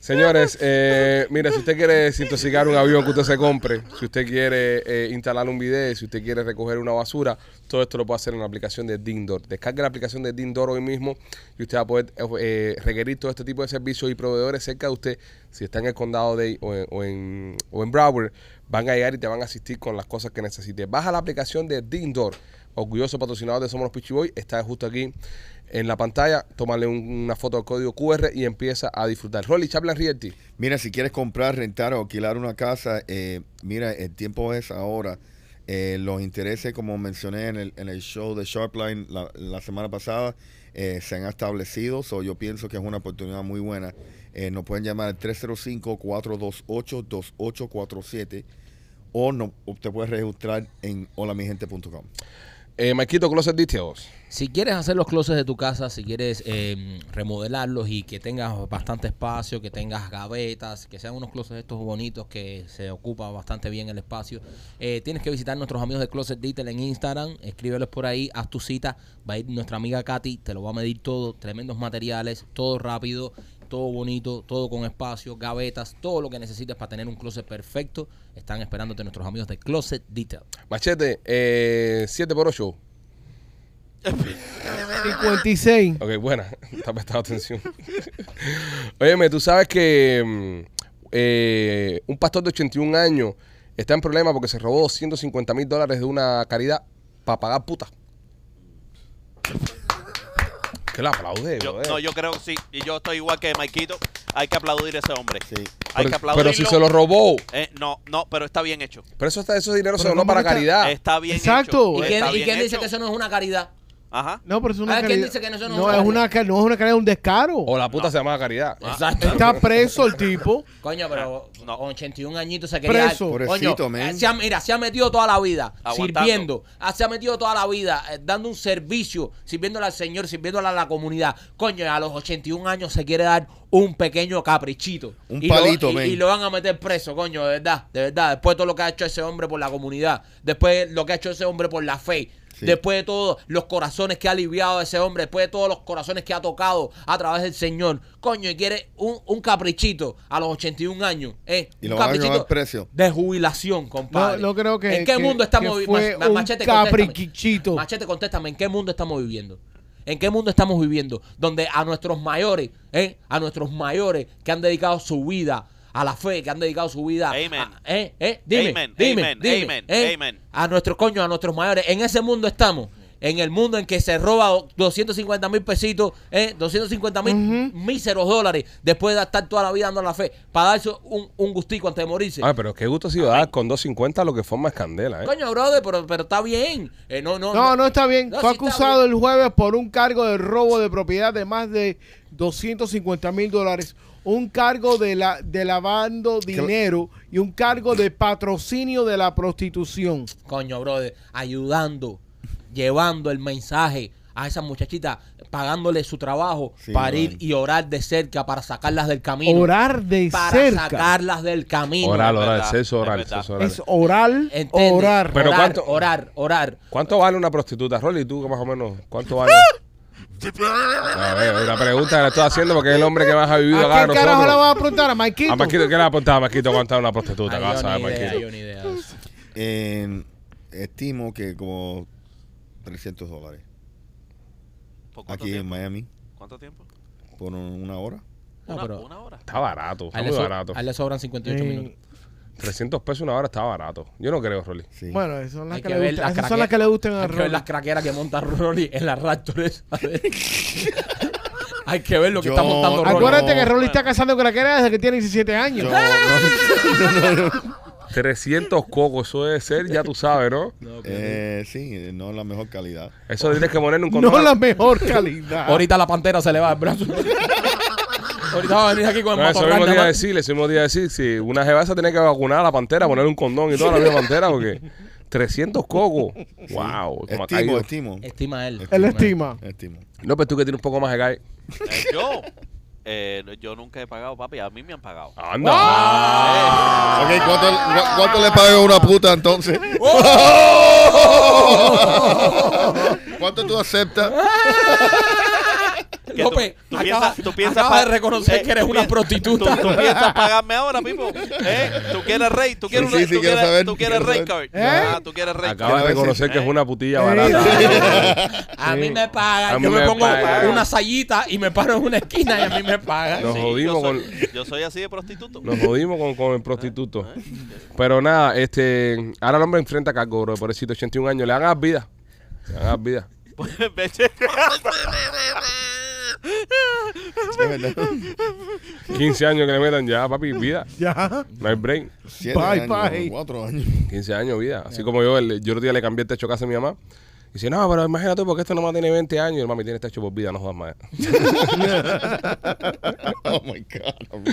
Speaker 1: Señores, eh, mira, si usted quiere desintoxicar un avión que usted se compre, si usted quiere eh, instalar un video, si usted quiere recoger una basura, todo esto lo puede hacer en la aplicación de Dindor. Descargue la aplicación de Dindor hoy mismo y usted va a poder eh, requerir todo este tipo de servicios y proveedores cerca de usted. Si está en el condado de o en, o en, o en Broward, van a llegar y te van a asistir con las cosas que necesites. Baja la aplicación de Dindor orgulloso patrocinador de Somos los Pichi Boy, está justo aquí en la pantalla. Tómale un- una foto al código QR y empieza a disfrutar. Rolly Chaplin Rieti.
Speaker 6: Mira, si quieres comprar, rentar o alquilar una casa, eh, mira, el tiempo es ahora. Eh, los intereses, como mencioné en el, en el show de Sharpline la, la semana pasada, eh, se han establecido. So yo pienso que es una oportunidad muy buena. Eh, nos pueden llamar al 305-428-2847 o no, o te puedes registrar en holamigente.com.
Speaker 1: Eh, Maquito Closet Details.
Speaker 3: Si quieres hacer los closets de tu casa, si quieres eh, remodelarlos y que tengas bastante espacio, que tengas gavetas, que sean unos closets estos bonitos que se ocupa bastante bien el espacio, eh, tienes que visitar nuestros amigos de Closet Detail en Instagram, escríbelos por ahí, haz tu cita, va a ir nuestra amiga Katy, te lo va a medir todo, tremendos materiales, todo rápido, todo bonito, todo con espacio, gavetas, todo lo que necesites para tener un closet perfecto, están esperándote nuestros amigos de Closet Detail.
Speaker 1: Machete, eh, 7x8.
Speaker 5: 56.
Speaker 1: Ok, buena. Está prestado atención. Óyeme, tú sabes que mm, eh, un pastor de 81 años está en problema porque se robó 150 mil dólares de una caridad para pagar puta. Que la aplaude,
Speaker 4: Yo,
Speaker 1: brother.
Speaker 4: no, yo creo que sí. Y yo estoy igual que Maikito. Hay que aplaudir a ese hombre.
Speaker 6: Sí.
Speaker 4: Hay que
Speaker 1: pero,
Speaker 4: aplaudirlo.
Speaker 1: pero si se lo robó.
Speaker 4: Eh, no, no, pero está bien hecho.
Speaker 1: Pero eso está, esos dinero se
Speaker 5: Pero
Speaker 1: donó
Speaker 5: ¿cómo
Speaker 1: para
Speaker 5: que está?
Speaker 1: caridad.
Speaker 4: Está bien
Speaker 5: Exacto.
Speaker 1: Pues
Speaker 4: hecho.
Speaker 5: ¿Y
Speaker 3: ¿Y
Speaker 5: Está
Speaker 3: quién,
Speaker 4: Está bien
Speaker 3: dice
Speaker 4: hecho.
Speaker 3: que eso no es una caridad?
Speaker 4: Ajá.
Speaker 5: No, pero es una
Speaker 3: Ah, ¿quién
Speaker 5: caridad.
Speaker 3: dice que eso no es
Speaker 5: no,
Speaker 3: una
Speaker 5: es una ca- no es una caridad, es un descaro.
Speaker 1: O la puta se llamaba caridad.
Speaker 3: Exacto.
Speaker 5: Está preso el tipo.
Speaker 3: Coño, pero
Speaker 4: No.
Speaker 3: con 81 añitos se quería...
Speaker 5: Preso.
Speaker 3: Coño,
Speaker 6: Ah, Pobrecito, man.
Speaker 3: eh, se ha- mira, se ha metido toda la vida
Speaker 4: Aguantando.
Speaker 3: sirviendo. ah, Se ha metido toda la vida eh, dando un servicio, sirviéndole al Señor, sirviéndole a la comunidad. Coño, a los 81 años se quiere dar un pequeño caprichito.
Speaker 6: Un
Speaker 3: Y lo-
Speaker 6: palito,
Speaker 3: y-
Speaker 6: man.
Speaker 3: y lo van a meter preso, coño, de verdad, de verdad. Después de todo lo que ha hecho ese hombre por la comunidad, después de lo que ha hecho ese hombre por la fe,
Speaker 6: Sí.
Speaker 3: después de todos los corazones que ha aliviado ese hombre, después de todos los corazones que ha tocado a través del Señor, coño, y quiere un, un caprichito a los 81 años, ¿eh?
Speaker 6: Y
Speaker 3: un
Speaker 6: lo van a
Speaker 3: caprichito
Speaker 6: llevar preso.
Speaker 3: de jubilación, compadre.
Speaker 5: No, no creo que-
Speaker 3: ¿En qué
Speaker 5: que-
Speaker 3: mundo estamos
Speaker 5: que
Speaker 3: viviendo?
Speaker 5: fue un
Speaker 3: Machete, contéstame.
Speaker 5: caprichito.
Speaker 3: Machete, contéstame, ¿en qué mundo estamos viviendo? ¿En qué mundo estamos viviendo? Donde a nuestros mayores, ¿eh? a nuestros mayores que han dedicado su vida a la fe, que han dedicado su vida
Speaker 4: Amen.
Speaker 3: a- ¿eh? ¿eh? Dime,
Speaker 4: Amen,
Speaker 3: dime,
Speaker 4: amen,
Speaker 3: dime,
Speaker 4: amen,
Speaker 3: ¿eh?
Speaker 4: amen.
Speaker 3: A nuestros coños, a nuestros mayores. En ese mundo estamos. En el mundo en que se roba 250 mil pesitos, ¿eh? 250 mil míseros dólares después de estar toda la vida dando la fe para darse un, un gustico antes de morirse.
Speaker 5: eh.
Speaker 1: Ah, pero qué gusto si va a dar con 250 lo que forma es candela, ¿eh?
Speaker 3: Coño, brother, pero, pero está bien. Eh, no, no,
Speaker 5: No, no está bien.
Speaker 3: No,
Speaker 5: Fue
Speaker 3: sí está
Speaker 5: acusado
Speaker 3: bien.
Speaker 5: el jueves por un cargo de robo de propiedad de más de 250 mil dólares, un cargo de, la, de lavando dinero y un cargo de patrocinio de la prostitución.
Speaker 3: Coño, brother, ayudando, llevando el mensaje a esas muchachitas, pagándole su trabajo
Speaker 6: Sí,
Speaker 3: para
Speaker 6: brother.
Speaker 3: ir y orar de cerca, para sacarlas del camino.
Speaker 5: Orar de
Speaker 3: para
Speaker 5: cerca.
Speaker 3: sacarlas del camino.
Speaker 1: Oral,
Speaker 4: es
Speaker 1: oral,
Speaker 4: verdad,
Speaker 1: sexo
Speaker 4: es
Speaker 1: oral,
Speaker 4: verdad.
Speaker 1: sexo oral.
Speaker 5: Es oral,
Speaker 3: ¿Entiendes?
Speaker 5: orar.
Speaker 1: Pero
Speaker 3: orar,
Speaker 1: ¿cuánto-
Speaker 3: orar, orar.
Speaker 1: ¿Cuánto vale una prostituta, Rolly? ¿Tú más o menos cuánto vale? A ver, una pregunta que le estoy haciendo porque es el hombre que más ha vivido acá
Speaker 5: ¿A
Speaker 1: de
Speaker 5: qué carajo la
Speaker 1: nosotros.
Speaker 5: vas a preguntar? ¿A Maikito?
Speaker 1: A Marquito, ¿qué le apuntaba a Marquito cuánto vale una prostituta?
Speaker 3: Ay,
Speaker 1: ¿Qué vas a
Speaker 3: yo
Speaker 1: saber,
Speaker 3: ni idea,
Speaker 1: Marquito?
Speaker 3: yo ni idea de eso.
Speaker 6: En- estimo que como 300 dólares
Speaker 4: ¿Por cuánto
Speaker 6: aquí en
Speaker 4: tiempo?
Speaker 6: Miami
Speaker 4: ¿Cuánto tiempo?
Speaker 6: por una hora.
Speaker 3: No,
Speaker 4: una,
Speaker 3: pero-
Speaker 4: una hora.
Speaker 1: Está barato, está
Speaker 3: A él le
Speaker 1: muy
Speaker 3: so-
Speaker 1: barato.
Speaker 3: a él le sobran 58 minutos.
Speaker 5: Sí.
Speaker 1: 300 pesos una hora está barato. Yo no creo, Rolly.
Speaker 6: Sí.
Speaker 5: Bueno, esas son las
Speaker 3: Hay
Speaker 5: que,
Speaker 3: que
Speaker 5: le
Speaker 3: ver
Speaker 5: gustan.
Speaker 3: las
Speaker 5: Esas son las
Speaker 3: craqueras-
Speaker 5: que le gustan a
Speaker 3: Hay que ver
Speaker 5: Rolly.
Speaker 3: las craqueras que monta Rolly en las Raptors. a ver. Hay que ver lo que
Speaker 6: Yo-
Speaker 3: está montando Rolly.
Speaker 5: Acuérdate
Speaker 6: No,
Speaker 5: que Rolly
Speaker 4: bueno.
Speaker 5: está casando craqueras desde que tiene 17 años.
Speaker 6: Yo- no, no, no.
Speaker 1: 300 cocos, eso debe ser, ya tú sabes, ¿no?
Speaker 6: Eh, sí, no la mejor calidad.
Speaker 1: Eso tienes que ponerle un condón.
Speaker 5: No
Speaker 1: a-
Speaker 5: la mejor calidad.
Speaker 3: Ahorita la pantera se le va el brazo. Ahorita va a venir aquí con el
Speaker 1: No, eso
Speaker 3: motorrad
Speaker 1: mismo te iba a
Speaker 3: nada más.
Speaker 1: decir, eso mismo te iba a decir. Si una jeva esa tiene que vacunar a la pantera, ponerle un condón y toda la misma pantera, porque 300 cocos. Wow, como ha
Speaker 6: Estimo,
Speaker 1: caído.
Speaker 6: estimo.
Speaker 3: Estima él.
Speaker 5: Él estima.
Speaker 6: Estimo.
Speaker 1: López, tú que tienes un poco más de calle.
Speaker 4: Eh, yo, eh, no, yo nunca he pagado, papi. A mí me han pagado.
Speaker 3: Ah.
Speaker 1: Anda.
Speaker 4: ¡Oh!
Speaker 6: Ok,
Speaker 1: Ah.
Speaker 6: ¿cuánto, cu- cuánto le pago a una puta entonces?
Speaker 1: Oh.
Speaker 6: ¿Cuánto tú aceptas?
Speaker 4: Que tú-
Speaker 3: López,
Speaker 4: tú
Speaker 3: acaba-
Speaker 4: piensas- tú piensas
Speaker 3: acaba
Speaker 4: pa-
Speaker 3: de reconocer
Speaker 4: eh,
Speaker 3: que eres
Speaker 4: tú
Speaker 3: una
Speaker 4: piensas-
Speaker 3: prostituta.
Speaker 4: ¿Tú, tú piensas pagarme ahora, Pipo? ¿Eh? ¿Tú quieres rey? ¿Tú quieres,
Speaker 6: Sí,
Speaker 4: un-
Speaker 6: sí, sí,
Speaker 4: tú
Speaker 6: quiero
Speaker 4: quieres,
Speaker 6: saber,
Speaker 4: ¿tú quieres
Speaker 6: quiero
Speaker 4: rey,
Speaker 6: saber.
Speaker 4: Carl?
Speaker 5: ¿Eh?
Speaker 4: Ah, ¿Tú quieres rey?
Speaker 1: Acaba de
Speaker 6: Quiero
Speaker 1: reconocer
Speaker 4: decir,
Speaker 1: que es
Speaker 4: eh.
Speaker 1: una putilla
Speaker 5: Sí.
Speaker 1: barata.
Speaker 3: A mí me
Speaker 1: A
Speaker 3: pagan.
Speaker 1: mí
Speaker 3: Yo me
Speaker 1: me
Speaker 3: pongo
Speaker 1: pagan.
Speaker 3: una sayita y me paro en una esquina y a mí me pagan.
Speaker 1: Nos
Speaker 4: Sí,
Speaker 1: jodimos
Speaker 4: yo
Speaker 1: con,
Speaker 4: soy, yo soy así de prostituto.
Speaker 1: nos jodimos con, con el prostituto.
Speaker 4: ¿Eh?
Speaker 1: Pero nada, este, ahora el hombre enfrenta cargo, bro, pobrecito, 81 años. Le hagas vida. Le hagas vida.
Speaker 4: Vete.
Speaker 1: 15 años que le metan ya, papi, vida.
Speaker 5: Ya.
Speaker 1: No hay break.
Speaker 6: Siete
Speaker 5: Bye,
Speaker 6: años,
Speaker 5: bye.
Speaker 6: cuatro años.
Speaker 1: 15 años vida. Así como yo, el, yo otro día le cambié el techo a casa de mi mamá. Y dice, no, pero imagínate porque esto nomás tiene 20 años. Y el mami tiene techo por vida, no jodas más.
Speaker 6: Oh my God.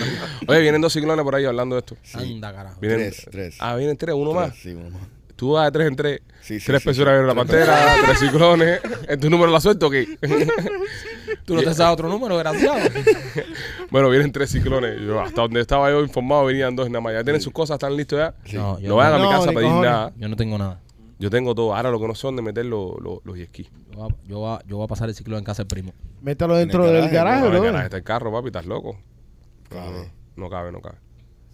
Speaker 1: Oye, vienen dos ciclones por ahí hablando de esto.
Speaker 3: Anda, carajo.
Speaker 1: Vienen,
Speaker 6: Tres, tres.
Speaker 1: Ah, vienen tres, uno más.
Speaker 6: Sí, uno más.
Speaker 1: Tú vas de tres en tres.
Speaker 6: Sí, sí,
Speaker 1: tres
Speaker 6: sí,
Speaker 1: personas
Speaker 6: sí.
Speaker 1: en la
Speaker 6: Tres
Speaker 1: pantera, tres ciclones. ¿En tu número la suelto o qué?
Speaker 3: Tú no te sabes otro número, desgraciado.
Speaker 1: bueno, vienen tres ciclones. Yo, hasta donde estaba yo informado venían dos nada más. Ya tienen sus cosas, están listos ya.
Speaker 3: No, yo
Speaker 1: No vayan a mi
Speaker 5: No,
Speaker 1: casa a
Speaker 5: ni
Speaker 1: pedir
Speaker 5: cojones.
Speaker 1: nada.
Speaker 3: Yo no tengo nada.
Speaker 1: Yo tengo todo. Ahora lo que no son de meter los, los, los jet ski.
Speaker 3: Yo voy, a, yo voy a- yo voy a pasar el ciclo en casa del primo.
Speaker 5: Métalo dentro
Speaker 6: En el
Speaker 5: del
Speaker 6: garaje,
Speaker 5: garaje,
Speaker 1: No, en el
Speaker 5: bro.
Speaker 1: garaje está el carro, papi, estás loco.
Speaker 6: Cabe.
Speaker 1: No cabe, no cabe.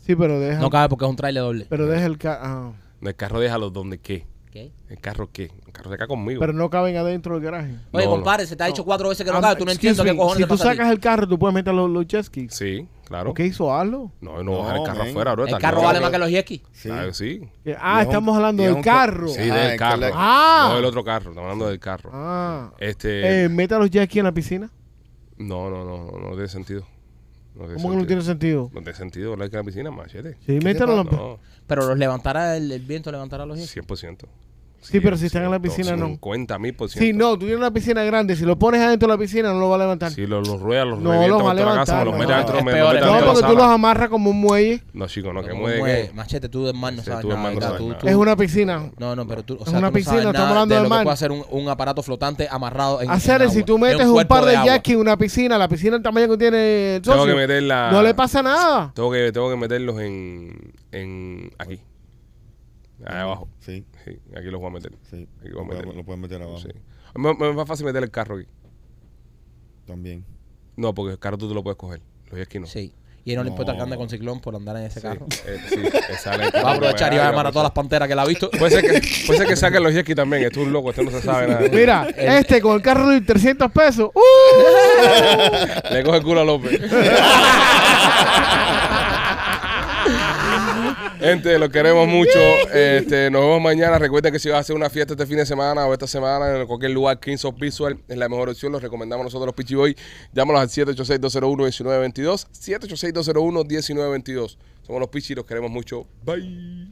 Speaker 5: Sí, pero deja.
Speaker 3: No cabe porque es un trailer doble.
Speaker 5: pero deja el ca- ah.
Speaker 1: No, el carro déjalo donde qué.
Speaker 3: ¿Qué?
Speaker 1: El carro qué. El carro se cae conmigo.
Speaker 5: Pero no caben adentro del garaje.
Speaker 3: Oye,
Speaker 1: No,
Speaker 3: compadre, se te ha dicho cuatro veces que no
Speaker 5: Ah,
Speaker 3: cabe. Tú no
Speaker 5: excuse
Speaker 3: entiendes qué
Speaker 5: me,
Speaker 3: cojones
Speaker 5: Si
Speaker 3: te
Speaker 5: tú
Speaker 3: pasa a ti.
Speaker 5: sacas el carro, tú puedes meter los, los jet skis.
Speaker 1: Sí, claro.
Speaker 5: Ok, hizo hazlo.
Speaker 1: No, yo no voy a
Speaker 6: No,
Speaker 1: dejar el carro
Speaker 6: man.
Speaker 1: afuera, bro.
Speaker 3: El
Speaker 1: estás
Speaker 3: carro
Speaker 1: loco.
Speaker 3: vale más que los jet ski.
Speaker 6: Sí.
Speaker 1: Claro que sí.
Speaker 5: Que-
Speaker 6: Y
Speaker 5: Ah,
Speaker 6: es un-
Speaker 5: estamos hablando
Speaker 6: y es
Speaker 5: del
Speaker 6: un co-
Speaker 5: carro.
Speaker 1: Sí,
Speaker 6: Ajá,
Speaker 1: del
Speaker 6: el
Speaker 1: carro.
Speaker 6: carro.
Speaker 5: Ah.
Speaker 1: No del otro carro, estamos hablando del carro.
Speaker 5: Ah.
Speaker 1: Este.
Speaker 5: Eh, meta los jet skis en la piscina.
Speaker 1: No, no, no, no, no tiene sentido. No tiene
Speaker 5: ¿Cómo que no tiene sentido?
Speaker 1: No tiene sentido volar que en la piscina, machete.
Speaker 5: Sí, mételo en la
Speaker 1: No,
Speaker 3: Pero los levantará el, el viento, levantará los jet ski.
Speaker 1: 100%.
Speaker 5: Sí, pero si están en la piscina, no.
Speaker 1: 50 mil por ciento.
Speaker 5: Sí, no, tú tienes una piscina grande. Si lo pones adentro de la piscina, no lo va a levantar.
Speaker 1: Si los, los ruedas, los
Speaker 5: No,
Speaker 1: revientan
Speaker 5: los va a
Speaker 1: contra la casa, me
Speaker 5: levantar,
Speaker 1: los
Speaker 5: no.
Speaker 1: metes adentro,
Speaker 3: Es
Speaker 1: me
Speaker 3: peor,
Speaker 1: los
Speaker 3: es
Speaker 1: metes
Speaker 5: no,
Speaker 1: adentro de
Speaker 5: porque
Speaker 1: la
Speaker 5: tú los
Speaker 1: sala.
Speaker 5: amarras como un muelle.
Speaker 1: No, chico, no, que
Speaker 3: Como
Speaker 1: mueve.
Speaker 3: mueve-
Speaker 1: que-
Speaker 3: Machete, tú de mar no
Speaker 1: Sí,
Speaker 3: sabes
Speaker 1: tú de mar
Speaker 3: nada,
Speaker 1: no
Speaker 3: ¿verdad?
Speaker 1: sabes
Speaker 3: Tú-
Speaker 1: nada.
Speaker 3: tú-
Speaker 5: Es una piscina.
Speaker 3: No, no, pero tú, o
Speaker 5: Es
Speaker 3: sea,
Speaker 5: una
Speaker 3: tú no
Speaker 5: piscina,
Speaker 3: sabes
Speaker 5: estamos
Speaker 3: nada
Speaker 5: hablando
Speaker 3: de
Speaker 5: de
Speaker 3: lo
Speaker 5: mar.
Speaker 3: que puede hacer un, un aparato flotante amarrado en,
Speaker 5: Hacer
Speaker 3: en
Speaker 5: si
Speaker 3: agua,
Speaker 5: tú
Speaker 3: en
Speaker 5: metes un
Speaker 3: cuerpo
Speaker 5: par de
Speaker 3: agua.
Speaker 5: jet skis, una piscina, la piscina el tamaño que tiene el
Speaker 1: Tengo
Speaker 5: socio,
Speaker 1: que meter la-
Speaker 5: no le pasa nada.
Speaker 1: Tengo que, tengo que meterlos en, en aquí. Ahí abajo.
Speaker 6: Sí,
Speaker 1: Sí, aquí los voy a meter.
Speaker 6: sí.
Speaker 1: Aquí
Speaker 6: Lo
Speaker 1: voy a meter.
Speaker 6: pueden, lo pueden meter abajo
Speaker 1: Sí. Me, me es más fácil meter el carro aquí.
Speaker 6: también.
Speaker 1: No, porque el carro tú te lo puedes coger. Los jet skis no.
Speaker 3: Sí. Y él no, le
Speaker 6: No.
Speaker 3: importa que ande con ciclón por andar en ese carro.
Speaker 1: Eh, sí, eh, sale
Speaker 3: Va a aprovechar y va a llamar a
Speaker 1: Puede
Speaker 3: todas las panteras que la ha visto.
Speaker 1: ser que, puede ser que saquen los Jackie también. Esto es un loco, esto no se sabe nada.
Speaker 5: Mira, este con el carro de 300 pesos. ¡Uh!
Speaker 1: Le coge el culo a López. Gente, los queremos mucho. Este, nos vemos mañana. Recuerden que si vas a hacer una fiesta este fin de semana o esta semana en cualquier lugar, Kings of Visual es la mejor opción. Los recomendamos nosotros los Pichi Boy. Llámalos al 786-201-1922. 786-201-1922. Somos los Pichi, los queremos mucho. Bye.